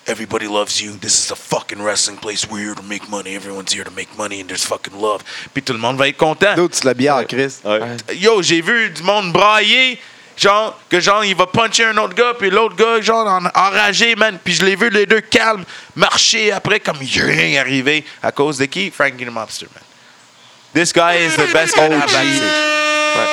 Everybody loves you. This is a fucking wrestling place. We're here to make money. Everyone's here to make money, and there's fucking love.
Puis tout le monde va être content.
D'autres, tu l'as bien en Chris.
Yo, j'ai vu du monde brailler. Genre, que genre, il va puncher un autre gars, puis l'autre gars, genre, en- enragé, man. Puis je l'ai vu les deux calmes marcher après comme il y a rien arrivé. À cause de qui? Frankie the Mobster, man. This guy is the best man at backstage.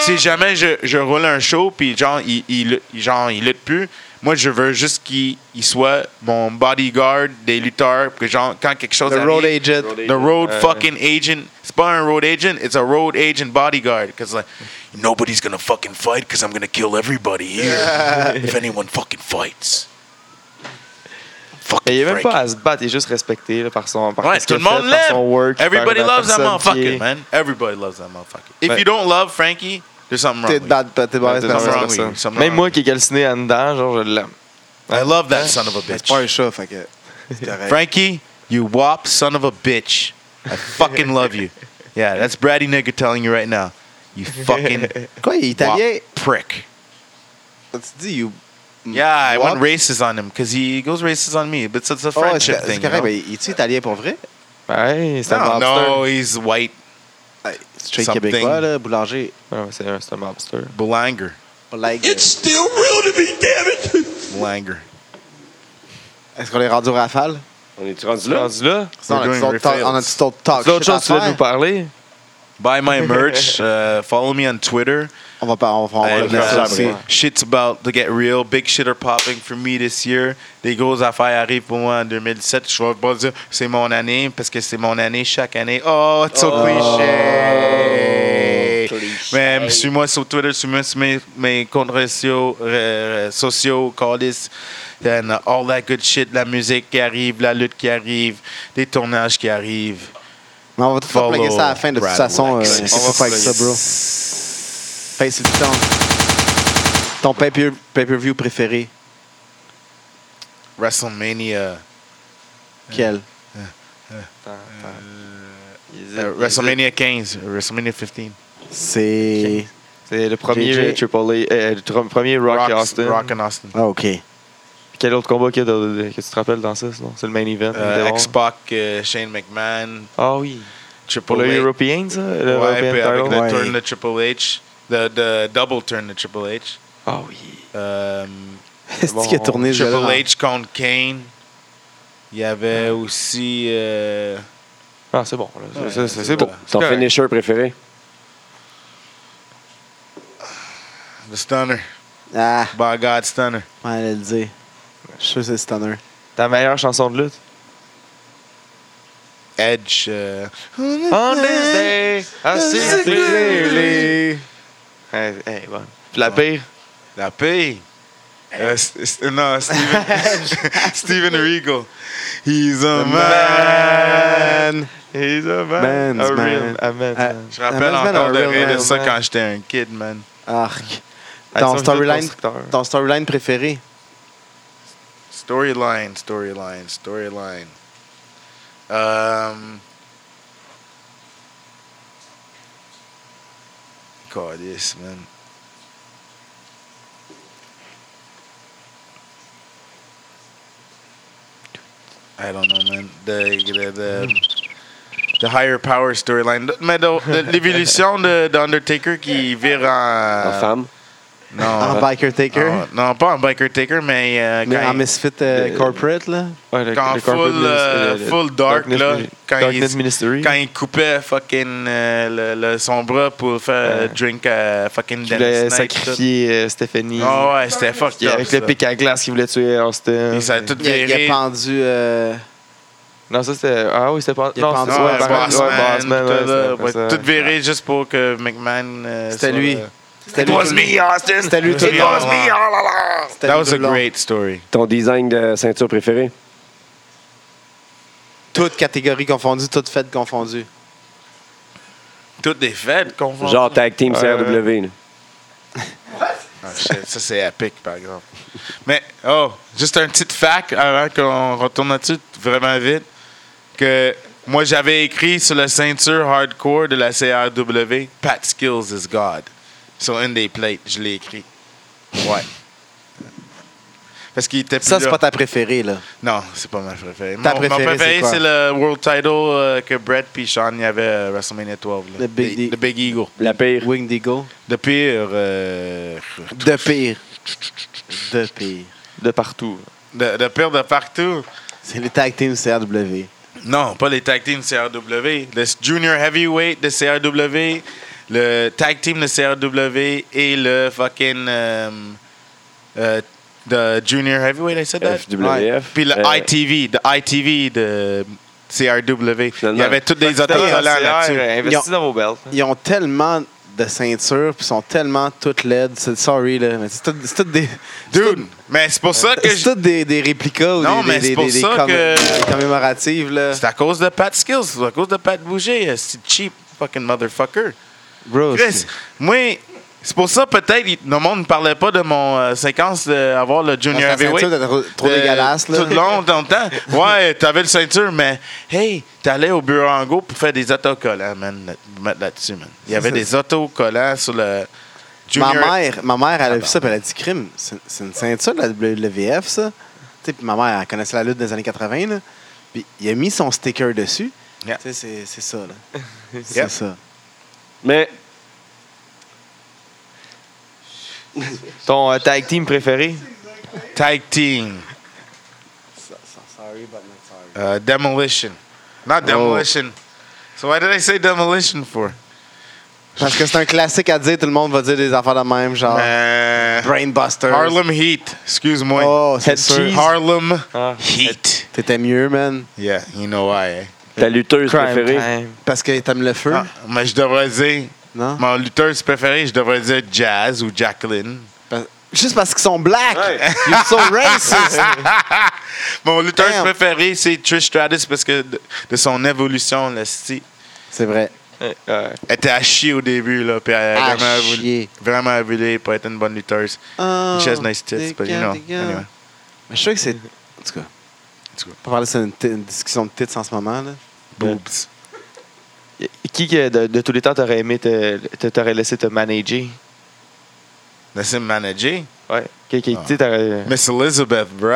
Si jamais je, je roule un show, puis genre, il, il, il- genre, il lutte plus, moi, je veux juste qu'il il soit mon bodyguard des lutteurs, que genre, quand quelque chose
The
arrive...
Road Agent.
The road fucking agent. It's not a road agent. It's a road agent bodyguard. Cause like,
Nobody's gonna fucking fight because I'm gonna kill everybody here if anyone fucking fights.
Mais Ben, il est même
Frankie.
pas à se battre, il est juste respecté là, par son par
ouais,
ce qu'il
tout
a
le monde
fait, par son
l'aime.
work, par
Everybody
la
loves that
personne qui
motherfucker,
est-
man. Everybody loves that motherfucker. If
Ouais.
you don't love Frankie, there's something wrong.
T'es
With
de
you.
bad, t'es mauvaise
Something
personne.
wrong
Personne.
with you. Something
Même
wrong
moi
with
qui ai calciné en dedans, genre, je l'aime.
I love that son of a bitch.
C'est pas un chat, fait que. C'est correct.
Frankie, you wop son of a bitch. I fucking love you. Yeah, that's Braddy nigga telling you right now. You fucking
Quoi, il est italien?
wop prick.
Tu dis, you.
Yeah, I
Wop?
went racist on him because he goes racist on me. But it's, it's a
Oh,
friendship
c'est
thing.
c'est
you
correct,
know?
mais est-tu italien pour vrai?
Ouais, c'est un
No,
mobster.
no, he's white
Hey, Straight
Something.
québécois, là, boulanger.
Ah, Ouais, ouais, c'est un, c'est un mobster.
Belanger.
Like,
still real to me, damn it!
Belanger.
Est-ce qu'on est rendu au rafale?
On est-tu rendu là?
Rendu là,
Sinon, on a
doing
du autre talk-
refills.
on a du autre talk.
c'est autre
shit à
chose que tu veux
faire.
nous parler?
Buy my merch. uh, follow me on Twitter.
On va pas. On va, on va
I have,
revenir sur
uh,
ça aussi.
shit's about to get real. Big shit are popping for me this year. Les grosses affaires arrivent pour moi en 2017. Je vais pas dire c'est mon année parce que c'est mon année chaque année. Oh, it's so cliché. Mais suis-moi sur Twitter, suis-moi sur mes, mes comptes sociaux, euh, sociaux, callis, and uh, all that good shit. La musique qui arrive, la lutte qui arrive, les tournages qui arrivent.
Mais on va tout faire plugger ça à la fin, de toute
Follow
façon.
Brad
euh,
Wax.
on va faire ça, bro. Fait, c'est le temps. Ton pay-per- pay-per-view préféré,
WrestleMania.
quel?
Ils-
Uh,
ils-
WrestleMania 15, WrestleMania 15.
C'est.
C'est le premier
JJ.
Triple A, euh, le tr- premier Rock
Rock,
et Austin.
Rock and Austin.
Ah, OK.
Quel autre combat qu'il y a de- de- que tu te rappelles dans ça, sinon? C'est le main event.
Euh,
de-
X-Pac, euh, Shane McMahon,
Ah oui.
Triple
Pour le
H.
European, ça? Le
Ouais, puis
European
avec
title?
le
Ouais.
turn de Triple H, le le double turn de Triple H.
Ah oui.
Euh,
Est-ce qu'il a
Bon,
tourné ce
Triple
gars-là?
H contre Kane. Il y avait aussi. euh,
Ah, c'est bon. là.
Ouais,
C'est-
c'est
c'est- C'est bon.
Ton
C'est correct.
finisher préféré?
The Stunner.
Ah,
By God, Stunner.
on allait le dire. Je suis sûr que c'est Stunner.
Ta meilleure chanson de lutte?
Edge. euh,
On this day, I see it clearly. Hey, hey, bon. Puis la pire?
La paix. Euh, s- s- non, Steven, Steven Regal. He's a man.
He's a
man,
a
Man's
real
man.
a man.
Ah.
Je rappelle
Man's man,
encore
a
de
real
rire de
man,
ça
man.
quand j'étais un kid, man.
Arc.
Ah,
Ton
ils sont tous
storyline
constructeurs.
ton storyline préféré?
Storyline, storyline, storyline. Um, God, this man. I don't know, man. The, the, the,
Hmm.
the higher power storyline. Mais de- de- l'évolution de, de Undertaker qui vire en.
En femme.
Non.
En Ah, biker taker,
Non, non, pas en biker taker, mais, euh,
mais
quand,
en misfit euh, corporate, là.
Ouais, le-
Quand
le corporate
full, euh,
minis- le- le-
full dark,
darkness
là,
mini-
quand
darkness
il-
ministry.
il, quand il coupait fucking euh, le, le- son bras pour faire
Ouais.
drink à fucking
il
Dennis
voulait
Knight. tout.
sacrifier euh, Stephanie.
Ah ouais, c'était fucked
Puis
up.
avec
ça.
le pic à glace qu'il voulait tuer Austin.
Et ça a tout
Il a, il a
viré.
pendu. euh,
Non, ça c'était. Ah oui, c'était pas.
Il a
non,
pensé-
c'est
Ah,
Ouais,
ouais,
par-
Bossman,
ouais, Bossman,
tout
ouais,
là,
c'est
ouais,
ça.
tout viré juste pour que McMahon. euh,
C'était
soit,
lui.
euh,
C'était
It was
tout-
me, Austin.
C'était lui
It
tout le
was
long.
me, all along.
C'était
That
lui
was
tout
a
le long.
great story.
Ton design de ceinture préférée?
Toutes catégories confondues, toutes fêtes confondues.
Toutes des fêtes qu'on voit.
Genre tag team CRW. là.
Ah, shit, ça, c'est épique, par exemple. Mais, oh, juste un petit fact avant qu'on retourne là-dessus, vraiment vite, que moi, j'avais écrit sur la ceinture hardcore de la CRW, Pat Skills is God. Sur une des plates, je l'ai écrit. Ouais. Parce qu'il était plus
Ça, c'est
là.
pas ta préférée, là.
Non, c'est pas ma préférée. Mon,
Ta
mon
préférée, c'est
préféré,
quoi?
c'est le World Title euh, que Brett puis Sean y avait à WrestleMania 12. là.
Le Big
le,
E-
le Big Eagle.
La pire.
Wing Deagle.
De pire, euh,
De pire. De pire.
De partout.
de, de pire de partout.
C'est les tag teams CRW.
Non, pas les tag teams CRW. Le junior heavyweight de CRW, le tag team de CRW et le fucking euh, euh, the junior heavyweight, I said that?
FWF.
Puis le
Euh,
ITV, the ITV de CRW. Il y
Finalement.
avait tous des
C'était
autocollants là-dessus.
Investi dans vos belts.
Ils ont tellement de ceintures, puis sont tellement toutes laides. C'est- Sorry, là. Mais c'est tout, c'est tout des. c'est tout-
Dude, mais c'est pour ça que
C'est
je-
tout des, des réplicas ou
Non,
des,
mais
des,
c'est
des,
pour
des
ça
commé-
que-
des commémoratives, là.
c'est à cause de Pat Skills, c'est à cause de Pat Bouger, c'est cheap fucking motherfucker.
Bro,
Chris, moi, c'est pour ça peut-être il- le monde ne parlait pas de mon euh, séquence d'avoir le
c'est-
junior
la ceinture,
heavyweight.
t'as trop, trop
Euh,
dégueulasse, là.
Tout le long, dans le temps. Ouais, t'avais le ceinture, mais hey, t'allais au bureau en go pour faire des autocollants, man. là- Mettre là-dessus, man. Il y avait des autocollants sur le junior.
Ma mère, ma mère, elle a vu ça, puis elle a dit crime. C'est c'est une ceinture de la WWF, ça. Tu sais, puis ma mère, elle connaissait la lutte des années 80, là. Puis il a mis son sticker dessus.
Yeah.
Tu sais, c'est- c'est ça, là. C'est
Yep.
ça.
Mais
Ton euh, tag team préféré
Tag team. Uh, demolition. Not
Oh.
demolition. So why did I say demolition for?
Parce que c'est un classique à dire, tout le monde va dire des affaires de même, genre
Euh,
Brainbusters.
Harlem Heat. Excuse-moi.
Oh, c'est
Head
sûr.
cheese.
Harlem
Ah.
Heat.
T'étais mieux, man.
Yeah, you know why. eh?
ta lutteuse préférée?
time.
Parce que t'aimes le feu,
Ah, mais je devrais dire,
non?
mon lutteuse préférée, je devrais dire Jazz ou Jacqueline.
Parce- Juste parce qu'ils sont black. You're so racist.
Mon lutteuse
Damn.
préférée, c'est Trish Stratus parce que de, de son évolution, là, si.
c'est vrai.
Ouais, ouais.
Elle était à chier au début, là, puis elle a
À
vraiment évolué.
chier.
Vraiment évolué pour être une bonne lutteuse.
Oh,
She has nice tits,
des
but you
gars,
know.
des gars.
Anyway.
Mais je suis sûr que c'est. En tout cas.
tout cas.
On va parler de ça, une, t- une discussion de tits en ce moment, là.
Boobs.
Qui que de, de tous les temps t'aurais aimé, te, te- t'aurais laissé te manager
Laissez-me manager.
Ouais. Qui, qui,
Ah.
tu sais, t'aurais. ah,
Miss Elizabeth, bruh.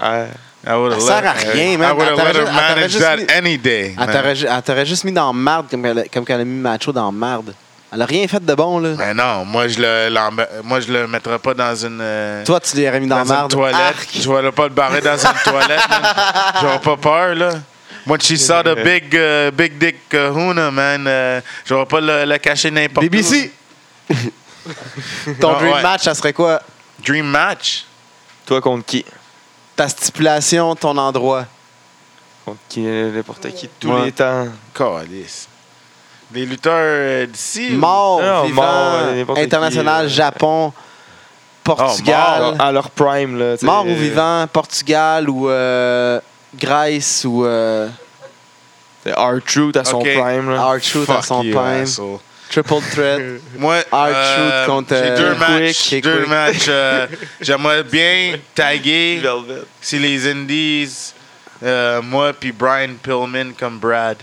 Ouais.
I
Elle
would have
sert à rien, man.
I would have
Elle
let her
t'aurait ju- elle
manage
t'aurait
that
juste
any day.
Elle
man.
t'aurait ju- elle t'aurait juste mis dans marde comme qu'elle a- comme qu'elle a mis Macho dans marde. Elle a rien fait de bon, là.
Mais non, moi, je le, l'emba- moi, je le mettrais pas dans une. euh,
Toi, tu l'aurais mis dans,
dans, une
marde.
toilette.
Arc.
Je vais pas le barrer dans une toilette. man. J'aurais pas peur, là. When she saw the big, uh, big dick uh, Huna, man, euh, j'aurais pas le, le cacher n'importe où.
BBC! Ton
Ah,
dream
ouais.
match, ça serait quoi?
Dream match.
Toi contre qui
Ta stipulation, ton endroit.
Contre qui euh, N'importe qui, de tous
Ouais. Oh,
les temps.
Calice. Des lutteurs euh, d'ici. ou-
Mort,
Non,
vivant,
mort, euh, n'importe qui,
international,
euh,
Japon,
À
Portugal.
leur- à leur prime, là. tu sais.
mort ou vivant, Portugal ou euh, Grèce ou euh,
C'est R-Truth à son
Ok. Ah,
prime, là.
R-Truth à
Fuck
son
you,
prime.
asshole.
Triple threat.
Moi, euh,
R-Truth contre,
J'ai
euh,
deux
Quick,
matchs.
Quick,
deux
Quick.
matchs. euh, J'aimerais bien taguer
Velvet.
si les Indies, euh, moi puis Brian Pillman comme Brad.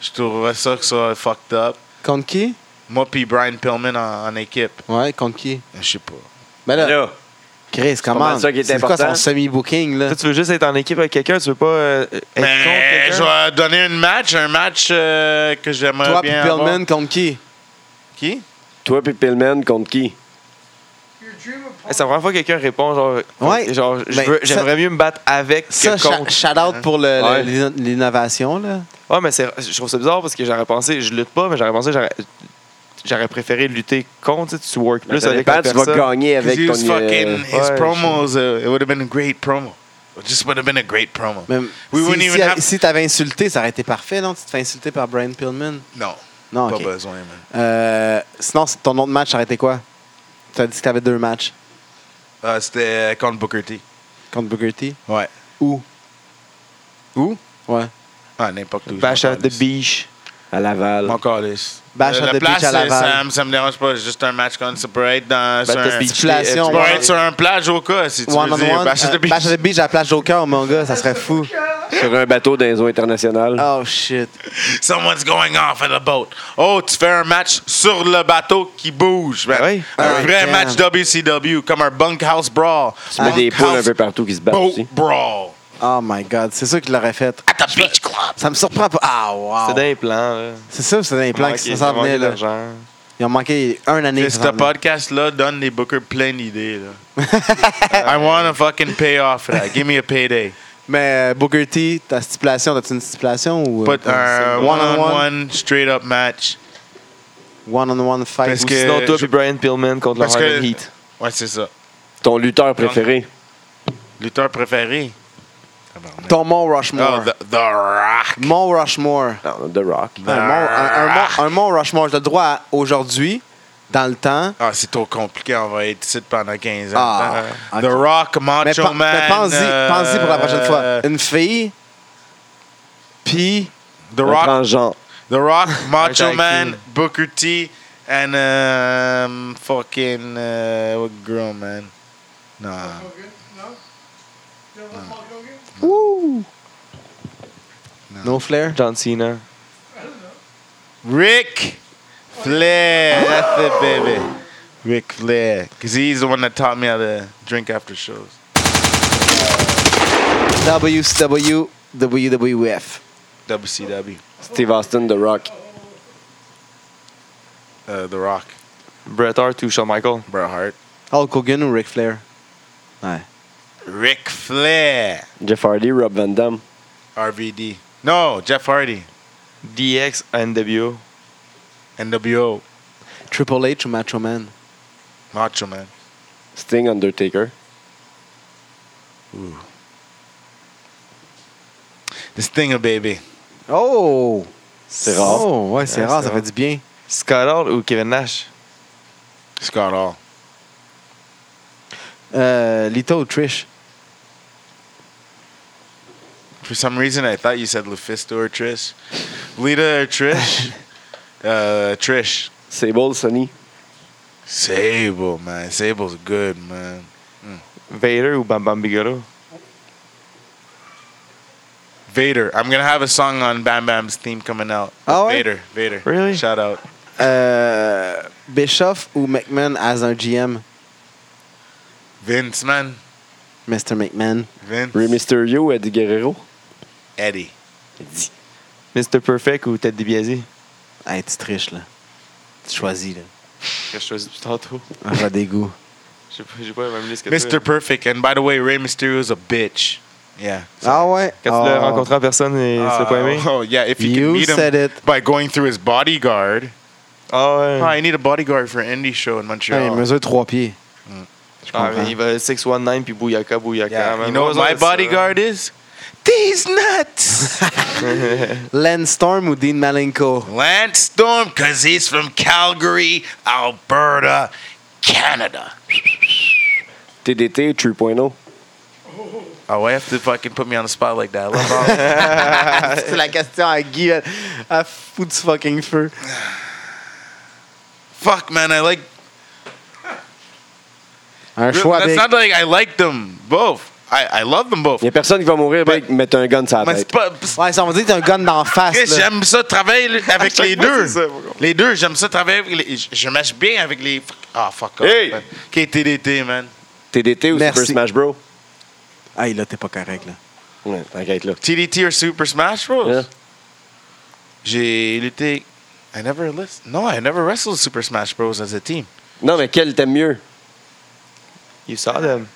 Je trouverais ça que ça serait fucked up.
contre qui?
Moi puis Brian Pillman en, en équipe.
Ouais, contre qui?
Je sais pas.
Ben là,
Là,
Chris,
pas
comment?
mal ça qui est
C'est quoi
important.
son semi-booking, là?
Toi, tu veux juste être en équipe avec quelqu'un, tu veux pas euh, être
Mais
contre
je
quelqu'un?
vais donner un match, un match euh, que j'aimerais
Toi, puis
bien avoir.
Pillman contre qui?
Qui?
Toi puis Pillman contre qui?
Your dream of
Eh, C'est la première fois que quelqu'un répond, genre,
Ouais.
genre je
Ben,
veux-
ça-
j'aimerais mieux me battre avec
Ça,
que contre.
shout-out pour le- le-
Ouais.
l'inno- l'innovation, là.
Ouais, mais c'est- je trouve ça bizarre parce que j'aurais pensé, je lutte pas, mais j'aurais pensé, j'aurais- j'aurais préféré lutter contre, tu sais, tu work plus
Ça
avec
dépend,
la
tu vas
personne.
gagner
'Cause
avec
he
ton...
was fucking
euh,
his
ouais,
promos. uh, it would have been a great promo. It just would have been a great promo.
Même
We
si,
wouldn't
si,
even have-
si t'avais insulté, ça aurait été parfait, non? Tu te fais insulter par Brian Pillman.
Non,
Non,
pas
ok.
besoin, man.
Euh, sinon, c'est- ton autre match, ça aurait été quoi? T'as dit que t'avais deux matchs
Ah, C'était euh, contre Booker T.
contre Booker T.
Ouais.
Où? Où? Ouais.
Ah, n'importe où.
Bash
je
at
m'en
the
calisse.
beach.
à Laval.
Mon calice.
Bash
Euh,
at
la
the
place,
Beach à
euh,
Laval.
Ça, me- ça me dérange pas. Juste un match contre. Ça peut être dans. sur
Battle
un-
Beach,
Stipulation,
Tu
euh,
peux
ouais.
être sur un plage au cas, si tu veux
One on
dire.
one.
Bash at the
Euh,
Beach.
Bash at the Beach à la plage Joker, mon gars, ça serait fou.
Sur un bateau dans les eaux internationales.
Oh shit.
Someone's going off at a boat. Oh, tu fais un match sur le bateau qui bouge. man.
Ah oui?
Un
Ah,
vrai
damn.
match WCW, comme un bunkhouse brawl.
Tu mets des
Bunkhouse
poules un peu partout qui se battent
Boat
aussi.
brawl.
Oh my god, c'est sûr qu'il l'aurait fait.
At the beach club.
Ça me surprend pas. Ah
C'est
wow.
dans les plans, là.
C'est sûr que c'est un plan
Manquer-
qui ça s'en
manquer
venait là.
d'argent.
Ils ont manqué un année.
Et
que ça
ce
s'en venait.
podcast-là donne les bookers plein d'idées. là. I want a fucking payoff for that. Give me a payday.
Mais euh, Booker T, ta stipulation, t'as-tu une stipulation ou euh,
Put euh, un
one on one,
one-on-one straight-up match.
one on one fight?
Parce
Ou
que
sinon, toi
je-
puis Brian Pillman contre le
Parce que-
Harlem Heat.
Ouais, c'est ça.
Ton lutteur préféré.
Lutteur préféré.
Ton Mont
Oh,
Rushmore.
the, The Rock.
Mont Rushmore.
Non, The Rock.
Un Mont, un, un Mont- un Mont Rushmore. J'ai le droit à aujourd'hui, dans le temps.
Ah, c'est trop compliqué. On va être ici pendant 15 ans.
Ah,
Euh,
ok.
The Rock,
Mais,
Macho
pen-
Man.
mais pense-y
euh,
pense-y pour la prochaine fois. Une fille, puis
The
Un
Rock,
transgenre.
The Rock,
Un
Macho
tag
Man,
team.
Booker T, and um, fucking uh, what girl, man? Nah.
Hogan. No? You don't love Hulk Hogan?
No Flair.
John Cena.
Rick Flair. That's it, baby. Rick Flair. Because he's the one that taught me how to drink after shows.
WCW, WWF.
WCW.
Steve Austin, The Rock.
Uh, the Rock.
Bret Hart ou Shawn Michael.
Bret Hart.
Hulk Hogan ou Ric Flair? Ouais.
Rick Flair.
Jeff Hardy, Rob Van Damme.
RVD. No, Jeff Hardy.
DX, NWO.
NWO.
Triple H ou Macho Man?
Macho Man.
Sting, Undertaker.
The Stinger, baby.
Oh!
C'est rare.
Oh, ouais, c'est
Ouais,
rare,
c'est
ça
rare.
fait du bien.
Scott Hall ou Kevin Nash.
Scott Hall.
Euh, Lito ou Trish?
For some reason, I thought you said Lufisto or Trish. Lita or Trish? uh, Trish.
Sable, Sonny.
Sable, man. Sable's good, man.
Vader ou Bam Bam Bigelow.
Vader. I'm gonna have a song on Bam Bam's theme coming out.
Oh, yeah?
Vader. Vader.
Really?
Shout out.
Euh, Bischoff ou McMahon as un GM?
Vince, man.
Mr. McMahon.
Vince.
Rey Mysterio, Eddie Guerrero.
Eddie.
Mr. Perfect ou Ted DiBiase.
Hey, Ah, tu triches, là. Tu choisis, là.
Que je choisis plus tantôt.
Un rat d'égout.
J'ai pas, j'ai pas la même liste que toi.
Mr. Perfect. And by the way, Rey Mysterio's a bitch. Yeah.
Ah ouais?
Quand tu l'as
Oh.
rencontré en personne et tu l'as pas aimé.
Oh, yeah. If you,
You
can meet him
said it.
by going through his bodyguard.
Ah ouais.
Oh, I need a bodyguard for an indie show
Hey, Ah, il
in Montreal.
mesure trois pieds.
Ah,
comprends.
mais il va 619 puis Bouyaka Bouyaka.
yeah.
man.
You know what
Moi,
my
ça, ça-
bodyguard is? These nuts.
Len Storm ou Dean Malenko?
Lance Storm, because he's from Calgary, Alberta, Canada.
TDT, 3.0.
Oh, why have to fucking put me on the spot like that? I love all-
Ah, C'est la question à Guy. Elle, elle fout du fucking feu.
Fuck, man, I like.
Un choix
That's
big.
not like I like them both. I, I love them both.
Il a personne qui va mourir
Ben-
avec mettre un gun sur la
Mais c'est
tête.
pas. c'est-
Ouais, ça, on va dire que t'as un gun d'en face, là.
J'aime ça travailler avec les
fois,
deux.
c'est ça, mon gars.
les deux, j'aime ça travailler avec les. Je, je mâche bien avec les. Ah, fuck off.
Hey!
man. KTDT, man.
TDT ou
Merci.
Super Smash Bros?
Ah, là, t'es pas correct, là.
Ouais, T'inquiète, là. Hein?
TDT or Super Smash Bros.
Yeah.
J'ai lutté. I never list. No, I never wrestled Super Smash Bros. as a team.
Non, mais quel t'aimes mieux?
You saw them.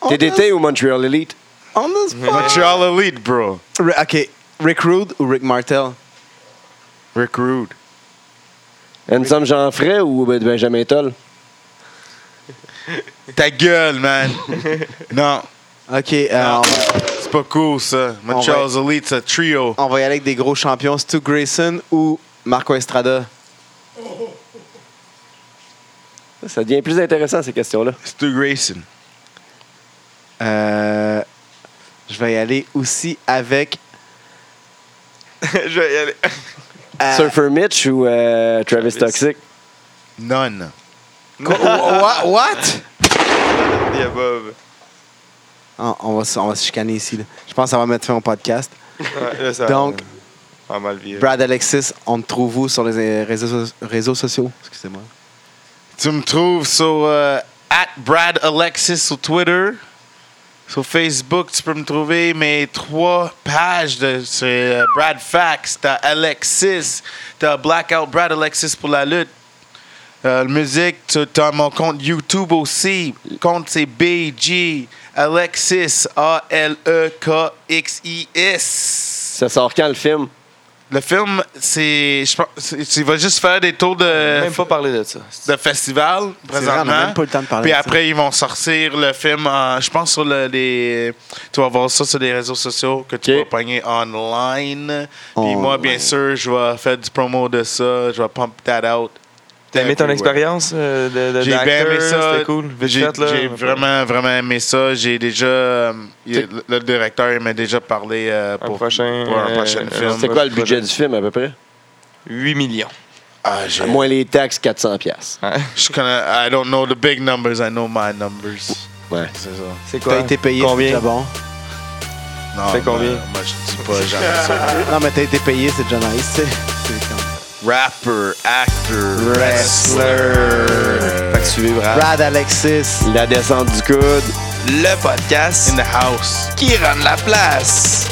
Oh,
TDT ou Montreal Elite?
On the
Mhm.
spot.
Montreal Elite, bro.
Ri- OK. Rick Rude ou Rick Martel?
Rick Rude.
Ensemble Jean-Fray ou Ben- Benjamin Toll?
Ta gueule, man. non,
OK,
Ah.
euh, on, va,
c'est pas cool, ça. Montreal's Elite, c'est un trio.
on va y aller avec des gros champions. Stu Grayson ou Marco Estrada?
Ça, Ça devient plus intéressant, ces questions-là.
Stu Grayson.
Euh, je vais y aller aussi avec...
Je vais y aller.
euh,
Surfer Mitch ou euh, Travis
Travis.
Toxic?
None.
quoi- wha- what?
The above.
Ah, on, va, se- on va se chicaner ici. là. Je pense que ça va mettre fin au podcast.
Ouais, là, ça-
Donc,
pas mal viré.
Brad Alexis, on te trouve où sur les réseaux, réseaux sociaux? Excusez-moi.
Tu me trouves sur euh, at Brad Alexis sur Twitter. Sur Facebook, tu peux me trouver mes trois pages de sur, euh, Brad Fax. T'as Alexis, t'as Blackout Brad Alexis pour la lutte. Euh, musique, tu as mon compte YouTube aussi. Compte c'est BG Alexis E A-L-E-K-X-I-S.
Ça sort quand le film?
Le film, c'est. je pense- c'est- Tu vas juste faire des tours de
même pas parler de ça.
de festival
vrai, on
présentement.
a même pas le temps de parler
Puis
de ça.
après, ils vont sortir le film, en- je pense, sur le, les. Tu vas voir ça sur les réseaux sociaux que tu
Ok.
vas pogner online. Puis
Online.
moi, bien sûr, je vais faire du promo de ça. Je vais pump that out.
T'as aimé ton
Everywhere.
expérience euh, de, de
J'ai bien
d'acteur?
aimé ça.
C'était cool. Vite
J'ai
fait, là.
j'ai vraiment, vraiment aimé ça. J'ai déjà. euh, il-
C'est-
le- le directeur, il m'a déjà parlé euh, pour,
prochain,
pour un
euh,
prochain
euh,
film.
C'est
moi,
quoi
je
le
suis
budget
pas-
du film à peu près?
8 millions.
Ah, j'ai-
Moins les taxes, 400$. piastres.
Hein?
je connais. I don't know the big numbers, I know my numbers.
Ouais.
C'est ça.
C'est quoi?
T'as été payé, c'est
Combien?
déjà bon.
Non,
Fait combien?
mais Moi, je dis pas jamais ça.
Non, mais t'as été payé, c'est déjà nice. C'est c'est comme-
Rapper, actor,
Wrestler. Fait que suivez Brad.
Brad Alexis.
La descente du coude.
Le podcast
in the house.
qui rend la place.